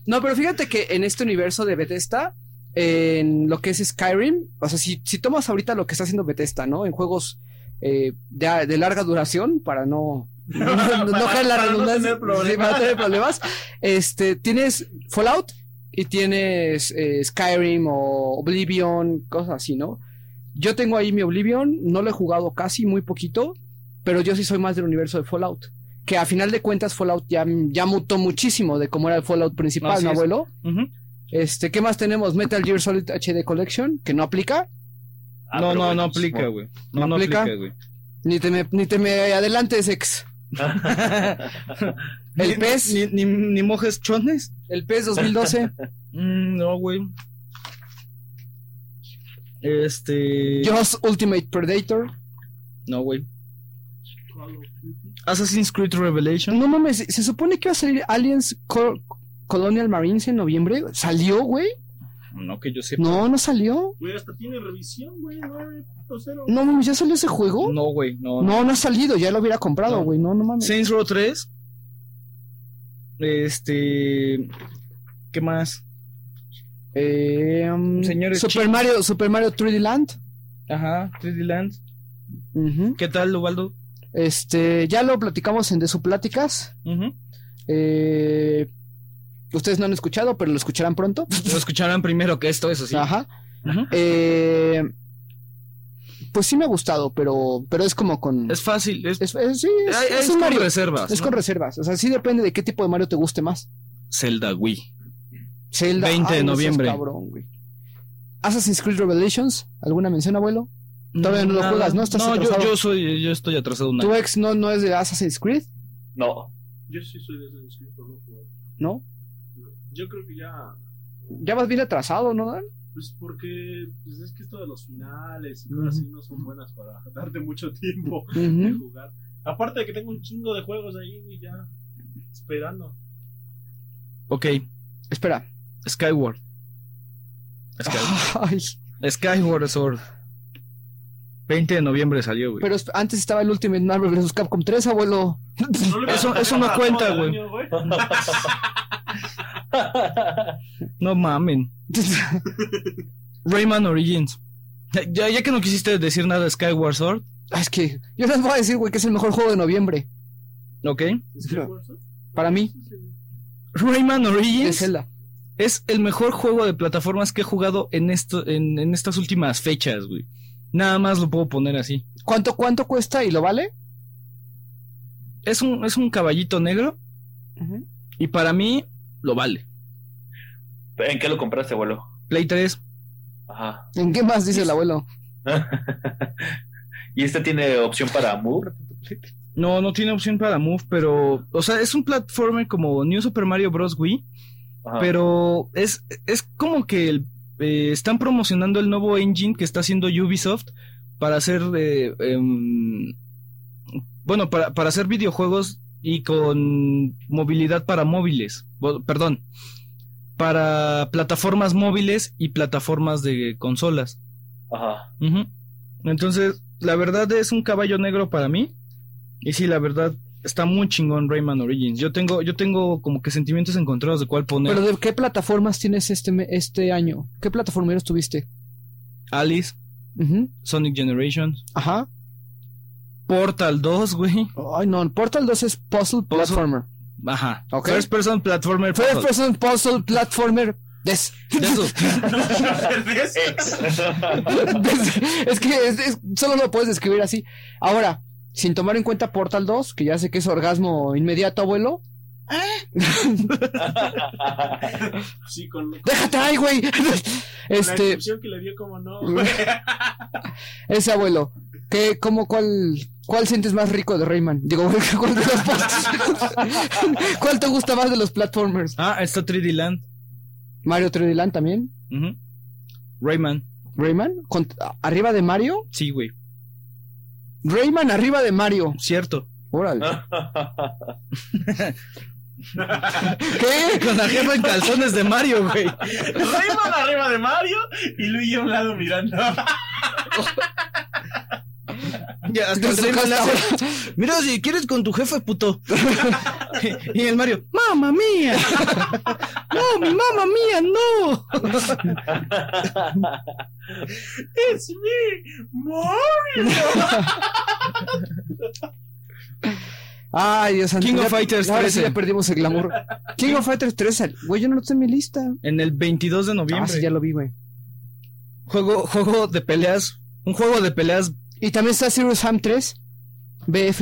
D: No, pero fíjate que en este universo de Bethesda, en lo que es Skyrim, o sea, si, si tomas ahorita lo que está haciendo Bethesda, ¿no? En juegos eh, de, de larga duración, para no. No, no, no caer en la
C: Para no
D: redundancia,
C: tener problemas.
D: sí, para no tener problemas. Este, tienes Fallout y tienes eh, Skyrim o Oblivion, cosas así, ¿no? Yo tengo ahí mi Oblivion, no lo he jugado casi, muy poquito, pero yo sí soy más del universo de Fallout. Que a final de cuentas Fallout ya, ya mutó muchísimo de cómo era el Fallout principal,
B: Así
D: ¿no,
B: es.
D: abuelo?
B: Ujú.
D: Este, ¿qué más tenemos? Metal Gear Solid HD Collection, que no aplica.
F: Ah,
B: no,
F: pero
B: no, no
F: buenísimo.
B: aplica, güey. No, no
D: ¿Aplica?
B: aplica, güey.
D: Ni te me, ni te me adelantes, ex.
B: Ni-
D: El PES,
B: Ni, ni, ni mojes chones.
D: el PES 2012.
B: Mm, no, güey. Este.
D: Jaws Ultimate Predator.
B: No, güey. Assassin's Creed Revelation.
D: No mames, se- se supone que iba a salir Aliens Co- Colonial Marines en noviembre. ¿Salió, güey?
B: No, que yo sepa.
D: No, no salió.
C: Güey, hasta tiene revisión, güey. 9.0.
D: No mames, ¿ya salió ese juego?
B: No, güey. No,
D: No, no ha salido, ya lo hubiera comprado,
B: No.
D: güey. No, no mames.
B: Saints Row 3. Este. ¿Qué más?
D: Eh, um,
B: Señores
D: Super Mario, Super Mario 3D Land.
B: Ajá, 3D Land.
D: Ujú.
B: ¿Qué tal, Ubaldo?
D: Este, ya lo platicamos en De Su Pláticas.
B: Ujú.
D: Eh, ustedes no han escuchado, pero lo escucharán pronto.
B: Lo escucharán primero que esto, eso sí.
D: Ajá.
B: Ujú.
D: Eh, pues sí me ha gustado, pero, pero es como con.
B: Es fácil. Es,
D: es- es- sí, es-
B: Ay,
D: es
B: es
D: un
B: con
D: Mario.
B: reservas.
D: Es
B: ¿no?
D: con reservas. O sea, sí depende de qué tipo de Mario te guste más.
B: Zelda Wii.
D: Zelda.
B: 20 de
D: no seas
B: noviembre.
D: cabrón, güey. Assassin's Creed Revelations. ¿Alguna mención, abuelo? Todavía no lo
B: Nada.
D: juegas, ¿no? Estás
B: no, yo,
D: atrasado.
B: yo soy, yo estoy atrasado un
D: Tu
B: año.
D: ex no, no es de Assassin's Creed,
F: No,
C: Yo sí soy de ese inscrito, no jugador.
D: ¿no?
C: Yo creo que ya.
D: Ya vas bien atrasado, ¿no, Dan?
C: Pues porque pues es que esto de los finales y cosas así no son buenas para darte mucho tiempo de
D: Ujú.
C: jugar. Aparte de que tengo un chingo de juegos ahí y ya esperando.
B: Ok,
D: Espera.
B: Skyward. Skyward.
D: Ay, Ah.
B: Skyward Sword. 20 de noviembre salió, güey.
D: pero es- antes estaba el Ultimate Marvel vs. Capcom 3, abuelo.
C: No le-
B: Eso- eso no
C: para
B: cuenta,
C: todo el
B: güey.
C: año,
B: No mamen. Rayman Origins. Ya- Ya, ya que no quisiste decir nada de Skyward Sword,
D: Ay, es que yo les voy a decir, güey, que es el mejor juego de noviembre.
B: ok.
C: ¿Es que fuerza?
D: Para mí,
C: Sí, sí.
B: Rayman
D: es
B: Origins
D: Zelda.
B: es el mejor juego de plataformas que he jugado en, esto, en, en estas últimas fechas, güey. Nada más lo puedo poner así.
D: ¿Cuánto, ¿Cuánto cuesta y lo vale?
B: Es un, es un caballito negro y para mí lo vale.
F: ¿en qué lo compraste, abuelo?
B: Play 3,
F: Ajá.
D: ¿En qué más dice el abuelo?
F: ¿Y este tiene opción para Moore?
B: No, no tiene opción para Move, pero. O sea, es un platformer como New Super Mario Bros. Wii,
F: Ajá.
B: pero es, es como que el- eh, están promocionando el nuevo engine que está haciendo Ubisoft para hacer. eh, em, bueno, para, para hacer videojuegos y con movilidad para móviles. Bo- Perdón. Para plataformas móviles y plataformas de consolas.
F: Ajá.
B: Ujú. Entonces, la verdad es un caballo negro para mí. Y sí, la verdad está muy chingón Rayman Origins. Yo tengo, yo tengo como que sentimientos encontrados de cuál poner.
D: ¿Pero de qué plataformas tienes este, me- este año? ¿Qué plataformeros tuviste?
B: Alice,
D: Ujú.
B: Sonic Generations,
D: Ajá.
B: Portal 2, güey.
D: Ay, no, Portal 2 es Puzzle Platformer.
B: Ajá.
D: Ok.
B: First person platformer.
D: First
B: puzzle.
D: person puzzle platformer. Des.
B: De esos.
C: ¿Ves?
F: Ex.
D: Des- es que es- es- solo lo puedes describir así. Ahora, sin tomar en cuenta Portal 2, que ya sé que es orgasmo inmediato, abuelo.
C: Sí, con, con
D: ¡Déjate ahí, güey!
C: la
D: Este,
C: descripción que le dio como no.
D: ese abuelo. ¿Qué, cómo, cuál, cuál sientes más rico de Rayman? Digo, ¿cuál de los pos- ¿Cuál te gusta más de los platformers?
B: Ah, está 3D Land.
D: Mario 3D Land también.
B: Ujú. Rayman.
D: Rayman, con- arriba de Mario.
B: Sí, güey.
D: Rayman arriba de Mario.
B: Cierto.
D: Órale. ¿Qué?
B: Con la jefa en calzones de Mario, güey.
C: Rayman arriba de Mario y Luigi a un lado mirando.
B: Ya, hasta el
D: Entonces,
B: Rayman le
D: hasta
B: hace, Mira, si quieres con tu jefe, puto. y el Mario, ¡Mamma mía! ¡No, mi mamá mía, no!
C: ¡Es mi Mario!
D: Ay, Dios santo,
B: King
D: ya-
B: of Fighters
D: ahora sí
B: 13.
D: ya perdimos el glamour. King of Fighters 13. Güey, yo no lo tengo en mi lista.
B: En el 22 de
D: Ah,
B: noviembre.
D: sí, ya lo vi, güey.
B: juego, juego de peleas. Un juego de peleas.
D: Y también está Zero Sam 3. BF.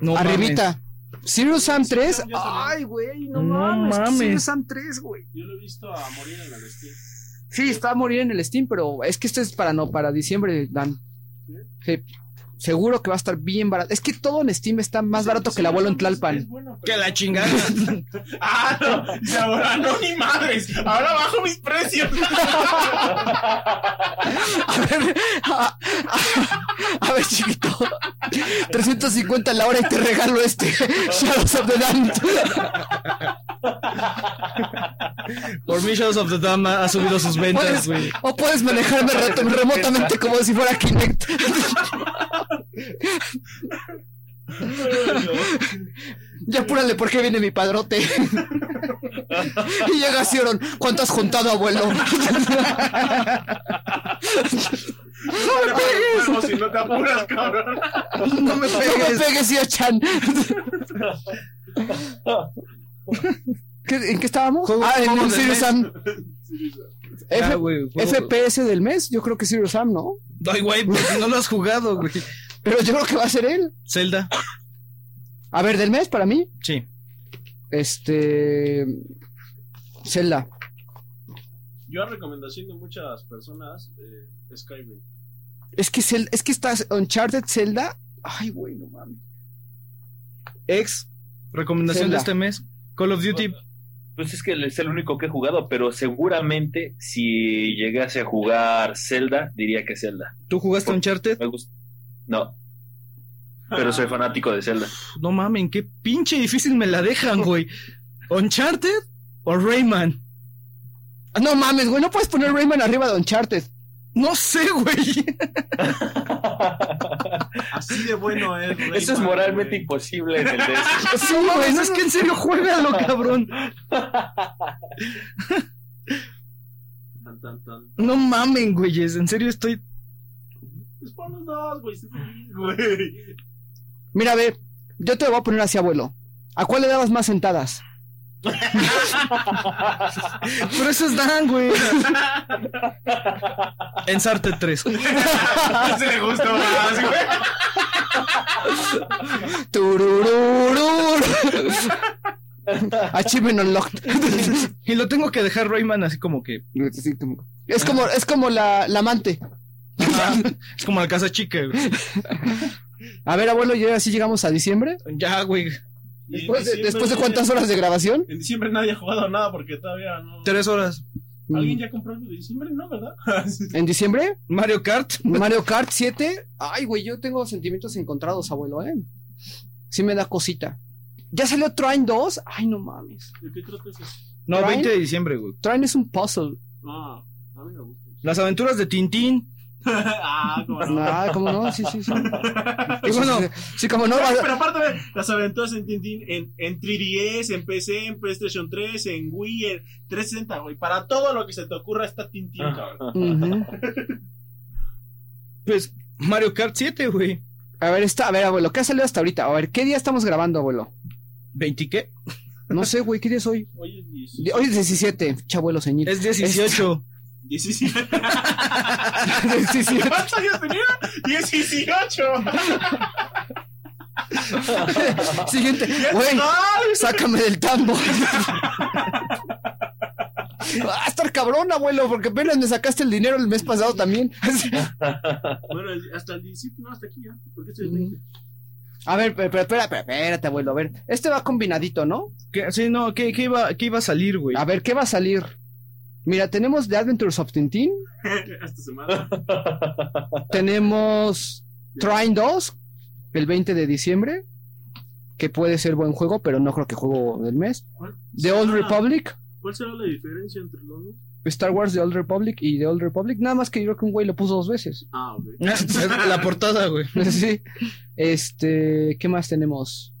B: No
D: Arribita. Zero Sam 3.
C: Sam, yo también.
D: Ay, güey, no,
B: No
D: mames.
B: mames.
D: Zero Sam 3, güey.
C: Yo lo he visto a morir en la bestia.
D: Sí, está a morir en el Steam, pero es que este es para no, para diciembre, Dan. Sí. Seguro que va a estar bien barato. Es que todo en Steam está más barato que el abuelo en
C: Es
D: Tlalpan.
C: bueno, pero-
B: Que la chingada.
C: Ah, no. Dice ahora no, ni madres. Ahora bajo mis precios.
D: A ver, a, a- a ver, chiquito. 350 la hora y te regalo este. Shadows of the Damned.
B: Por mí, Shadows of the Dam ha ha subido sus ventas,
D: Puedes-
B: güey.
D: o puedes manejarme reto- remotamente como si fuera Kinect. Ya apúrale porque viene mi padrote. y llega Sioron. ¿Cuánto has juntado, abuelo?
C: No le pares huevos si no te apuras, cabrón.
B: No me
D: No me
B: pegues.
D: pegues, yo chan. ¿Qué- ¿En qué estábamos?
B: Juego-
D: ah, en
B: juego
D: un
B: del
D: Serious
B: mes.
D: Sam. F-
B: Ah, güey, juego-
D: FPS del mes, yo creo que Serious Sam, ¿no?
B: Ay, güey, porque no lo has jugado, güey.
D: Pero yo creo que va a ser él.
B: Zelda.
D: A ver, del mes para mí,
B: Sí.
D: este. Zelda.
C: Yo a recomendación de muchas personas, eh, Skyrim.
D: Es que Zelda, es que estás Uncharted Zelda. Ay, güey, no mames.
B: Ex. Recomendación
D: Zelda.
B: de este mes. Call of Duty.
F: Pues es que es el único que he jugado, pero seguramente si llegase a jugar Zelda, diría que Zelda.
B: ¿Tú jugaste Uncharted?
F: Me gusta. No. Pero soy fanático de Zelda.
B: No mamen, qué pinche difícil me la dejan, güey. ¿Uncharted o Rayman?
D: Ah, No mames, güey, no puedes poner Rayman arriba de Uncharted.
B: No sé, güey.
C: Así de bueno es.
F: Eso es
C: Rayman,
F: moralmente
C: güey.
F: imposible en el DS.
D: Sí,
B: No
D: güey,
B: mames,
D: no,
B: es que en serio, juégalo, cabrón.
C: Tan, tan, tan.
B: No mamen, güeyes. En serio, estoy.
C: Pues pon los dos, güey. estoy feliz, güey.
D: Mira, ve, yo te lo voy a poner así, abuelo. ¿A cuál le dabas más sentadas?
B: Pero eso es Dan, güey. Uncharted 3.
D: Ah.
C: Ese le gustó más, güey.
D: Turururur. Achievement unlocked.
B: Y lo tengo que dejar Rayman así como que.
D: Es como, es como la, la amante.
B: ajá, ah, es como la casa chica, güey.
D: A ver, abuelo, ¿y ahora sí llegamos a diciembre?
B: Ya, güey.
C: Y en
D: Después de,
C: diciembre
D: después de
C: nadie-
D: cuántas horas de grabación?
C: En diciembre nadie ha jugado nada porque todavía no.
B: Tres horas.
C: ¿Alguien ya compró el de diciembre? No, ¿verdad?
D: ¿En diciembre?
B: Mario Kart.
D: Mario Kart 7. Ay, güey, yo tengo sentimientos encontrados, abuelo, ¿eh? Sí me da cosita. ¿Ya salió Trine 2? Ay, no mames.
C: ¿De qué trata eso?
B: No,
D: Ryan.
B: 20 de diciembre, güey.
D: Trine es un puzzle.
C: Ah, a mí me gusta.
B: Las aventuras de Tintín.
C: ah, como no.
D: Nada, ¿cómo no? Sí, sí, sí.
B: Y bueno,
D: sí, sí, como no.
C: Ay,
D: va-
C: pero aparte, ve, las aventuras en Tintín, en, en 3DS, en PC, en PlayStation 3, en Wii, en 360, güey. Para todo lo que se te ocurra está Tintín, cabrón.
D: Ujú.
B: Pues Mario Kart 7, güey.
D: A ver, está, a ver, abuelo, ¿qué ha salido hasta ahorita? A ver, ¿qué día estamos grabando, abuelo?
B: ¿20 qué?
D: No sé, güey, ¿qué día es hoy?
C: Oye, es
D: Di-
C: 17.
D: Hoy es 17, chabuelo ceñil.
B: Es 18.
C: 17.
D: 17.
C: ¿Cuántos años tenía? 18.
D: Siguiente. Güey, sácame del tambo. Va a estar cabrón, abuelo, porque apenas me sacaste el dinero el mes pasado también.
C: Bueno, el- hasta el 17, no, hasta aquí ya. Porque esto es
D: Mm.
C: 20.
D: A ver, pero, pero, espera, pero, espérate, abuelo. A ver, este va combinadito, ¿no?
B: ¿Qué? Sí, no, ¿qué, qué iba, qué iba a salir, güey?
D: A ver, ¿qué va a salir? Mira, tenemos The Adventures of Tintin.
C: Hasta semana.
D: Tenemos Trine 2, el 20 de diciembre. Que puede ser buen juego, pero no creo que juego del mes.
C: ¿Cuál
D: The Old
C: será-
D: Republic.
C: ¿Cuál será la diferencia entre los dos?
D: Star Wars The Old Republic y The Old Republic. Nada más que yo creo que un güey lo puso dos veces.
C: Ah, ok.
B: La portada, güey.
D: sí. Este, ¿qué más tenemos?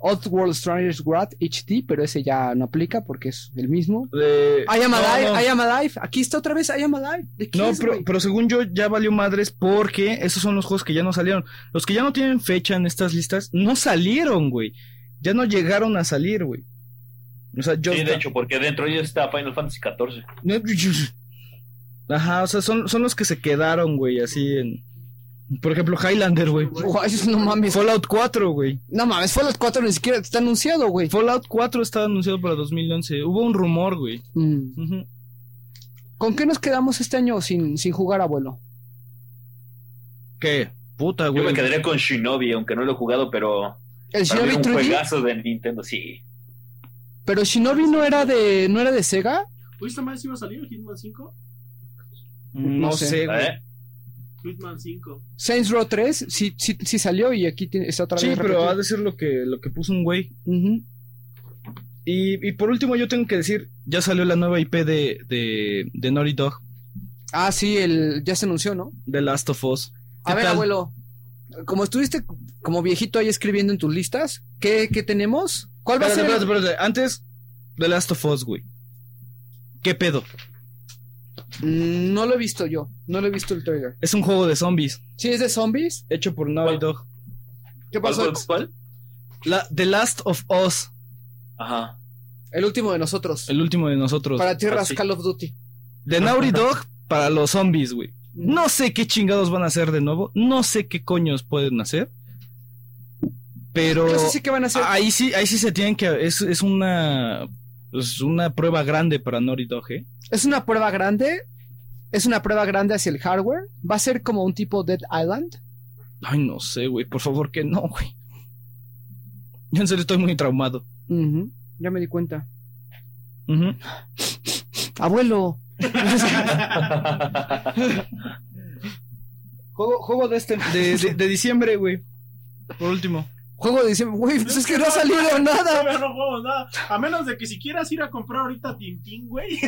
D: Oddworld Strangers Wrath HD, pero ese ya no aplica porque es el mismo.
B: De-
D: I am
B: No,
D: alive,
B: no.
D: I am alive. Aquí está otra vez I am alive. ¿De qué
B: No,
D: es,
B: pero,
D: güey?
B: pero según yo ya valió madres porque esos son los juegos que ya no salieron. Los que ya no tienen fecha en estas listas no salieron, güey. Ya no llegaron a salir, güey. O sea, yo... Ah,
F: Sí, de hecho, porque dentro ya está Final Fantasy XIV.
B: Ajá, o sea, son, son los que se quedaron, güey, así en... Por ejemplo, Highlander, güey.
D: Guay, no mames.
B: Fallout 4, güey.
D: No mames, Fallout 4 ni siquiera está anunciado, güey.
B: Fallout 4 estaba anunciado para 2011. Hubo un rumor, güey.
D: Mm.
B: Ujú.
D: ¿Con qué nos quedamos este año sin, sin jugar, abuelo?
B: ¿Qué? Puta,
F: Yo
B: güey.
F: me quedaría con Shinobi, aunque no lo he jugado, pero
D: El
F: para
D: Shinobi
F: mí es un
D: 3D,
F: juegazo de Nintendo, sí.
D: pero Shinobi no era de no era de Sega.
C: Pues esta madre sí iba a salir Hitman 5.
B: No
D: no sé.
B: sé, güey.
F: ¿Eh?
C: Hitman 5.
D: Saints Row 3 sí, sí, sí salió y aquí tiene- está otra
B: Sí,
D: vez.
B: pero
D: repetido.
B: ha de ser lo que, lo que puso un güey.
D: Ujú.
B: Y, y por último, yo tengo que decir, ya salió la nueva IP de, de, de Naughty Dog,
D: Ah, sí, el ya se anunció, ¿no?
B: The Last of Us.
D: A
B: ¿Qué
D: ver,
B: tal?
D: abuelo, como estuviste como viejito ahí escribiendo en tus listas, ¿qué, qué tenemos? ¿Cuál va a
B: Espérate,
D: ser? el-
B: espérate, espérate. Antes, The Last of Us, güey. ¿Qué pedo?
D: Mm, no lo he visto yo, no lo he visto el trailer.
B: Es un juego de zombies,
D: Sí, es de zombies.
B: hecho por Naughty
F: ¿Cuál?
B: Dog.
D: ¿Qué
F: ¿Cuál,
D: pasó?
F: cuál, cuál?
B: La, The Last of Us,
F: Ajá.
D: El último de nosotros.
B: el último de nosotros.
D: Para tierras
F: Ah, sí.
D: Call of Duty.
B: De Naughty Dog para los zombies, güey. No sé qué chingados van a hacer de nuevo. No sé qué coños pueden hacer. Pero.
D: No sé si qué van a hacer.
B: Ahí sí, ahí sí se tienen que. Es, es una. Es una prueba grande para Naughty Dog, ¿eh?
D: Es una prueba grande. Es una prueba grande hacia el hardware. Va a ser como un tipo Dead Island.
B: Ay, no sé, güey. Por favor, que no, güey. Yo en serio estoy muy traumado.
D: Ujú, Ya me di cuenta.
B: Ujú.
D: Abuelo.
B: juego, juego de este. De, de- de diciembre, güey. Por último.
D: Juego de diciembre. Güey, pues es que no ha salido nada.
C: Todavía no jugamos nada. A menos de que si quieras ir a comprar ahorita Tintín, güey.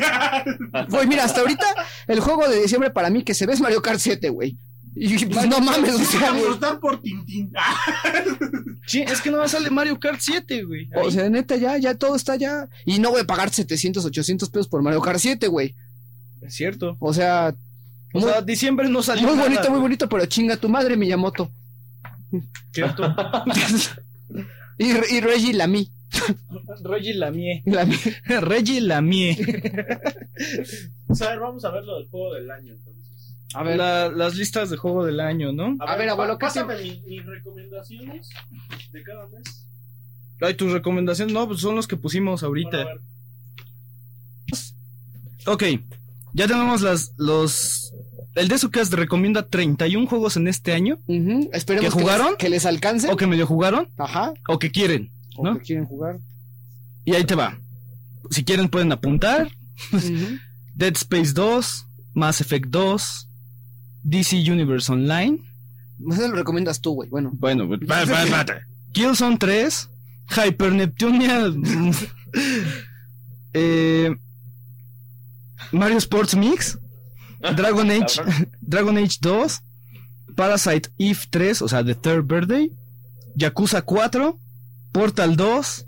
D: Güey, mira, hasta ahorita el juego de diciembre para mí que se ve es Mario Kart 7, güey. Y pues, no mames, o sea,
C: Vamos a
D: güey.
C: votar por Tintín. Ah,
B: Sí, es que no va a salir Mario Kart 7, güey.
D: O sea, neta, ya, ya todo está ya. Y no voy a pagar 700, 800 pesos por Mario Kart 7, güey.
B: es cierto.
D: O sea,
B: O
D: muy,
B: sea, diciembre no salió.
D: muy
B: nada,
D: bonito, muy
B: güey.
D: bonito, pero chinga tu madre, Miyamoto.
B: Cierto.
D: y, y Reggie Lamy.
B: Reggie Lamie.
D: Lamy.
B: Reggie Lamie.
C: o sea, a ver, vamos a ver lo del juego del año entonces.
D: A ver.
B: La- las listas de juego del año, ¿no?
D: A ver, abuelo, ¿qué
C: pásame mi- mis recomendaciones de cada mes.
B: Ay, tus recomendaciones, no, pues son los que pusimos ahorita.
C: Bueno, a ver,
B: Ok, ya tenemos las, los... El Desucast recomienda 31 juegos en este año,
D: Ujú, Esperemos
B: ¿Que jugaron?
D: les, que les alcance.
B: o que medio jugaron,
D: Ajá.
B: o que quieren,
D: O
B: ¿No?
D: que quieren jugar.
B: y ahí te va. Si quieren pueden apuntar.
D: Ujú.
B: Dead Space 2, Mass Effect 2, DC Universe Online.
D: Pues, Eso lo recomiendas tú, güey. Bueno.
B: Bueno, pues, pa- pa- espérate. Killzone 3, Hyper Neptunia. mm, eh, Mario Sports Mix, Dragon Age, Dragon Age 2, Parasite Eve 3, o sea, The Third Birthday, Yakuza 4, Portal 2,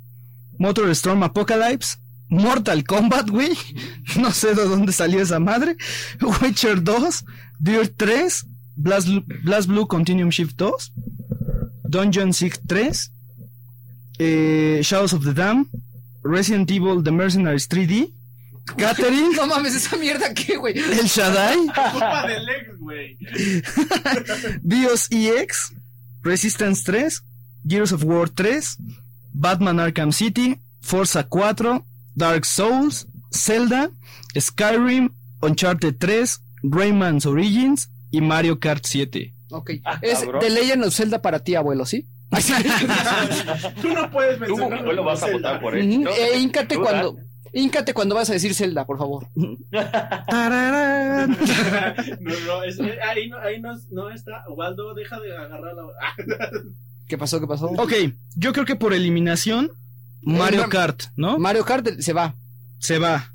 B: Motor Storm Apocalypse, Mortal Kombat, güey. No sé de dónde salió esa madre. Witcher 2, Dirt 3, Blast, Blast Blue Continuum Shift 2, Dungeon Six 3, eh, Shadows of the Dam, Resident Evil The Mercenaries 3D, Catering,
D: No mames, esa mierda qué, güey.
B: El Shaddai,
C: Culpa del ex, güey.
B: BIOS EX, Resistance 3, Gears of War 3, Batman Arkham City, Forza 4, Dark Souls, Zelda, Skyrim, Uncharted 3, Rayman's Origins y Mario Kart 7.
D: Ok.
F: Ah,
D: es
F: cabrón. Ah,
D: The Legend of Zelda para ti, abuelo, ¿sí?
C: Tú no puedes
F: Tú,
C: mencionar.
F: güey, lo vas a votar por él.
D: Ujú.
F: No,
D: E híncate
F: tú,
D: cuando. Híncate cuando vas a decir Zelda, por favor.
B: Tararán.
C: No, no, es, eh, ahí, no, ahí no, no está. Ubaldo, deja de agarrar la. Ah,
D: ¿Qué pasó? ¿Qué pasó?
B: Ok, yo creo que por eliminación, Mario
D: Mam-
B: Kart, Eh, ¿no?
D: Mario Kart se va.
B: Se va.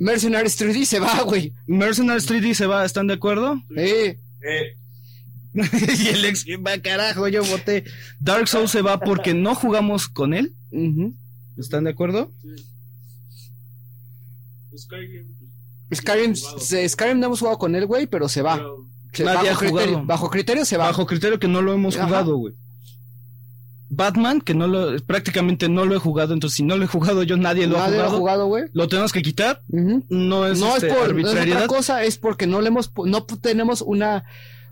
D: Mercenaries 3D se va, güey.
B: Mercenaries 3D se va, ¿están de acuerdo?
D: Eh,
F: Eh,
B: y el ex va carajo, yo voté. Dark Souls se va porque no jugamos con él.
D: ujú.
B: ¿Están de acuerdo?
C: Skyrim. pues,
D: Skyrim,
C: jugado.
D: se- Skyrim no hemos jugado con él, güey, pero se va.
C: Pero,
D: Se-
B: Nadie ha
D: bajo, criterio,
B: jugado.
D: bajo criterio se va.
B: Bajo criterio que no lo hemos
D: Ajá.
B: jugado, güey. Batman, que no lo, prácticamente no lo he jugado, entonces si no lo he jugado yo, nadie lo
D: Nadie
B: ha
D: lo ha
B: jugado.
D: jugado, güey.
B: Lo tenemos que quitar,
D: Ujú.
B: no es,
D: no
B: este,
D: es por no es
B: arbitrariedad.
D: otra cosa, es porque no le hemos pu- no pu- tenemos una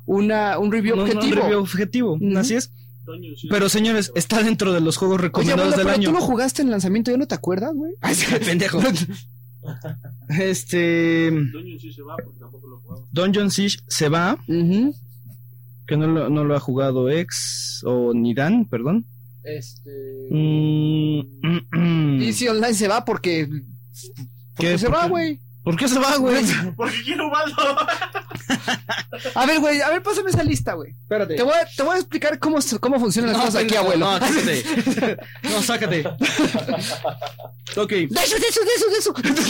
D: una un review
B: no, no,
D: objetivo.
B: review objetivo,
D: Ujú.
B: así es.
C: Toño, sí.
B: Pero señores, está dentro de los juegos
D: Oye,
B: recomendados
D: abuelo,
B: del
D: pero
B: año.
D: tú lo jugaste en lanzamiento, ¿ya no te acuerdas, güey? Ay, sí,
B: Pendejo. Este
C: Toño sí se va porque tampoco lo jugaba.
B: Dungeon Siege se va.
D: Ujú.
B: que no lo, no lo ha jugado ex o Nidan, perdón.
D: Este
B: Mm,
D: PC Online se va porque porque
B: ¿Qué?
D: se
B: ¿Por
D: va,
B: qué?
D: güey.
B: ¿Por qué se va, güey?
C: Porque quiero Ubaldo.
D: A ver, güey, a ver, pásame esa lista, güey.
B: Espérate.
D: Te voy a, te voy a explicar cómo, se- cómo funcionan las
B: No,
D: cosas aquí,
B: pendejo,
D: abuelo.
B: No, sácate. No, sácate. ok.
D: De eso, de eso, de eso, de eso. De eso,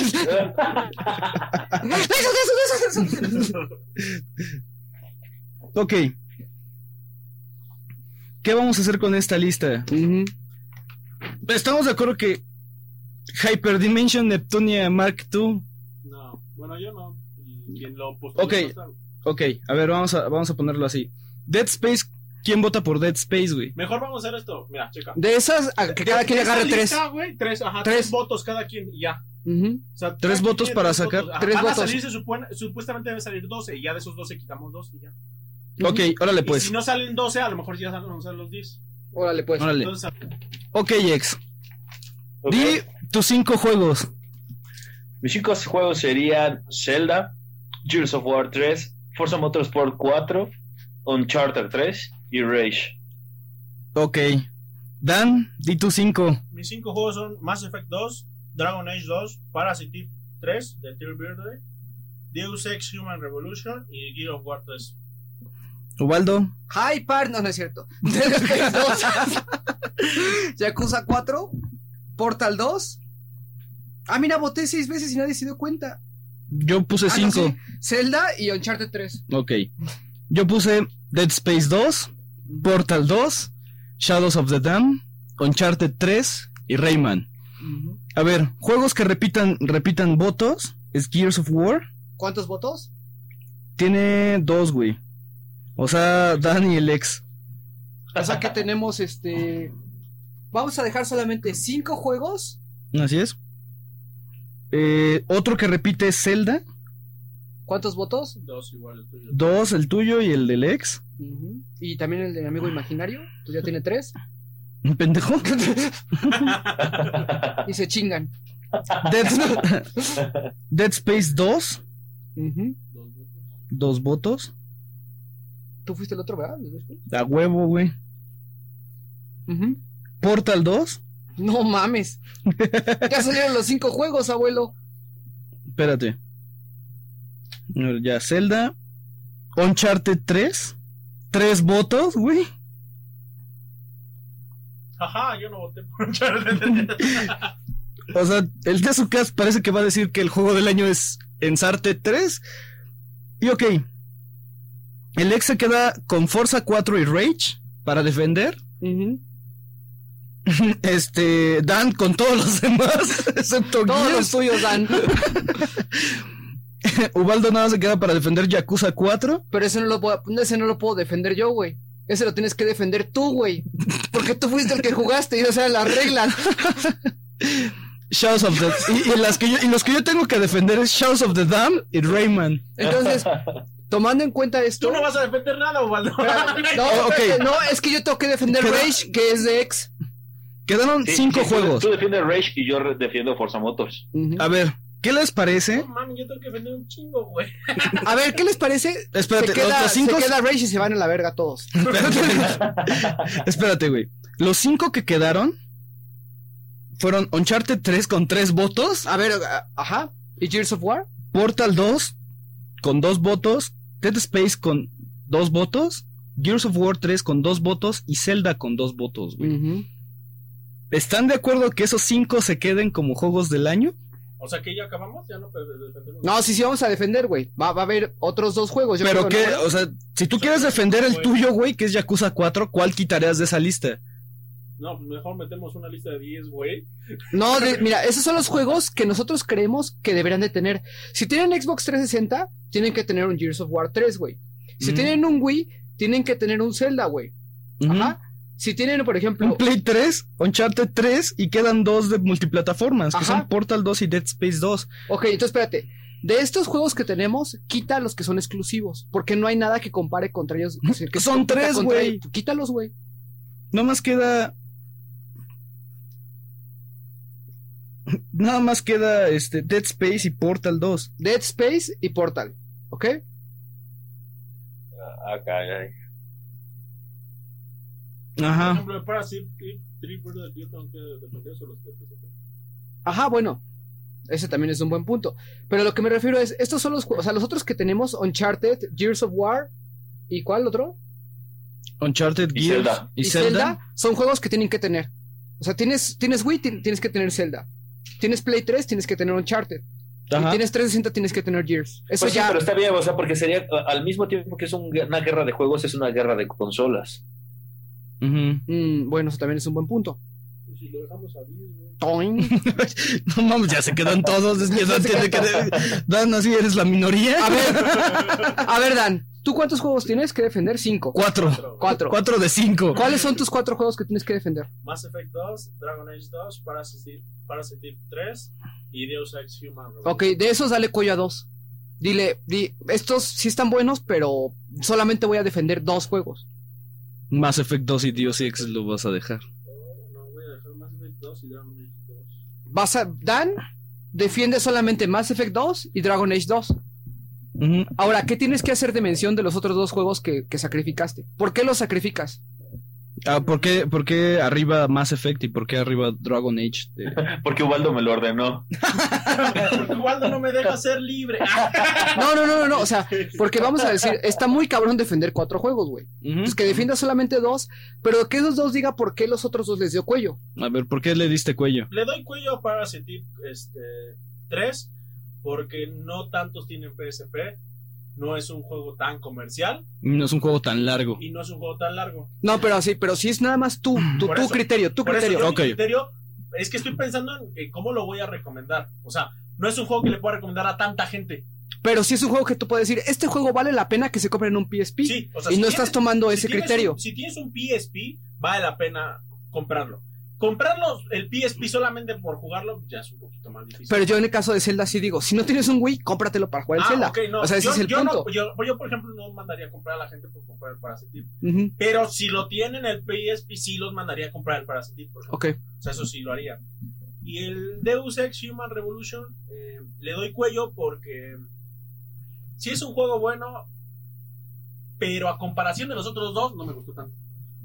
D: de eso, de eso, de eso.
B: Ok. ¿Qué vamos a hacer con esta lista?
D: Ujú.
B: Estamos de acuerdo que Hyperdimension Neptunia Mark II.
C: No, bueno, yo no. Y quien lo postuló
B: Ok.
C: no está.
B: Ok, a ver, vamos a, vamos a ponerlo así. Dead Space, ¿quién vota por Dead Space, güey?
C: Mejor vamos a hacer esto. Mira, checa.
D: De esas, a que cada
C: De-
D: quien
C: de esa
D: agarre tres.
C: lista, güey, tres, ajá,
D: Tres.
C: tres. votos cada quien y ya.
D: Ujú.
C: O sea,
B: Tres
C: cada
B: votos
C: quien,
B: para
C: tres
B: sacar-
C: votos. Ajá,
D: tres
C: van
D: votos.
C: A salir, se supone, supuestamente deben salir 12 y ya de esos 12 quitamos dos y ya.
B: Ok,
D: Eh,
B: órale
C: y
B: pues.
C: si no salen 12, a lo mejor ya salen, vamos a hacer los 10.
D: Órale, pues.
B: Órale.
C: Entonces,
B: Ok, ex.
F: ok.
B: Di tus cinco juegos.
F: Mis chicos juegos serían Zelda, Gears of War 3, Forza Motorsport 4, Uncharted 3 y Rage.
B: Ok. Dan, di tus cinco.
C: mis cinco juegos son Mass Effect 2, Dragon Age 2, Parasite 3 de Third Birthday, Deus Ex Human Revolution y Gear of War 3.
B: Ubaldo.
D: Hi, par, no, no es cierto. Dead Space 2. Yakuza 4. Portal 2. Ah, mira, voté seis veces y nadie se dio cuenta.
B: Yo puse
D: Ah, no,
B: cinco.
D: sí. Zelda y Uncharted 3.
B: Ok. Yo puse Dead Space 2, Portal 2, Shadows of the Dam, Uncharted 3 y Rayman. A ver, juegos que repitan, repitan votos. Es Gears of War.
D: ¿Cuántos votos?
B: Tiene dos, güey. O sea, Dan y el ex.
D: O sea que tenemos este. Vamos a dejar solamente cinco juegos.
B: Así es. Eh, otro que repite es Zelda.
D: ¿Cuántos votos?
C: Dos igual, el tuyo.
B: Dos, el tuyo y el del ex.
D: Ujú. Y también el de mi amigo imaginario. Pues ya tiene tres.
B: Un pendejo.
D: Y se chingan.
B: Dead, Dead Space 2,
D: Ujú.
C: Dos votos.
B: dos votos.
D: Tú fuiste el otro, ¿verdad?
B: A huevo, güey.
D: Ujú.
B: Portal 2,
D: No mames. Ya salieron los cinco juegos, abuelo.
B: espérate. A ver, Ya, Zelda. Uncharted 3, tres votos, güey.
C: Ajá, yo no voté por Uncharted.
B: O sea, el de Azucas parece que va a decir que el juego del año es Ensarte 3. Y ok. El ex se queda con Forza 4 y Rage para defender. Este, Dan con todos los demás, excepto
D: Todos
B: Gears.
D: los tuyos dan.
B: Ubaldo nada más se queda para defender Yakuza 4.
D: Pero ese no lo puedo, ese no lo puedo defender yo, güey. Ese lo tienes que defender tú, güey. Porque tú fuiste el que jugaste y esa era la regla.
B: Shouts of the... Y, y las que yo, y los que yo tengo que defender es Shouts of the Dam y Rayman.
D: Entonces, tomando en cuenta esto.
C: Tú no vas a defender nada, Ubaldo.
D: Espérate, No,
B: Ok.
D: espérate, no, es que yo tengo que defender
B: Pero-
D: Rage, que es de ex.
B: Quedaron
F: Sí,
B: cinco
F: sí, tú-
B: juegos.
F: Tú defiendes Rage y yo re- defiendo Forza Motors.
B: A ver, ¿qué les parece?
C: No, mami, yo tengo que vender un chingo, güey.
D: A ver, ¿qué les parece?
B: Espérate,
D: se, queda,
B: los cinco.
D: se queda Rage y se van a la verga todos.
B: Espérate. Espérate, güey. Los cinco que quedaron fueron Uncharted 3 con tres votos,
D: A ver, a- ajá. ¿Y Gears of War?
B: Portal 2 con dos votos, Dead Space con dos votos, Gears of War 3 con dos votos y Zelda con dos votos,
D: Mm.
B: güey. ¿Están de acuerdo que esos cinco se queden como juegos del año?
C: O sea que ya acabamos, ya no defendemos.
D: No, sí, sí, vamos a defender, güey. Va, va a haber otros dos juegos. yo
B: Pero
D: creo,
B: que,
D: ¿no? ¿eh?
B: o sea, si tú quieres defender el tuyo, güey, que es Yakuza 4, ¿cuál quitarías de esa lista?
C: No, pues mejor metemos una lista de 10, güey.
D: No, de- mira, esos son los juegos que nosotros creemos que deberían de tener. Si tienen Xbox 360, tienen que tener un Gears of War 3, güey. Si
B: Mm.
D: tienen un Wii, tienen que tener un Zelda, güey.
B: Ujú.
D: Ajá. Si tienen, por
B: Un
D: ejemplo,
B: Play 3, Uncharted 3 y quedan dos de multiplataformas, que
D: Ajá.
B: son Portal 2 y Dead Space 2.
D: ok, entonces espérate. De estos juegos que tenemos, quita los que son exclusivos, porque no hay nada que compare contra ellos. Es decir, que
B: Son
D: quita
B: tres,
D: contra
B: güey.
D: ellos. Quítalos, güey.
B: Nomás queda. Nada más queda este Dead Space y Portal 2.
D: Dead Space y Portal, ¿ok?
F: Ah, caray.
C: Por
B: Ajá.
C: ejemplo, para sí, Tripper, yo tengo que defender solo los pues, TPC.
D: Ajá, bueno. Ese también es un buen punto. Pero lo que me refiero es, estos son los juegos, o sea, los otros que tenemos, Uncharted, Gears of War, ¿y cuál otro?
B: Uncharted
F: Y
B: Gears
F: Zelda.
B: y
D: y
B: Zelda.
D: Zelda, son juegos que tienen que tener. O sea, tienes, tienes Wii, ti- tienes que tener Zelda. Tienes Play 3, tienes que tener Uncharted. Y
B: Ajá.
D: tienes 360, tienes que tener Gears. Eso
F: Pues sí,
D: ya.
F: pero está bien, o sea, porque sería a- al mismo tiempo que es un- una guerra de juegos, es una guerra de consolas.
B: Ujú.
D: Mm, bueno, eso también es un buen punto.
C: Y Pues, si lo dejamos a 10, güey.
D: Toing.
B: No mames, ya se quedan todos. Es que Dan tiene que- Dan, así eres la minoría.
D: A ver, a ver, Dan, ¿tú cuántos juegos tienes que defender? Cinco.
B: Cuatro.
D: Cuatro.
B: Cuatro de cinco.
D: ¿Cuáles son tus cuatro juegos que tienes que defender?
C: Mass Effect 2, Dragon Age 2, Parasite, Parasite 3 y Deus Ex Human Revolution.
D: Ok, de esos dale cuello a dos. Dile, di, estos sí están buenos, pero solamente voy a defender dos juegos.
B: Mass Effect 2 y Dios Ex lo vas a dejar.
C: Oh, no, voy a dejar Mass Effect 2 y Dragon Age 2.
D: Vas a, Dan, defiende solamente Mass Effect 2 y Dragon Age 2.
B: Ujú.
D: Ahora, ¿qué tienes que hacer de mención de los otros dos juegos que, que sacrificaste? ¿Por qué los sacrificas?
B: Ah, ¿por, qué, ¿Por qué arriba Mass Effect y por qué arriba Dragon Age? de-
F: Porque Ubaldo me lo ordenó.
C: Porque Waldo no me deja ser libre.
D: No, no, no, no, no, o sea, porque vamos a decir, está muy cabrón defender cuatro juegos, güey.
B: Ujú.
D: Es que defienda solamente dos, pero que esos dos diga por qué los otros dos les dio cuello.
B: A ver, ¿por qué le diste cuello?
C: Le doy cuello a Parasite este, 3 porque no tantos tienen PSP, no es un juego tan comercial
B: No es un juego tan largo.
C: y no es un juego tan largo.
D: No, pero sí, pero sí es nada más tú, tu,
C: Por
D: tu
C: eso-
D: criterio, tu
C: Por eso
D: criterio.
C: yo mi
B: ok.
C: criterio es que estoy pensando en eh, cómo lo voy a recomendar. O sea, no es un juego que le pueda recomendar a tanta gente.
D: Pero sí es un juego que tú puedes decir, este juego vale la pena que se compre en un PSP.
C: Sí, o sea,
D: y
C: si tienes-
D: no estás tomando
C: si
D: ese
C: tienes
D: criterio.
C: un- si tienes un PSP, vale la pena comprarlo. Comprarlo el PSP solamente por jugarlo ya es un poquito más difícil.
D: Pero yo en el caso de Zelda sí digo, si no tienes un Wii, cómpratelo para jugar el
C: Ah,
D: Zelda.
C: ok, no,
D: o sea, ese
C: yo,
D: es el
C: yo no-
D: punto.
C: yo, yo, por ejemplo, no mandaría a comprar a la gente por comprar el Parasitic.
D: Ujú,
C: Pero si lo tienen el PSP, sí los mandaría a comprar el Parasitic. Por ejemplo.
D: Ok.
C: O sea, eso sí lo haría. Y el Deus Ex Human Revolution eh, le doy cuello porque sí es un juego bueno, pero a comparación de los otros dos no me gustó tanto.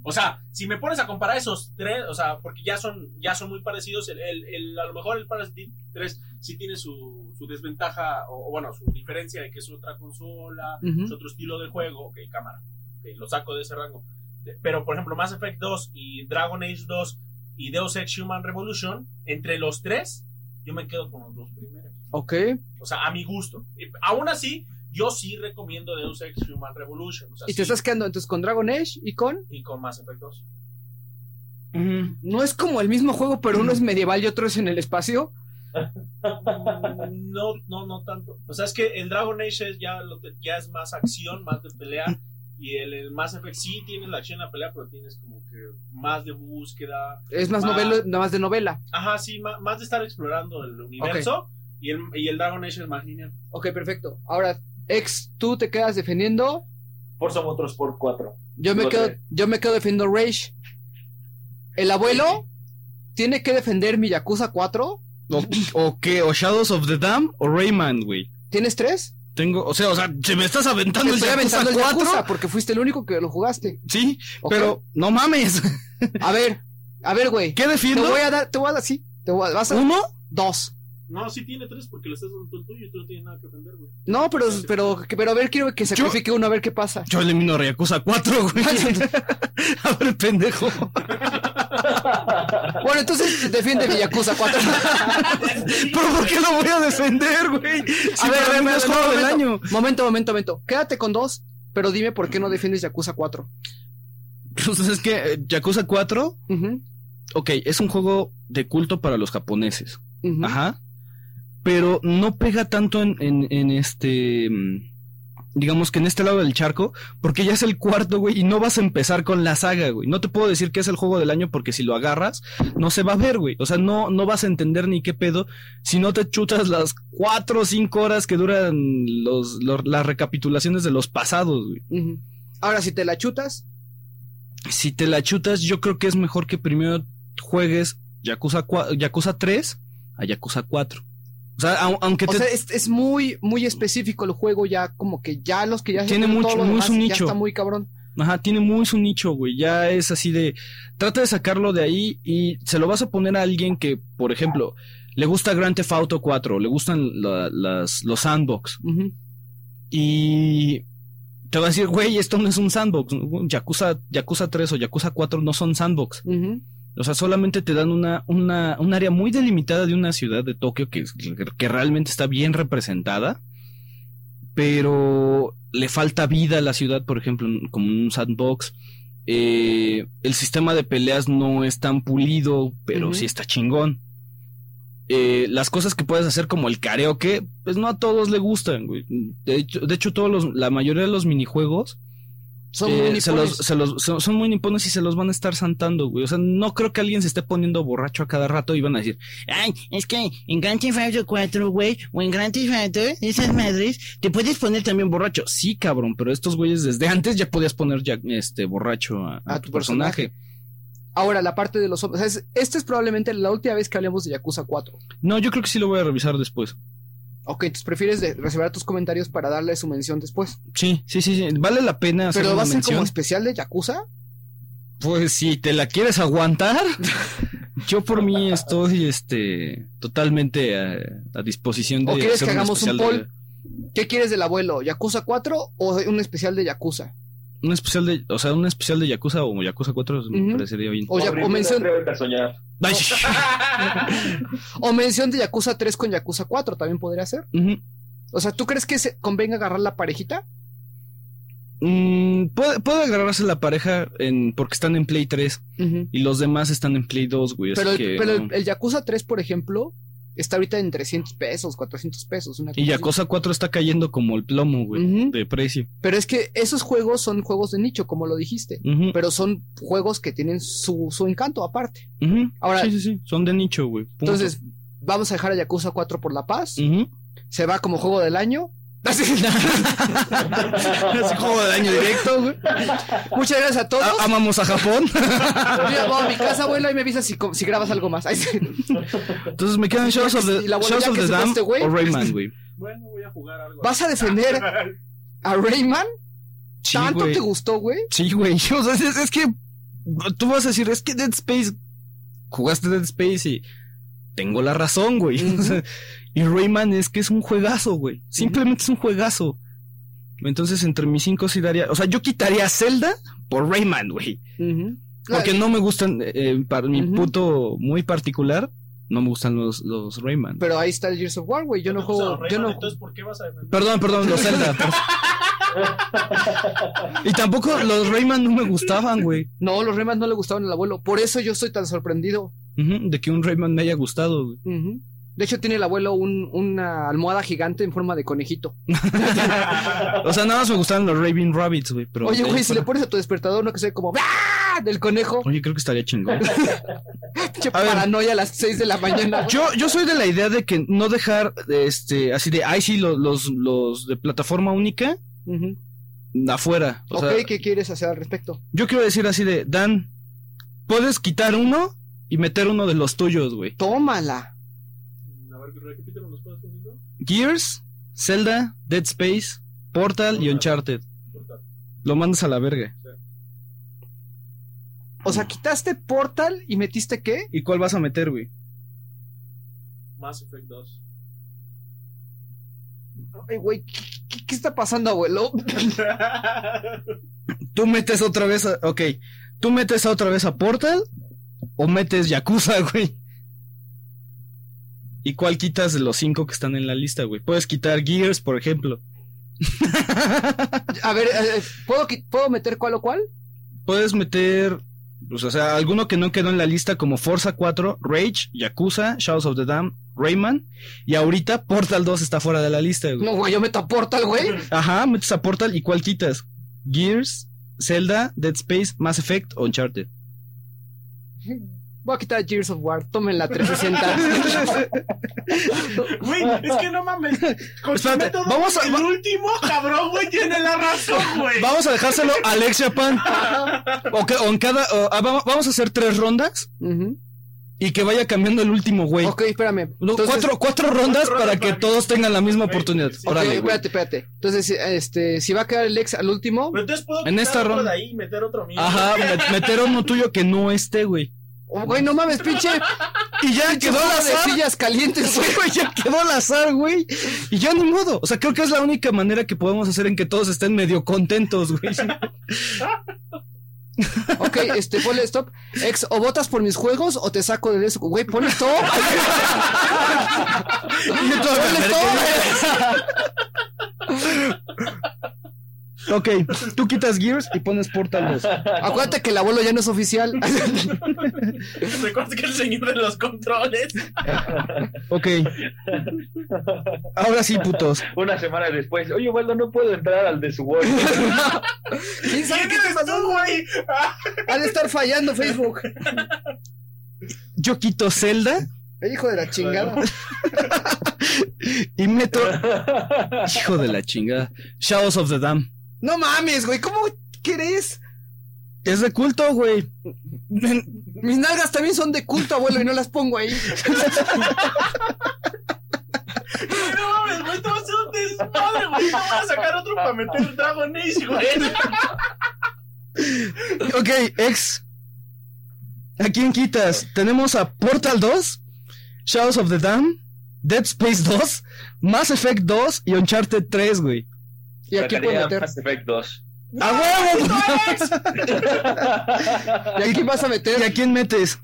C: O sea, si me pones a comparar esos tres, o sea, porque ya son, ya son muy parecidos, el, el- el- a lo mejor el Parasite 3 sí tiene su, su desventaja, o, o bueno, su diferencia de que es otra consola,
D: ujú.
C: es otro estilo de juego, ok, cámara, ok, lo saco de ese rango. De- Pero, por ejemplo, Mass Effect 2 y Dragon Age 2 y Deus Ex Human Revolution, entre los tres, yo me quedo con los dos primeros.
D: Ok.
C: O sea, a mi gusto. Y aún así, yo sí recomiendo Deus Ex Human Revolution. o sea,
D: Y
C: sí,
D: te estás quedando entonces con Dragon Age y con.
C: y con Mass Effect 2.
D: No es como el mismo juego, pero uno es medieval y otro es en el espacio.
C: Mm, No, no, no tanto. O sea, es que el Dragon Age es- ya, lo te- ya es más acción, más de pelea. Y el, el Mass Effect sí tienes la acción en la pelea, pero tienes como que más de búsqueda.
D: Es más
C: Ah.
D: novela, nada más de novela.
C: Ajá, sí, ma- más, de estar explorando el universo. Y, el, y el Dragon Age es más lineal.
D: Ok, perfecto. Ahora, ex, tú te quedas defendiendo.
F: Forza Motorsport 4.
D: Yo me,
F: Lo
D: quedo,
F: trae.
D: yo me quedo defendiendo Rage. El abuelo tiene que defender mi Yakuza 4.
B: O, o qué, o Shadows of the Dam o Rayman, güey.
D: ¿Tienes tres?
B: Tengo, o sea, o sea, se me estás aventando
D: Te
B: el
D: estoy
B: Yakuza
D: aventando el
B: 4.
D: Yakuza porque fuiste el único que lo jugaste.
B: Sí,
D: Ok.
B: pero no mames.
D: A ver, a ver, güey.
B: ¿Qué
D: Te
B: defiendo?
D: voy a dar, te voy a dar, sí. Te voy a, vas a,
B: ¿Uno?
D: dos.
C: No, sí tiene tres porque le estás dando tú el tuyo y tú no tienes nada que aprender, güey.
D: No, pero, pero, pero a ver, quiero que sacrifique uno, a ver qué pasa.
B: Yo elimino a Yakuza 4, güey. a ver, pendejo.
D: Bueno, entonces defiende mi Yakuza 4.
B: ¿Pero por qué lo voy a defender, güey? Si para mí es juego del año.
D: Momento, momento, momento. Quédate con dos, pero dime por qué no defiendes Yakuza 4.
B: Pues es que eh, Yakuza 4,
D: Ujú,
B: ok, es un juego de culto para los japoneses.
D: ujú.
B: Ajá. Pero no pega tanto en, en, en este. mm, Digamos que en este lado del charco, porque ya es el cuarto, güey, y no vas a empezar con la saga, güey. No te puedo decir que es el juego del año porque si lo agarras, no se va a ver, güey. O sea, no, no vas a entender ni qué pedo si no te chutas las cuatro o cinco horas que duran los, los- las recapitulaciones de los pasados, güey.
D: Ujú. Ahora, si te la chutas,
B: Si te la chutas, yo creo que es mejor que primero juegues Yakuza, cua- Yakuza 3 a Yakuza 4. O sea, au- aunque
D: o
B: te
D: sea, es, es muy, muy específico el juego, ya como que ya los que ya se
B: Tiene
D: tienen
B: mucho-
D: todo lo
B: muy
D: demás,
B: su
D: ya
B: nicho.
D: está muy cabrón.
B: Ajá, tiene muy su nicho, güey. Ya es así de. Trata de sacarlo de ahí y se lo vas a poner a alguien que, por ejemplo, le gusta Grand Theft Auto 4, le gustan la- las, los sandbox.
D: Ujú.
B: Y te va a decir, güey, esto no es un sandbox. Yakuza, Yakuza 3 o Yakuza 4 no son sandbox.
D: Ujú.
B: O sea, solamente te dan una, una, un área muy delimitada de una ciudad de Tokio que, que realmente está bien representada, pero le falta vida a la ciudad, por ejemplo, como un sandbox. Eh, el sistema de peleas no es tan pulido, pero
D: Ujú.
B: sí está chingón. Eh, las cosas que puedes hacer como el karaoke, pues no a todos le gustan, güey. De hecho, de hecho todos los- la mayoría de los minijuegos
D: Son
B: eh,
D: muy
B: se
D: nipones.
B: los- se los- son, son muy nipones y se los van a estar santando, güey. O sea, no creo que alguien se esté poniendo borracho a cada rato y van a decir, ay, es que en Grand Theft Auto 4, güey, o en Grand Theft Auto, esas madres, te puedes poner también borracho. Sí, cabrón, pero estos güeyes desde antes ya podías poner ya, este, borracho a, a
D: A
B: tu,
D: tu
B: personaje.
D: Ahora, la parte de los hombres. O sea, es- esta es probablemente la última vez que hablemos de Yakuza 4.
B: No, yo creo que sí lo voy a revisar después.
D: Ok, entonces prefieres de- reservar tus comentarios para darle su mención después.
B: Sí, sí, sí, sí. Vale la pena hacer
D: Pero
B: una
D: va a ser
B: mención.
D: como especial de Yakuza.
B: Pues si te la quieres aguantar, yo por mí estoy este totalmente a, a disposición de
D: ¿O quieres
B: hacer
D: que hagamos un
B: especial
D: poll? ¿Qué quieres del abuelo? ¿Yakuza 4 o un especial de Yakuza?
B: de, un especial de, o sea, un especial de Yakuza o Yakuza 4 me
D: Ujú.
B: parecería bien.
D: O, ya- o mención,
F: Atrévete a soñar.
B: Ay,
D: o mención de Yakuza 3 con Yakuza 4 también podría ser.
B: ujú.
D: O sea, ¿tú crees que se convenga agarrar la parejita?
B: Mm, puede, puede agarrarse la pareja en porque están en Play 3 y los demás están en Play 2, güey, así
D: Pero, el,
B: que,
D: pero el-
B: no.
D: el Yakuza 3, por ejemplo, está ahorita en 300 pesos, 400 pesos. Una
B: y
D: cosa
B: Yakuza 4 está cayendo como el plomo, güey,
D: Ujú.
B: de precio.
D: así. Pero es que esos juegos son juegos de nicho, como lo dijiste.
B: Ujú,
D: Pero son juegos que tienen su, su encanto aparte.
B: ujú.
D: Ahora-
B: sí, sí, sí, son de nicho, güey. punto. Mm.
D: Entonces, vamos a dejar a Yakuza 4 por la paz.
B: Ujú.
D: Se va como juego del año.
B: Así como de daño directo, güey.
D: Muchas gracias a todos.
B: A- amamos a Japón.
D: Yo ya voy a mi casa, abuelo, y me avisas si, co- si grabas algo más. Ay, sí.
B: Entonces me quedan
D: Ya
B: Shadows
D: que-
B: of the,
D: y la abuela,
B: Shadows
D: ya
B: of
D: que
B: the
D: se fue
B: Dam
D: este güey.
B: o Rayman, güey.
C: Bueno, voy a jugar algo.
D: ¿Vas a defender a Rayman?
B: Sí,
D: ¿Tanto
B: güey.
D: te gustó, güey?
B: Sí, güey. O sea, es, es que tú vas a decir, es que Dead Space jugaste Dead Space y tengo la razón, güey.
D: Ujú.
B: O sea, y Rayman es que es un juegazo, güey. Simplemente es un juegazo. Entonces, entre mis cinco sí daría, o sea, yo quitaría Zelda por Rayman, güey. Porque no me gustan, eh, eh, para mi
D: Ujú.
B: punto muy particular, no me gustan los, los Rayman.
D: Pero ahí está el Gears of War, güey. Yo no juego. Yo no
C: Entonces, ¿por qué vas a defender?
B: Perdón, perdón, los Zelda. por- y tampoco los Rayman no me gustaban, güey.
D: No, los Rayman no le gustaban al abuelo. Por eso yo estoy tan sorprendido.
B: Ujú, de que un Rayman me haya gustado, güey.
D: Ujú. De hecho, tiene el abuelo un- una almohada gigante en forma de conejito.
B: O sea, nada más me gustaron los Raving Rabbits, güey. Pero
D: Oye,
B: de ahí
D: güey, si
B: fuera-
D: le pones a tu despertador uno que sea como ¡Ah! del conejo,
B: Oye, creo que estaría chingón.
D: pinche
B: a ver.
D: paranoia a las 6 de la mañana. güey.
B: Yo, yo soy de la idea de que no dejar este así de ay sí lo- los, los de plataforma única
D: Ujú.
B: afuera. O
D: ok,
B: sea,
D: ¿qué quieres hacer al respecto?
B: yo quiero decir así de Dan, puedes quitar uno y meter uno de los tuyos, güey.
D: Tómala.
C: A ver, repíteme las cosas conmigo.
B: Gears, Zelda, Dead Space, Portal y Uncharted. Lo mandas a la verga.
D: O
B: Mm.
D: sea, quitaste Portal y metiste qué?
B: ¿Y cuál vas a meter, güey?
C: Mass Effect 2.
D: Ay, güey, ¿qué, qué- qué está pasando, abuelo?
B: Tú metes otra vez a... Ok. ¿Tú metes otra vez a Portal o metes Yakuza, güey? ¿Y cuál quitas de los cinco que están en la lista, güey? Puedes quitar Gears, por ejemplo.
D: A ver, eh, eh, ¿puedo, qui- ¿puedo meter cuál o cuál?
B: Puedes meter... Pues, o sea, alguno que no quedó en la lista como Forza 4, Rage, Yakuza, Shadows of the Dam, Rayman. Y ahorita Portal 2 está fuera de la lista, güey.
D: No, güey, yo meto a Portal, güey.
B: Ajá, metes a Portal y cuál quitas. Gears, Zelda, Dead Space, Mass Effect, Uncharted.
D: Voy a quitar Gears of War, tomen la 360.
C: Güey, es que no mames. Con su
B: Espérate,
C: método,
B: vamos a-
C: el
B: va-
C: último cabrón, güey, tiene la razón, güey.
B: Vamos a dejárselo a Alexia Pan. O, que- o en cada, o- ah, vamos vamos a hacer tres rondas
D: Ujú.
B: y que vaya cambiando el último, güey.
D: Ok, espérame.
B: No,
D: Entonces-
B: cuatro, cuatro rondas
C: cuatro
B: para
C: rondas
B: que
C: para que-
B: todos tengan la misma
C: Güey,
B: oportunidad.
C: sí.
D: Ok,
B: Órale, güey.
D: espérate, espérate. Entonces, este, si va a quedar el ex al último,
C: Pero entonces puedo
B: En
C: quitar
B: esta
C: otro
B: ronda.
C: de ahí y meter otro mío.
B: Ajá, me- meter uno tuyo que no esté, güey.
D: oh, güey, no mames, pinche,
B: Y ya
D: pinche
B: quedó al
D: juego de
B: azar.
D: sillas calientes, güey.
B: güey, ya quedó al azar, güey. Y ya ni modo. O sea, creo que es la única manera que podemos hacer en que todos estén medio contentos, güey.
D: Ok, este, ponle stop. Ex, o votas por mis juegos o te saco de eso. Güey, ponle stop.
B: Y yo todo, a ver, ¿qué- Ok, tú quitas Gears y pones Portal 2.
D: Acuérdate que el abuelo ya no es oficial.
C: Recuerda que el señor de los controles.
B: Ok. Ahora sí, putos.
F: Una semana después, oye, Waldo, no puedo entrar al de su Word.
D: ¿Quién sabe
C: ¿Quién
D: qué te
C: eres
D: pasó?
C: tú, güey?
D: Ha de estar fallando Facebook.
B: Yo quito Zelda
D: Eh, Hijo de la chingada.
B: y meto. Hijo de la chingada. Shadows of the Dam.
D: No mames, güey, ¿cómo querés?
B: Es de culto, güey.
D: Mis nalgas también son de culto, abuelo, y no las pongo ahí.
C: No mames, güey, te vas a hacer un desmadre, güey. No vas a sacar otro para meter Dragon Age, güey.
B: Ok, ex. ¿A quién quitas? Tenemos a Portal 2, Shadows of the Dam, Dead Space 2, Mass Effect 2 y Uncharted 3, güey.
D: Y aquí puedo
F: Sacaría
D: meter.
F: Mass Effect 2.
B: ¡A huevo!
D: ¿Y aquí vas a meter?
B: ¿Y a quién metes?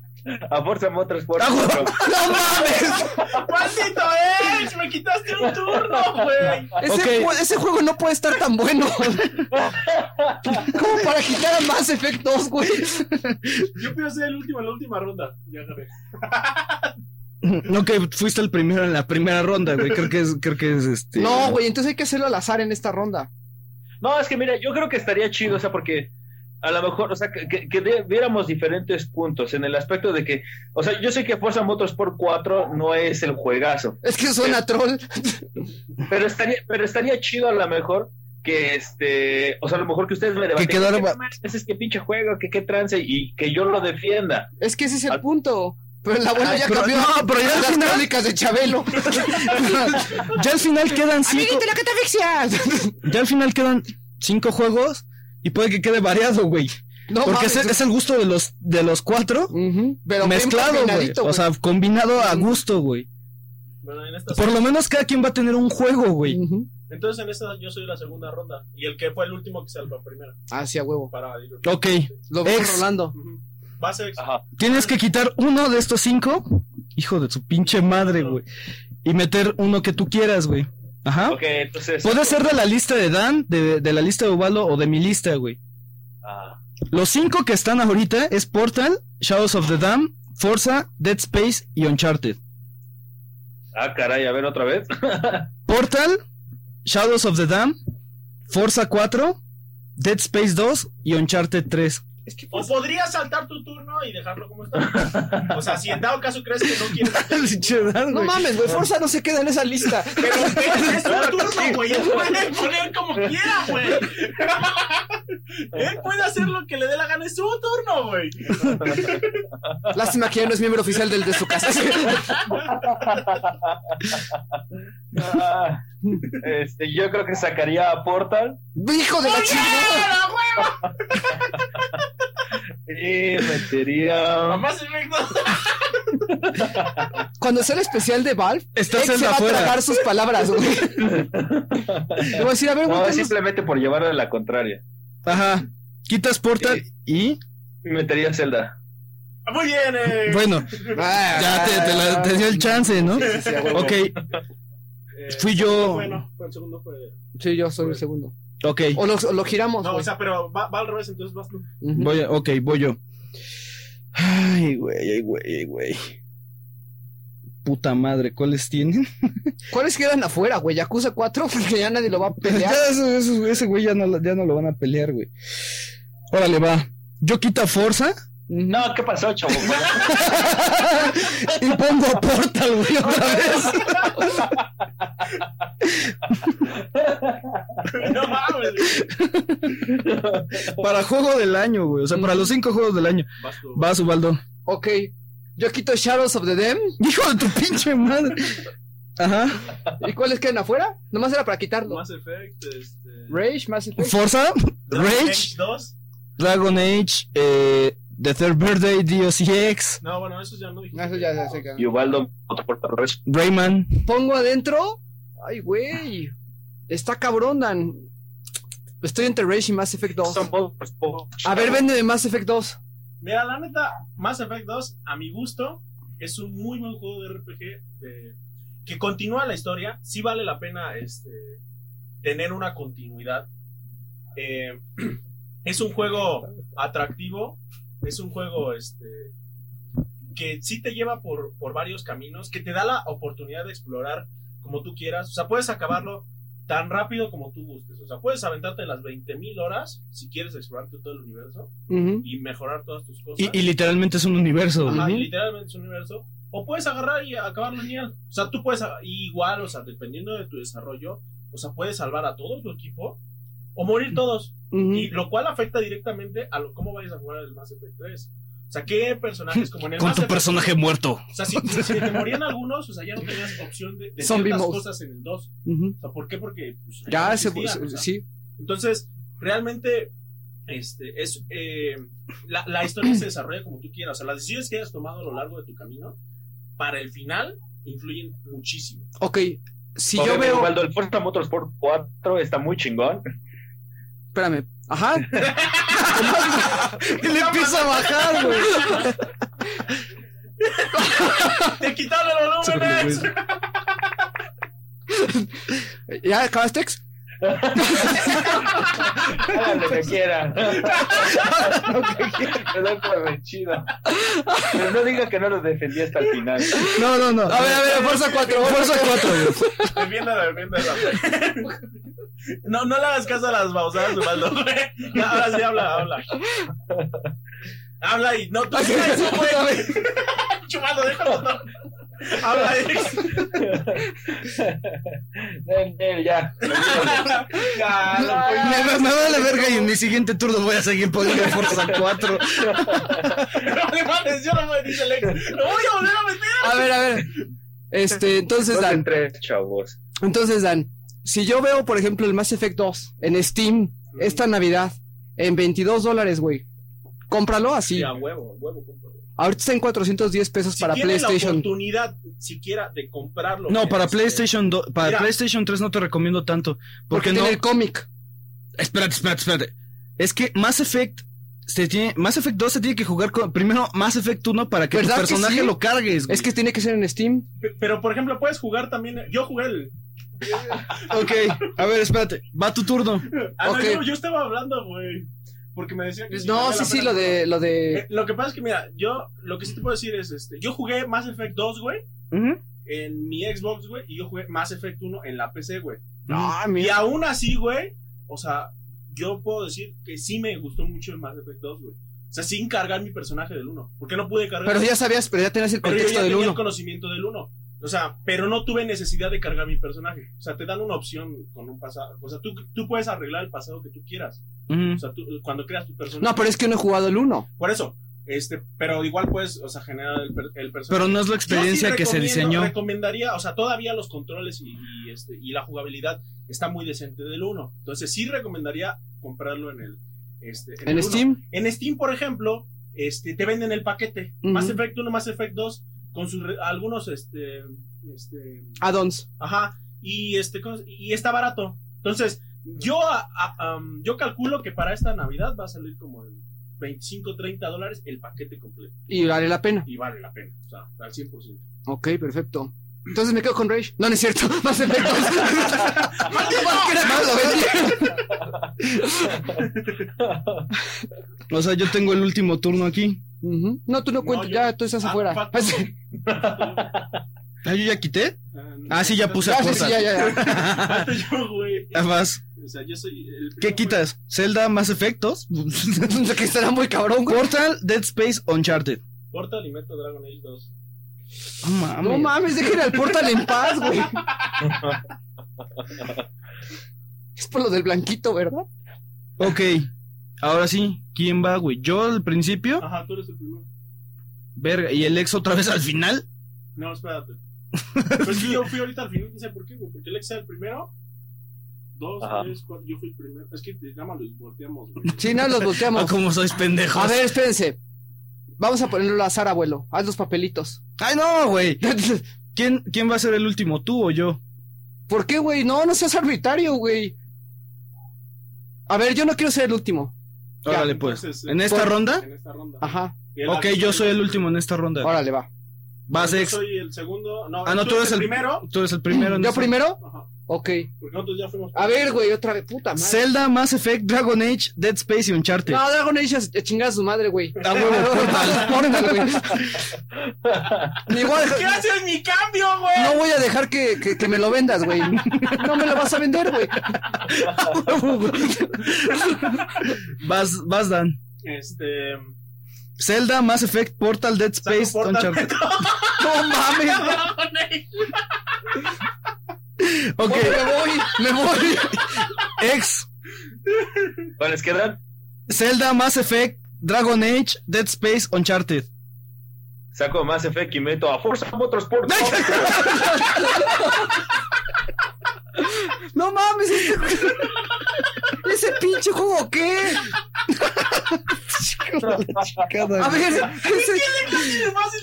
F: A Forza Motorsport.
B: ¡A huevo!
F: cuatro.
B: ¡No mames!
C: ¡Maldito Edge! ¡Me quitaste un turno, güey!
D: Ese,
B: Ok.
D: ju- ese juego no puede estar tan bueno. Como para quitar a Mass Effect 2, güey.
C: Yo pido ser el último en la última ronda. Ya gané.
B: No, que fuiste el primero en la primera ronda, güey. Creo que es, creo que es este.
D: No, güey, entonces hay que hacerlo al azar en esta ronda.
F: No, es que mira, yo creo que estaría chido, o sea, porque a lo mejor, o sea, que, que- que vi- viéramos diferentes puntos en el aspecto de que, o sea, yo sé que Forza Motorsport 4 no es el juegazo,
D: Es que suena troll.
F: pero estaría, pero estaría chido a lo mejor que este, o sea, a lo mejor que ustedes me debaten.
B: quedara-
F: Ese es que pinche juego, que qué trance y que yo lo defienda.
D: Es que ese es el
F: Al-
D: punto. Pero el abuelo
B: Ay,
D: ya
B: Ah, pero-
D: cambió
B: no,
D: a-
B: pero ya
D: a
B: al
D: las
B: final-
D: crónicas de Chabelo.
B: Ya al final quedan cinco.
D: ¡Amiguito, la catafixia!
B: Ya al final quedan cinco juegos y puede que quede variado, güey.
D: No,
B: Porque
D: mames.
B: es, es el gusto de los, de los cuatro
D: Ujú, Pero bien
B: mezclado, güey.
D: combinadito,
B: O sea, combinado a gusto, güey.
C: Bueno, en esta,
B: Por lo menos cada quien va a tener un juego,
D: güey.
B: güey.
D: Ujú.
C: entonces en esta yo soy la segunda ronda. Y el que fue el último que salva primero.
D: Ah, sí, a huevo.
C: Para digo.
B: Ok.
D: Lo veo
B: Ex.
D: rolando.
C: Ujú. Va a ser.
F: Ajá.
B: Tienes que quitar uno de estos cinco. Hijo de su pinche madre, güey. Y meter uno que tú quieras, güey. Ajá.
F: Ok, entonces.
B: Ah. Puede ser de la lista de Dan, de, de la lista de Ovalo o de mi lista, güey.
F: Ah,
B: Los cinco que están ahorita es Portal, Shadows of the Dam, Forza, Dead Space y Uncharted.
F: Ah, caray, a ver otra vez.
B: Portal, Shadows of the Dam, Forza 4, Dead Space 2 y Uncharted 3.
G: Es que
C: O podrías saltar tu turno y dejarlo como está. O sea, si en dado caso crees que no quieres.
G: No mames, güey, Forza no se queda en esa lista.
C: Pero es es su turno, güey. Él puede poner como quiera, güey. Él puede hacer lo que le dé la gana. Es su turno, güey.
D: Lástima que ya no es miembro oficial del de su casa.
F: Ah, este, yo creo que sacaría a Portal
D: ¡Hijo de la chingada!
C: ¡Mierda, güey!
F: y metería.
C: Mamá se me
D: Cuando sea el especial de Valve,
B: Estás
D: Ex
B: en
D: se va a
B: afuera.
D: tragar sus palabras, güey. Le voy a decir, a ver, güey,
F: No,
D: ¿qué nos-
F: simplemente por llevarle la contraria.
B: Ajá. Quitas Portal y.
F: Y metería a Zelda.
C: Muy bien, eh.
B: Bueno,
D: Ah,
B: ya te, te la- te dio el chance, ¿no?
D: Sí, sí, a huevo.
B: Ok,
C: Eh,
B: fui yo.
C: Bueno, fue el segundo fue.
D: Sí, yo soy el segundo.
B: ok.
D: O lo, o lo giramos.
C: No, o
D: güey.
C: sea, pero va, va al revés, entonces vas tú.
D: Ujú.
B: Voy, a- ok, voy yo. Ay, güey, ay, güey, ay, güey. Puta madre, ¿cuáles tienen?
D: ¿Cuáles quedan afuera, güey? Yakuza 4, porque ya nadie lo va a pelear.
B: Ya, eso- eso- ese güey ya no, lo- ya no lo van a pelear, güey. Órale, va. Yo quita Forza
D: Ujú.
F: No, ¿qué pasó, chavo?
B: y pongo a Portal, güey, otra vez.
C: No mames.
B: Para juego del año, güey. O sea, para los cinco juegos del año.
C: Vas tú.
B: Vas, Ubaldo.
D: Ok. Yo quito Shadows of the Dam.
B: Hijo de tu pinche madre. Ajá.
D: ¿Y cuáles quedan afuera? Nomás era para quitarlo.
C: Mass Effect, este.
D: Rage, Mass Effect.
B: Forza,
C: Dragon
B: Rage,
C: Age 2.
B: Dragon Age, eh, The Third Birthday, Dios Ex,
C: No, bueno, eso ya no dijiste.
D: Ah, Eso ya, ya se queda.
F: Y Ubaldo, otro Portal Rush.
B: Rayman.
D: Pongo adentro. Ay, güey. Está cabrón, Dan. Estoy entre Rage y Mass Effect 2.
F: Son pocos, pocos.
D: A ver, véndeme Mass Effect 2.
C: Mira, la neta, Mass Effect 2, a mi gusto, es un muy buen juego de RPG eh, que continúa la historia. Sí vale la pena este, tener una continuidad. Eh, es un juego atractivo, es un juego este, que sí te lleva por, por varios caminos, que te da la oportunidad de explorar como tú quieras. O sea, puedes acabarlo tan rápido como tú gustes. O sea, puedes aventarte las 20.000 horas si quieres explorarte todo el universo
D: Ujú.
C: y mejorar todas tus cosas.
B: Y, y literalmente es un universo, güey.
C: Ajá, y
D: Ujú.
C: literalmente es un universo. O puedes agarrar y acabar lineal. O sea, tú puedes aga- y igual, o sea, dependiendo de tu desarrollo, o sea, puedes salvar a todo tu equipo o morir todos.
D: Ujú.
C: Y lo cual afecta directamente a lo, cómo vayas a jugar el Mass Effect 3. O sea, ¿qué personajes como en el
B: Con
C: Mass
B: tu
C: Effect-
B: personaje muerto.
C: O sea, si, si te morían algunos, o sea, ya no tenías opción de, de
D: Zombie
C: ciertas
D: mode.
C: cosas en el 2.
D: Ujú.
C: O sea, ¿por qué? Porque pues, no
D: Ya se.
C: existían, o sea.
D: Sí.
C: Entonces, realmente, este, es, eh, la, la historia se desarrolla como tú quieras. O sea, las decisiones que hayas tomado a lo largo de tu camino, para el final, influyen muchísimo.
D: Ok. Si
F: Por
D: yo
F: ejemplo,
D: veo.
F: Ubaldo, el Forza Motorsport 4 está muy chingón.
D: Espérame. Ajá. Y le empieza a bajar, güey.
C: ¡Te quitaron el volumen! Ex!
D: ¿Ya acabaste? Ex?
F: Hagan lo que quieran. Hagan lo que quieran, me doy por vencido. Pero no diga que no los defendí hasta el final.
B: No, no, no.
D: A ver, a ver, Forza 4. Forza 4.
C: Defiéndela, defiéndela. No, no le hagas caso a las bausadas, Ubaldo. güey. No, Ahora sí habla, habla. Habla y no, tú sí eso, güey. Chumaldo, déjalo. no. Habla, ex.
F: Nel, nel, ya.
C: Ya, no, pues,
B: Me, me- me vale verga y en mi siguiente turno voy a seguir poniendo Forza 4.
C: No le mames, yo no me dice Lex. ¡Lo voy a volver a meter!
D: A ver, a ver. Este, entonces,
F: Dos en
D: Dan.
F: tres, chavos.
D: Entonces, Dan. Si yo veo, por ejemplo, el Mass Effect 2 en Steam esta Navidad en 22 dólares, güey. Cómpralo así.
C: Sí, a huevo, a huevo, cómpralo.
D: Ahorita está en 410 pesos
C: Si
D: para
C: tiene la
D: PlayStation.
C: oportunidad siquiera de comprarlo.
B: No,
C: mira,
B: para
C: este,
B: PlayStation do- para
C: Mira.
B: PlayStation 3 no te recomiendo tanto. Porque
D: Porque
B: no.
D: tiene el cómic.
B: Espérate, espérate, espérate. Es que Mass Effect se tiene. Mass Effect 2 se tiene que jugar con. Primero Mass Effect 1 para que tu
D: ¿Verdad que
B: personaje
D: sí?
B: lo cargues. güey.
D: Es que tiene que ser en Steam.
C: pe- Pero, por ejemplo, puedes jugar también. Yo jugué el.
B: Ok, a ver, espérate. Va tu turno.
C: Ah, no,
D: Ok.
C: yo, yo estaba hablando, güey. Porque me decía que. si
D: No,
C: valía
D: sí,
C: la
D: sí,
C: pena
D: lo de. Lo
C: comprarlo. Eh,
D: de... ¿Mm?
C: Lo que pasa es que, mira, yo lo que sí te puedo decir es este. Yo jugué Mass Effect 2, güey. en mi Xbox, güey, y yo jugué Mass Effect 1 en la PC, güey.
G: Ah,
C: Y
G: mira.
C: aún así, güey, o sea, yo puedo decir que sí me gustó mucho el Mass Effect 2, güey. O sea, sin cargar mi personaje del 1. Porque no pude cargar.
D: Pero ya sabías, pero ya tenías el
C: Pero yo
D: contexto
C: ya
D: del
C: tenía el
D: 1.
C: conocimiento del 1. O sea, pero no tuve necesidad de cargar mi personaje. O sea, te dan una opción con un pasado. O sea, tú, tú puedes arreglar el pasado que tú quieras. O sea, tú- cuando creas tu personaje.
D: No, pero es que no he jugado el 1.
C: Por eso. Este, pero igual puedes, o sea, generar el, per- el personaje.
B: Pero no es la
C: Yo sí
B: experiencia que se
C: recomiendo-
B: diseñó.
C: Recomendaría, o sea, todavía los controles y, y, este, y la jugabilidad está muy decente del 1. Entonces sí recomendaría comprarlo en el este, el
D: En
C: uno.
D: Steam.
C: En Steam, por ejemplo, este, te venden el paquete.
D: Ujú.
C: Mass Effect 1, Mass Effect 2, con sus re- algunos, este, este,
D: Addons.
C: ajá, y este, cos- y está barato. Entonces, yo, a- a- am, yo calculo que para esta Navidad va a salir como en 25, 30 dólares el paquete completo.
D: Y vale la pena.
C: Y vale la pena, o sea, al 100%.
D: Ok, perfecto. Entonces me quedo con Rage. No, no es cierto. Más efectos.
B: O sea, yo tengo el último turno aquí.
D: Ujú. No, tú no
C: No,
D: cuentas.
C: yo-
D: ya, tú estás
C: Ah,
D: afuera.
C: falta-
B: Ah, yo ya quité. Ah,
C: Ah,
B: sí, ya puse
D: Ya, sí, sí,
B: cosas.
D: ya, ya, ya.
C: Falta yo, güey.
B: Nada más.
C: O sea, yo soy el
B: ¿Qué
C: primero,
B: quitas? ¿Zelda más efectos?
D: que estará muy cabrón, güey.
B: Portal, Dead Space, Uncharted.
C: güey. Portal y meto Dragon Age 2.
B: No mames.
D: No mames, dejen al portal en paz, güey. Es por lo del blanquito, ¿verdad?
B: Ok. Ahora sí, ¿quién va, güey? ¿Yo al principio?
C: Ajá, tú eres el primero.
B: Verga, ¿y el ex otra vez al final?
C: No, espérate. Pues sí, yo fui ahorita al final, quién sabe por qué, güey. Porque Alex era el primero. Dos,
F: Ajá.
C: tres, cuatro. Yo fui el primero. Es que nada más los volteamos, güey.
D: Sí, no, los
B: Ah,
D: volteamos.
B: como sois pendejos.
D: A ver, espérense. Vamos a ponerlo al azar, abuelo. Haz los papelitos.
B: Ay, no, güey. ¿Quién, ¿Quién va a ser el último, tú o yo?
D: ¿Por qué, güey? No, no seas arbitrario, güey. A ver, yo no quiero ser el último. Ya,
B: Órale, pues.
C: entonces,
B: ¿En esta
D: por-
B: ronda?
C: En esta ronda.
D: Ajá.
C: Y el-
B: Ok, yo soy el último en esta ronda.
D: Órale, va.
B: Vas,
C: Yo
B: ex.
C: soy el segundo. No,
B: Ah, no, tú eres el-
C: primero.
B: Tú eres el primero. en
D: ¿Yo
B: esta-
D: primero?
C: Ajá.
D: Ok.
C: Porque nosotros ya fuimos.
D: A ver, güey, otra vez. Puta madre.
B: Zelda, Mass Effect, Dragon Age, Dead Space y Uncharted.
D: No, Dragon Age es- eh, chingada a su madre, güey.
B: A huevo, portal.
D: Portal, güey. Ni voy a
C: ¿Qué
D: dejar-
C: haces mi cambio, güey?
D: No voy a dejar que, que- que me lo vendas, güey. No me lo vas a vender, güey.
B: Vas, vas, Dan.
C: Este.
B: Zelda, Mass Effect, Portal, Dead Space,
C: Saco Portal.
B: Uncharted. No mames.
C: Dragon Age.
B: Ok, me
D: Me voy.
B: voy. Ex.
F: ¿Cuáles quedan?
B: Zelda, Mass Effect, Dragon Age, Dead Space, Uncharted.
F: Saco más Effect y meto a Forza Motorsport.
D: No mames, este juego- ese pinche juego qué? A
B: Ah,
D: ver, ese-
C: Es fácil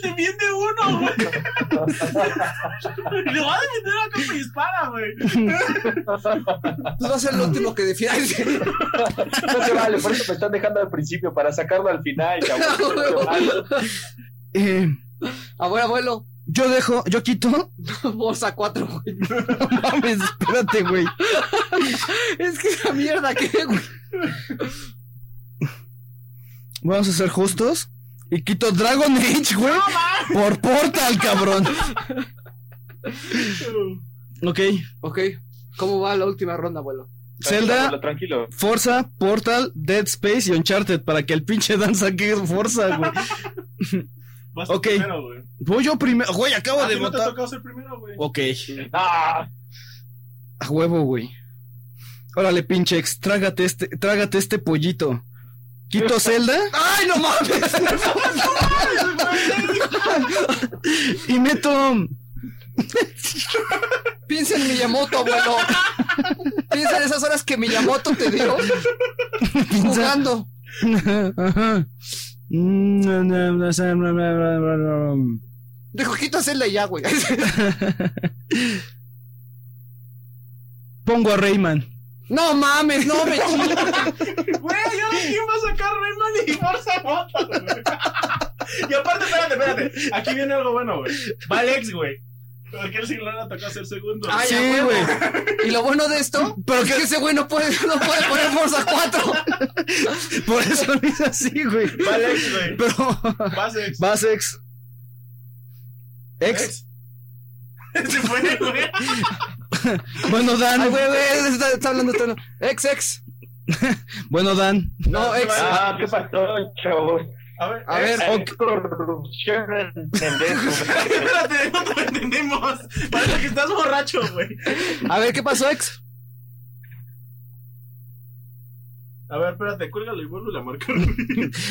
C: defiende uno, güey. Lo va a defender a capa y dispara, güey.
D: pues va a ser lo último que defienda.
F: No te vale, por eso me están dejando al principio, para sacarlo al final. cabrón. No te vale.
B: Eh,
D: Abuelo, abuelo,
B: yo dejo, yo quito.
D: bolsa 4, güey.
B: No mames, espérate, güey.
D: Es que esa mierda qué, güey.
B: Vamos a ser justos. Y quito Dragon Age, güey. Por Portal, cabrón. Ok.
D: Ok, ¿cómo va la última ronda, abuelo?
B: Zelda,
F: Tranquilo, Tranquilo.
B: Forza, Portal, Dead Space y Uncharted para que el pinche Dan saque Forza, güey.
C: Vas tú
B: Ok.
C: primero, güey.
B: Voy yo primero. Güey, acabo
C: A
B: de
C: ti no te
B: votar.
C: tocó ser primero, güey.
B: Ok.
F: Ah,
B: A huevo, güey. Órale, pinche ex, trágate este, trágate este pollito. Quito Zelda. ¡Ay, no mames! y meto.
D: Piensa en Miyamoto, abuelo. Piensa en esas horas que Miyamoto te dio jugando.
B: Ajá.
D: Dijo, quita Zelda y ya, güey.
B: Pongo a Rayman.
D: No mames, no me chingues.
C: Güey, yo quién va a sacar Rayman y Forza Motor, güey. Y aparte, espérate, espérate. Aquí viene algo bueno, güey. Va Alex, güey. Porque él sí lo van a tocar ser segundo.
D: Ay,
B: sí,
D: a huevo.
B: güey.
D: Y lo bueno de esto, pero que ese güey no puede, no puede poner Forza 4.
B: Por eso lo hice así, güey.
C: Va Alex, güey.
B: Pero.
C: Vas Alex.
B: Vas, ex. Ex.
C: Se fue, güey.
B: Bueno, Dan.
D: Ay, güey, güey, está, está hablando, está hablando. Ex, ex.
B: Bueno, Dan.
D: No, Eh, ex.
F: Ah, ¿qué pasó, chavos?
C: A ver,
D: A ver,
F: Hay corrupción en el beso.
C: espérate, no te entendemos. Parece que estás borracho, güey.
D: a ver, ¿qué pasó, ex?
C: A ver, espérate, cuélgalo y vuelvo a marcar.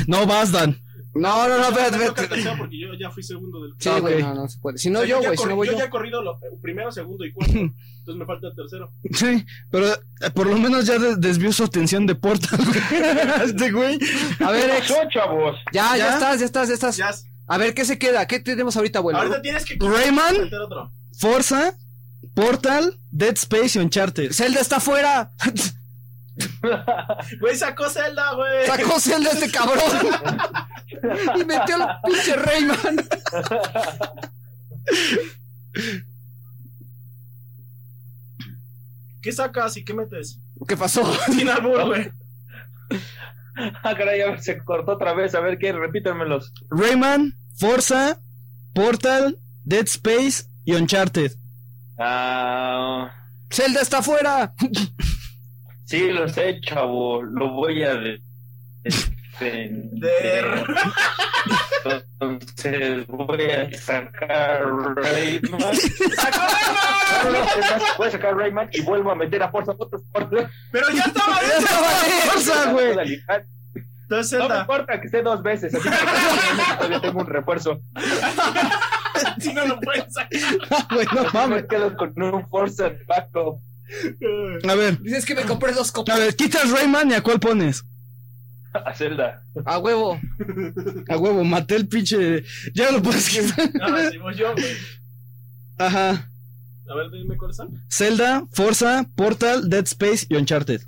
B: No vas, Dan.
D: No, no, no, espérate,
C: No toca
D: espérate.
C: canción porque yo ya fui segundo del.
D: Sí,
B: Ah,
D: güey,
B: ok.
D: no, no se puede. Si
C: O
D: no,
C: sea,
D: yo,
C: ya
D: güey, si
C: corrí-
D: no, voy yo.
C: ya he corrido lo- primero, segundo y cuarto. Entonces me falta el tercero.
B: Sí, pero eh, por lo menos ya de- desvió su atención de Portal. güey. este güey.
D: A ver, ex.
F: pasó, chavos?
D: Ya, ya
B: ¿Ya?
D: estás, ya estás, ya estás.
C: Ya. es-
D: A ver, ¿qué se queda? ¿Qué tenemos ahorita, abuelo?
C: Ahorita tienes que
B: Rayman,
C: meter otro.
B: Forza, Portal, Dead Space y Uncharted.
D: Zelda está afuera.
C: Güey, sacó Zelda, güey.
D: Sacó Zelda este cabrón. y metió al pinche Rayman.
C: ¿Qué sacas y qué metes?
D: ¿Qué pasó?
C: Sin albur, güey.
F: Ah, caray, a ver, se cortó otra vez. A ver, ¿qué? Repítanmelos.
B: Rayman, Forza, Portal, Dead Space y Uncharted.
F: Ah,
D: Zelda está afuera.
F: sí, lo sé, chavo. Lo voy a... de- defender.
C: De-
F: Entonces voy a sacar Rayman.
C: ¡Sacó Rayman!
F: voy a sacar Rayman y vuelvo a meter a Forza Motorsport.
C: Pero ya estaba ahí.
B: Forza, güey.
C: Entonces
F: No me
C: Zelda.
F: importa que esté dos veces. Así que todavía tengo un refuerzo.
C: Si no lo pueden sacar.
B: ah, Güey, no
F: Yo
B: mames.
F: me quedo con un Forza de backup.
B: A ver,
D: Dices que me compré dos
B: a
D: copas.
B: ver, quitas Rayman y a cuál pones.
F: A Ah, Zelda.
D: A huevo.
B: A huevo, maté el pinche. Ya lo puedes quitar.
C: Ah, sí, voy yo, güey.
B: Ajá.
C: A ver, dime cuáles son.
B: Zelda, Forza, Portal, Dead Space y Uncharted.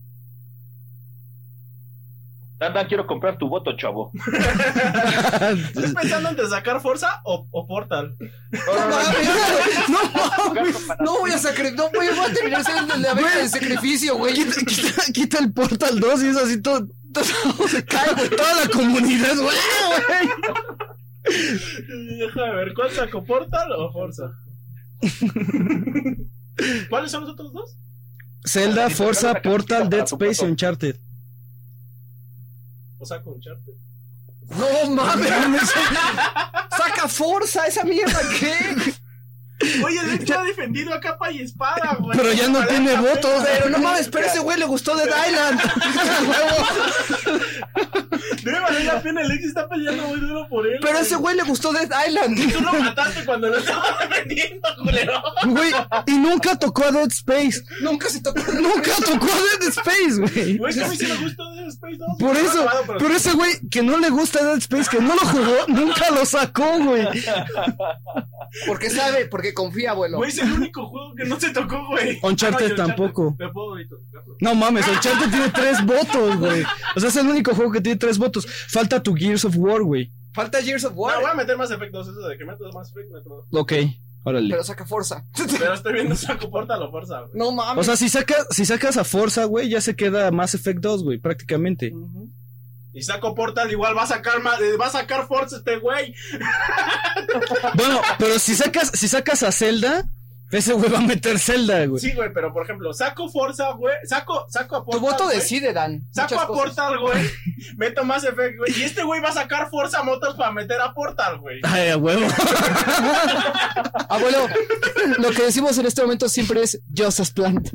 F: Nada, quiero comprar tu voto, chavo.
C: Estoy pensando entre sacar Forza o, o Portal.
D: No mames. No mames.
F: Para-
D: No voy a sacrificar. No, güey, voy a terminar siendo el de la venta del sacrificio, güey.
B: Quita, quita, quita el Portal 2 y es así todo. todo se cae, güey. Toda la comunidad, güey.
C: Déjame ver, ¿cuál saco? ¿Portal o Forza? ¿Cuáles son los otros dos?
B: Zelda, Forza, Portal, Dead
F: Para tu
B: Space y
F: voto.
B: Uncharted.
C: O saco Uncharted.
D: No mames. Saca fuerza esa mierda, ¿qué?
C: Oye, el está defendido a capa y espada, güey.
B: Pero ya no tiene votos. eh.
D: Pero no mames, pero ese güey le gustó Dead Island. A huevo.
C: Debe valer la pena, el X está peleando muy duro por él.
D: Pero ese güey le gustó Dead Island.
C: Tú lo mataste cuando lo estaba defendiendo, culero.
B: Güey, y nunca tocó a Dead Space.
D: Nunca se tocó.
B: Nunca tocó a Dead Space, güey.
C: Güey, que a mí sí me gustó de Space 2.
B: Por
C: güey.
B: eso,
C: Claro,
B: pero ese güey que no le gusta Dead Space, que no lo jugó, nunca lo sacó, güey.
D: Porque sabe, porque confía, abuelo.
C: Güey, es el único juego que no se tocó, güey.
B: Uncharted
C: Ah, no, y
B: tampoco.
C: Me puedo ahorita tocarlo.
B: No mames, Uncharted tiene tres votos, güey. O sea, es el único juego que tiene tres votos. Falta tu Gears of War, güey.
D: Falta Gears of
C: No,
D: War,
C: voy a meter más efectos, eso de que metas más efectos. meto-
B: Ok, órale.
D: pero saca fuerza.
C: Pero estoy viendo saco portal o fuerza, güey.
D: No
B: O
D: mames.
B: sea, si sacas, si sacas a Forza, güey, ya se queda Mass Effect 2, güey, prácticamente.
C: Y saco portal, igual va a sacar más, eh, va a sacar force este güey.
B: Bueno, pero si sacas, si sacas a Zelda, ese güey va a meter Zelda, güey.
C: Sí, güey, pero por ejemplo, saco forza, güey. Saco, saco a
D: tu
C: portal.
D: voto
C: güey.
D: decide, Dan.
C: Saco
D: Muchas
C: a
D: cosas.
C: portal, güey. Meto más efecto, güey. Y este güey va a sacar forza motos para meter a portal, güey.
B: Ay, a huevo.
D: Abuelo, lo que decimos en este momento siempre es Just as planned.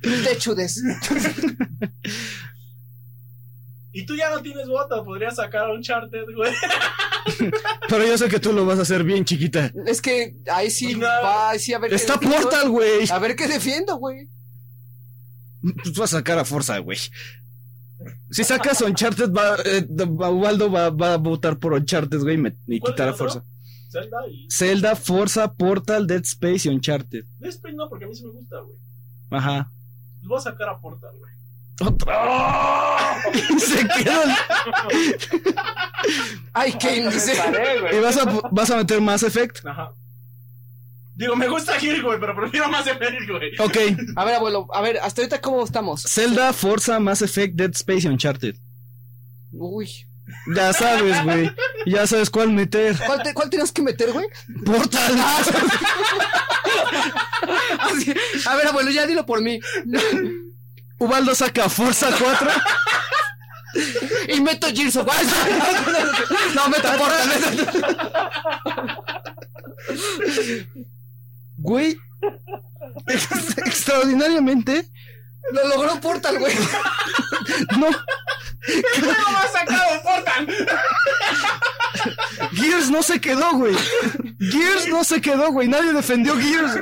D: Te chudes.
C: Y tú ya no tienes botas, podrías sacar a Uncharted, güey.
B: Pero yo sé que tú lo vas a hacer bien, chiquita.
D: Es que ahí sí
C: No.
D: va, ahí sí a ver. qué
B: Está
D: defiendo.
B: Portal, güey.
D: A ver qué defiendo, güey.
B: Pues vas a sacar a Forza, güey. Si sacas Uncharted, va, eh, va- Waldo va, va a votar por Uncharted, güey, y me- y
C: ¿Cuál es
B: quitar
C: el
B: a
C: otro?
B: Forza.
C: Zelda y.
B: Zelda, Forza, Portal, Dead Space y Uncharted.
C: Dead Space no, porque a mí sí me gusta, güey.
B: Ajá.
C: Los voy a sacar a portal, güey.
B: Se quedó el-
D: Ay, qué índice.
F: Paré, güey.
B: ¿Y vas a, vas a meter más Effect?
C: Ajá. Digo, me gusta Hill, güey, pero prefiero más Effect, güey.
B: Ok.
D: A ver, abuelo, a ver, hasta ahorita cómo estamos.
B: Zelda, Forza, Mass Effect, Dead Space y Uncharted.
D: Uy.
B: Ya sabes, güey. Ya sabes cuál meter.
D: ¿Cuál, te- cuál tenías que meter, güey?
B: Portal.
D: Así- Ah, A ver, abuelo, ya dilo por mí.
B: Ubaldo saca Forza 4.
D: Y meto Gears of War. No, meto Portal. meto-
B: Güey. Extraordinariamente.
D: Lo logró Portal, güey.
B: No.
C: ¡No me ha sacado Portal!
B: Gears no se quedó, güey. Gears no se quedó, güey. Nadie defendió Gears.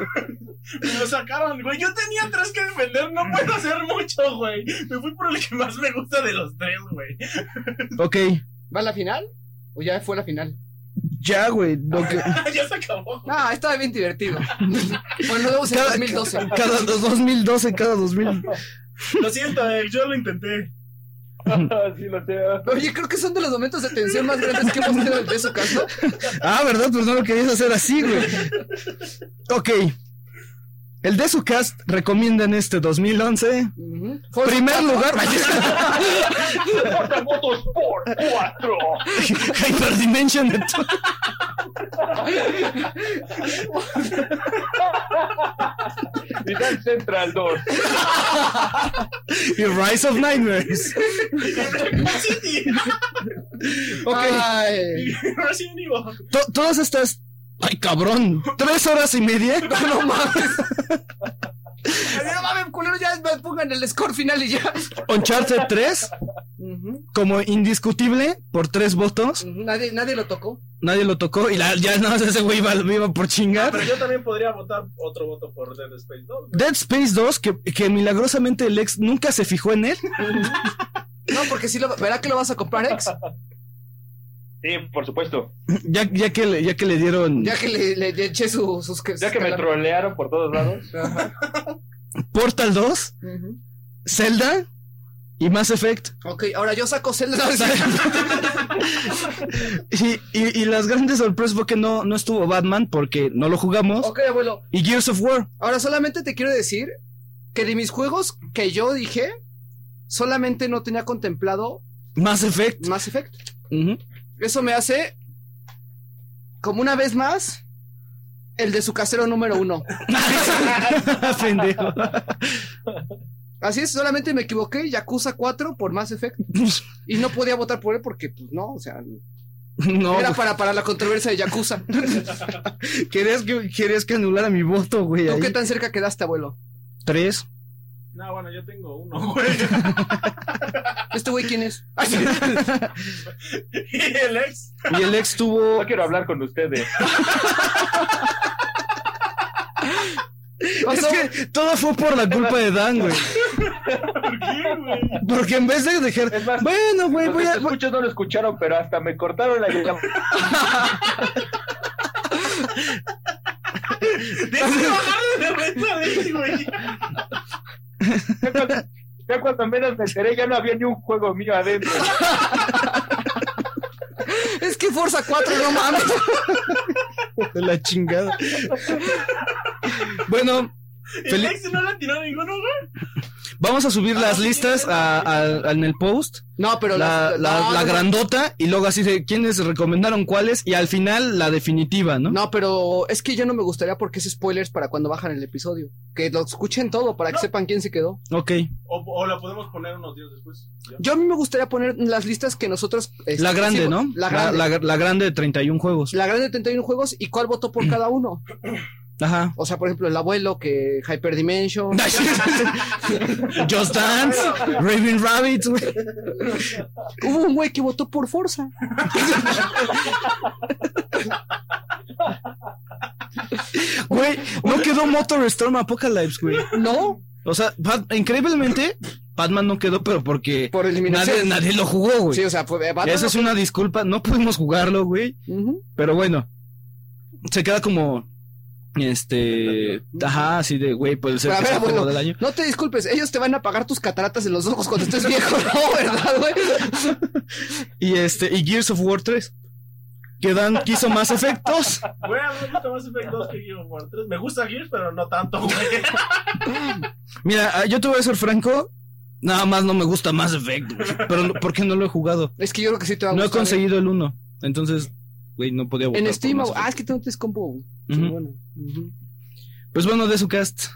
C: Me lo sacaron, güey. Yo tenía tres que defender, no puedo hacer mucho, güey. Me fui por el que más me gusta de los tres, güey.
B: Ok.
D: ¿Va a la final? ¿O ya fue la final?
B: Ya, güey. Lo que...
C: Ah, ya se acabó.
D: No, estaba bien divertido. Bueno, nos vemos en
B: Cada-
D: 2012.
B: Cada 2012, cada 2000.
C: Lo siento, eh, yo lo intenté.
F: sí, lo sé.
D: Oye, creo que son de los momentos de tensión más grandes que hemos tenido de su caso.
B: Ah, ¿verdad? Pues no lo querías hacer así, güey. Ok. El de su cast recomienda en este 2011. Primer lugar.
F: Motormotos por cuatro.
B: Hyperdimension. de to-
F: Final Central 2.
B: Y Rise of Nightmares.
C: City.
B: Ok.
D: Ay,
C: Resident Evil.
B: To- todas estas. Ay, cabrón. Tres horas y media. No mames.
D: no mames, culero, ya me pongan el score final y ya.
B: Uncharted 3,
D: Ujú,
B: como indiscutible, por tres votos.
D: ujú, Nadie, nadie lo tocó.
B: Nadie lo tocó. Y la- ya nada más ese güey iba, iba por chingar.
C: Pero yo también podría votar otro voto por Dead Space 2.
B: Dead Space 2, que, que milagrosamente el ex nunca se fijó en él.
D: No, porque sí lo verá que lo vas a comprar, ex.
F: Sí, por supuesto.
B: Ya, ya, que, le, ya que le dieron.
D: Ya que le, le- le eché su- sus
F: Ya que me trolearon por todos lados.
D: Ajá,
B: Portal 2,
D: ujú.
B: Zelda y Mass Effect.
D: Ok, ahora yo saco Zelda.
B: Y, y, y las grandes sorpresas fue que no, no estuvo Batman porque no lo jugamos.
D: ok, abuelo.
B: Y Gears of War.
D: Ahora solamente te quiero decir que de mis juegos que yo dije, solamente no tenía contemplado
B: Mass Effect.
D: Mass Effect.
B: Ujú.
D: Eso me hace como una vez más el de su casero número uno.
B: Pendejo.
D: Así es, solamente me equivoqué, Yakuza 4 por Mass Effect. Y no podía votar por él porque, pues no, o sea,
B: No,
D: era para, para la controversia de Yakuza.
B: querías que, querías que anulara mi voto, güey.
D: ¿Tú
B: ahí.
D: qué tan cerca quedaste, abuelo?
B: Tres.
C: No, bueno, yo tengo uno, güey.
D: ¿Este güey quién es?
C: y el ex.
B: Y el ex tuvo.
F: No quiero hablar con ustedes.
D: Pasó-
B: Es que todo fue por la culpa de Dan, güey.
C: ¿Por qué, güey?
B: Porque en vez de dejar.
F: Es más,
B: Bueno, güey,
F: Los
B: voy
F: que
B: a.
F: te escuchas no lo escucharon, pero hasta me cortaron la llamada.
C: Deja de bajarle de renta de ese, güey.
F: Ya cuando, ya cuando menos me enteré, ya no había ni un juego mío adentro.
D: Es que Forza 4, no mames.
B: De la chingada. Bueno,
C: El
B: Feliz-
C: ex no la tiró ninguno, güey.
B: vamos a subir las
C: Ah,
B: listas
C: sí,
B: a- a- en el post.
D: No, pero
B: la,
D: las-
B: la-
D: no,
B: la
D: no,
B: grandota y luego así de quiénes recomendaron cuáles y al final la definitiva, ¿no?
D: No, No, pero es que yo no me gustaría porque es spoilers para cuando bajan el episodio. Que lo escuchen todo para que
C: No.
D: sepan quién se quedó.
B: Ok.
C: O, o la podemos poner unos días después. Ya.
D: Yo a mí me gustaría poner las listas que nosotros. este,
B: La grande,
D: hicimos.
B: ¿no?
D: La grande.
B: La,
D: La,
B: la grande de 31 juegos.
D: grande de 31 juegos y cuál votó por cada uno.
B: Ajá.
D: O sea, por ejemplo, el abuelo, que Hyperdimension.
B: Just Dance, Raven Rabbit, güey.
D: Hubo un güey que votó por Forza.
B: Güey, No quedó Motor Storm Apocalypse, güey.
D: No,
B: O sea, Bat- increíblemente, Batman no quedó, pero porque
D: por eliminación.
B: nadie, nadie lo jugó, güey.
D: Sí, o sea, fue eh, Batman.
B: Esa es una disculpa, no pudimos jugarlo, güey.
D: Ujú.
B: Pero bueno, se queda como. Este. Ajá, así de, güey, puede ser
D: Pero a
B: que
D: ver,
B: sea juego
D: abuelo,
B: del año.
D: no te disculpes, ellos te van a pagar tus cataratas en los ojos cuando estés viejo, ¿no? ¿Verdad, güey?
B: Y este, y Gears of War 3. Que Dan quiso más efectos.
C: Güey, a mí me gusta más Effect 2 que Gears of War 3. Me gusta Gears, pero no tanto, güey.
B: Mira, ah, yo te voy a ser franco. Nada más no me gusta más efectos. Pero no- porque no lo he jugado.
D: Es que yo creo que sí te va a
B: No he
D: gustar, ¿eh?
B: conseguido el 1. Entonces, güey, no podía votar.
G: En
B: por
G: Steam,
B: Mass
G: güey. ah,
B: Effect.
G: es que tú no tienes compu.
B: Ujú.
G: Sí, bueno. Ujú.
B: Pues bueno, de su cast.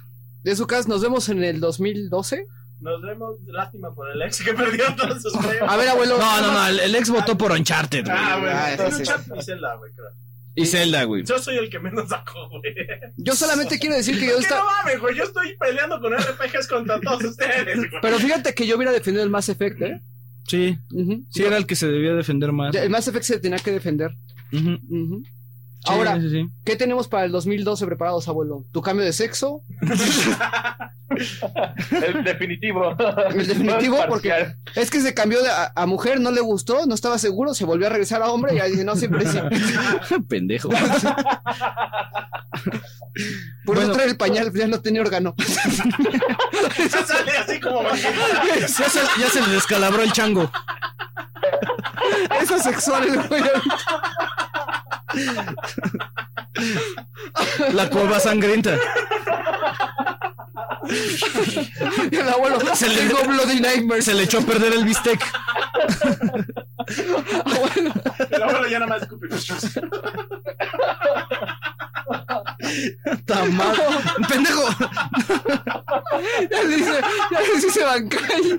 D: De su casa, nos vemos en el 2012.
C: Nos vemos. Lástima por el ex que perdió todos sus juegos.
D: A ver, abuelo.
B: No, no, no, el, el ex votó por Uncharted, güey.
C: Ah, bueno.
D: Ah,
C: tiene
D: sí,
C: un
D: sí.
C: chat ni Zelda, güey, creo.
B: Y Zelda, güey.
C: Yo soy el que menos sacó, güey.
D: Yo solamente quiero decir que yo
C: ¿Qué no
D: estaba.
C: mames, güey? Yo estoy peleando con RPGs contra todos ustedes, güey.
D: Pero fíjate que yo hubiera defendido el Mass Effect, ¿eh?
B: Sí,
D: Ujú.
B: sí era el que se debía defender más.
D: El Mass Effect se tenía que defender.
B: Ujú.
D: Ujú.
B: Sí,
D: Ahora,
B: sí, sí.
D: ¿qué tenemos para el 2012 preparados, abuelo? ¿Tu cambio de sexo?
F: El definitivo.
D: El definitivo,
F: No es
D: porque-
F: parcial.
D: Es que se cambió de a, a mujer, no le gustó, no estaba seguro, se volvió a regresar a hombre y ahí dice, no, siempre sí.
B: Pendejo.
D: Por
B: Bueno.
D: eso trae el pañal, ya no tenía órgano.
C: Ya sale así como vaquita.
B: ya, se, ya se le descalabró el chango.
D: Es asexual el güey.
B: La cueva sangrenta.
D: El abuelo,
B: Se le-
D: tengo Bloody Nightmares.
B: Se le echó a perder el bistec.
D: Abuelo,
C: El abuelo ya nada más escupe.
B: Ta madre. Pendejo.
D: ya le dice, ya le dice Bancay.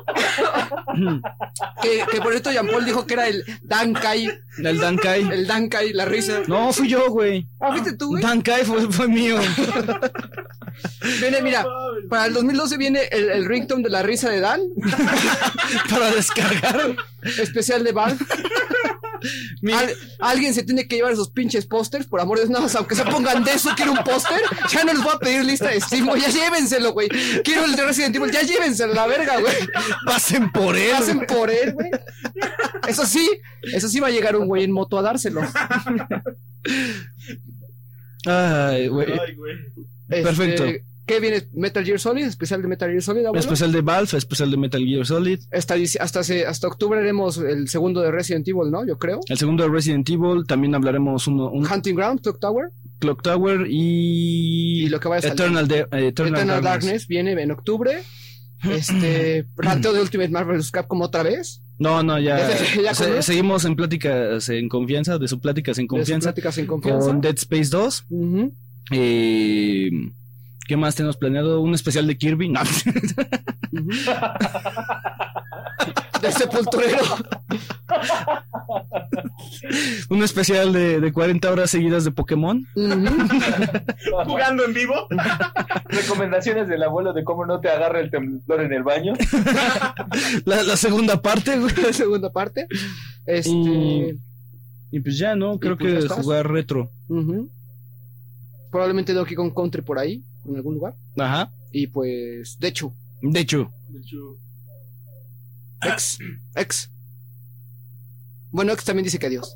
D: que, que por esto Jean Paul dijo que era el Dankai,
B: El Dankai.
D: el Dankai, la risa.
B: No, fui yo, güey.
D: Ah, ¿viste tú, güey?
B: Dankai fue, fue mío.
D: Viene, mira, para el 2012 viene el, el ringtone de la risa de Dan,
B: Para descargar.
D: especial de Val.
B: Mi-
D: Al- alguien se tiene que llevar esos pinches pósters, por amor de Dios, nada más, aunque se pongan de eso, quiero un póster. Ya no les voy a pedir lista de Steam, güey, ya llévenselo, güey. Quiero el de Resident Evil, ya llévenselo, la verga, güey.
B: Pasen por él.
D: Pasen por él, güey. Eso sí, eso sí va a llegar un güey en moto a dárselo.
B: Ay, güey.
C: Ay, güey.
D: Este,
B: Perfecto.
D: ¿Qué viene? Metal Gear Solid, especial de Metal Gear Solid, abuelo.
B: Especial de Valve, especial de Metal Gear Solid.
D: Hasta, dic- hasta, se- hasta octubre haremos el segundo de Resident Evil, ¿no? Yo creo.
B: El segundo de Resident Evil. También hablaremos uno, un
D: Hunting Ground, Clock Tower.
B: Clock Tower y.
D: Y lo que vaya a salir.
B: Eternal, de- eh, Eternal
D: Eternal, Darkness.
B: Darkness.
D: viene en octubre. Este, Ranteo de Ultimate Marvel vs. Capcom otra vez.
B: No, no, ya. eh,
D: Ese- ya
B: se-
D: con-
B: seguimos en pláticas en confianza, de su pláticas en
D: De sus
B: confianza.
D: pláticas en confianza.
B: Con Dead Space 2.
D: Ujú.
B: Eh, ¿Qué más tenemos planeado? ¿Un especial de Kirby? No.
D: De Sepulturero.
B: ¿Un especial de, de 40 horas seguidas de Pokémon?
D: Ujú.
C: Jugando en vivo.
F: Recomendaciones del abuelo de cómo no te agarra el temblor en el baño.
B: La, la segunda parte, güey.
D: La segunda parte. Este.
B: Y- Y pues ya, ¿no? Creo
D: pues ya
B: que
D: estás.
B: jugar retro.
D: ujú. Probablemente Donkey Kong Country por ahí, en algún lugar.
B: Ajá.
D: Y pues, de hecho,
B: De hecho,
C: De hecho,
D: ex, ex. Bueno, ex también dice que adiós.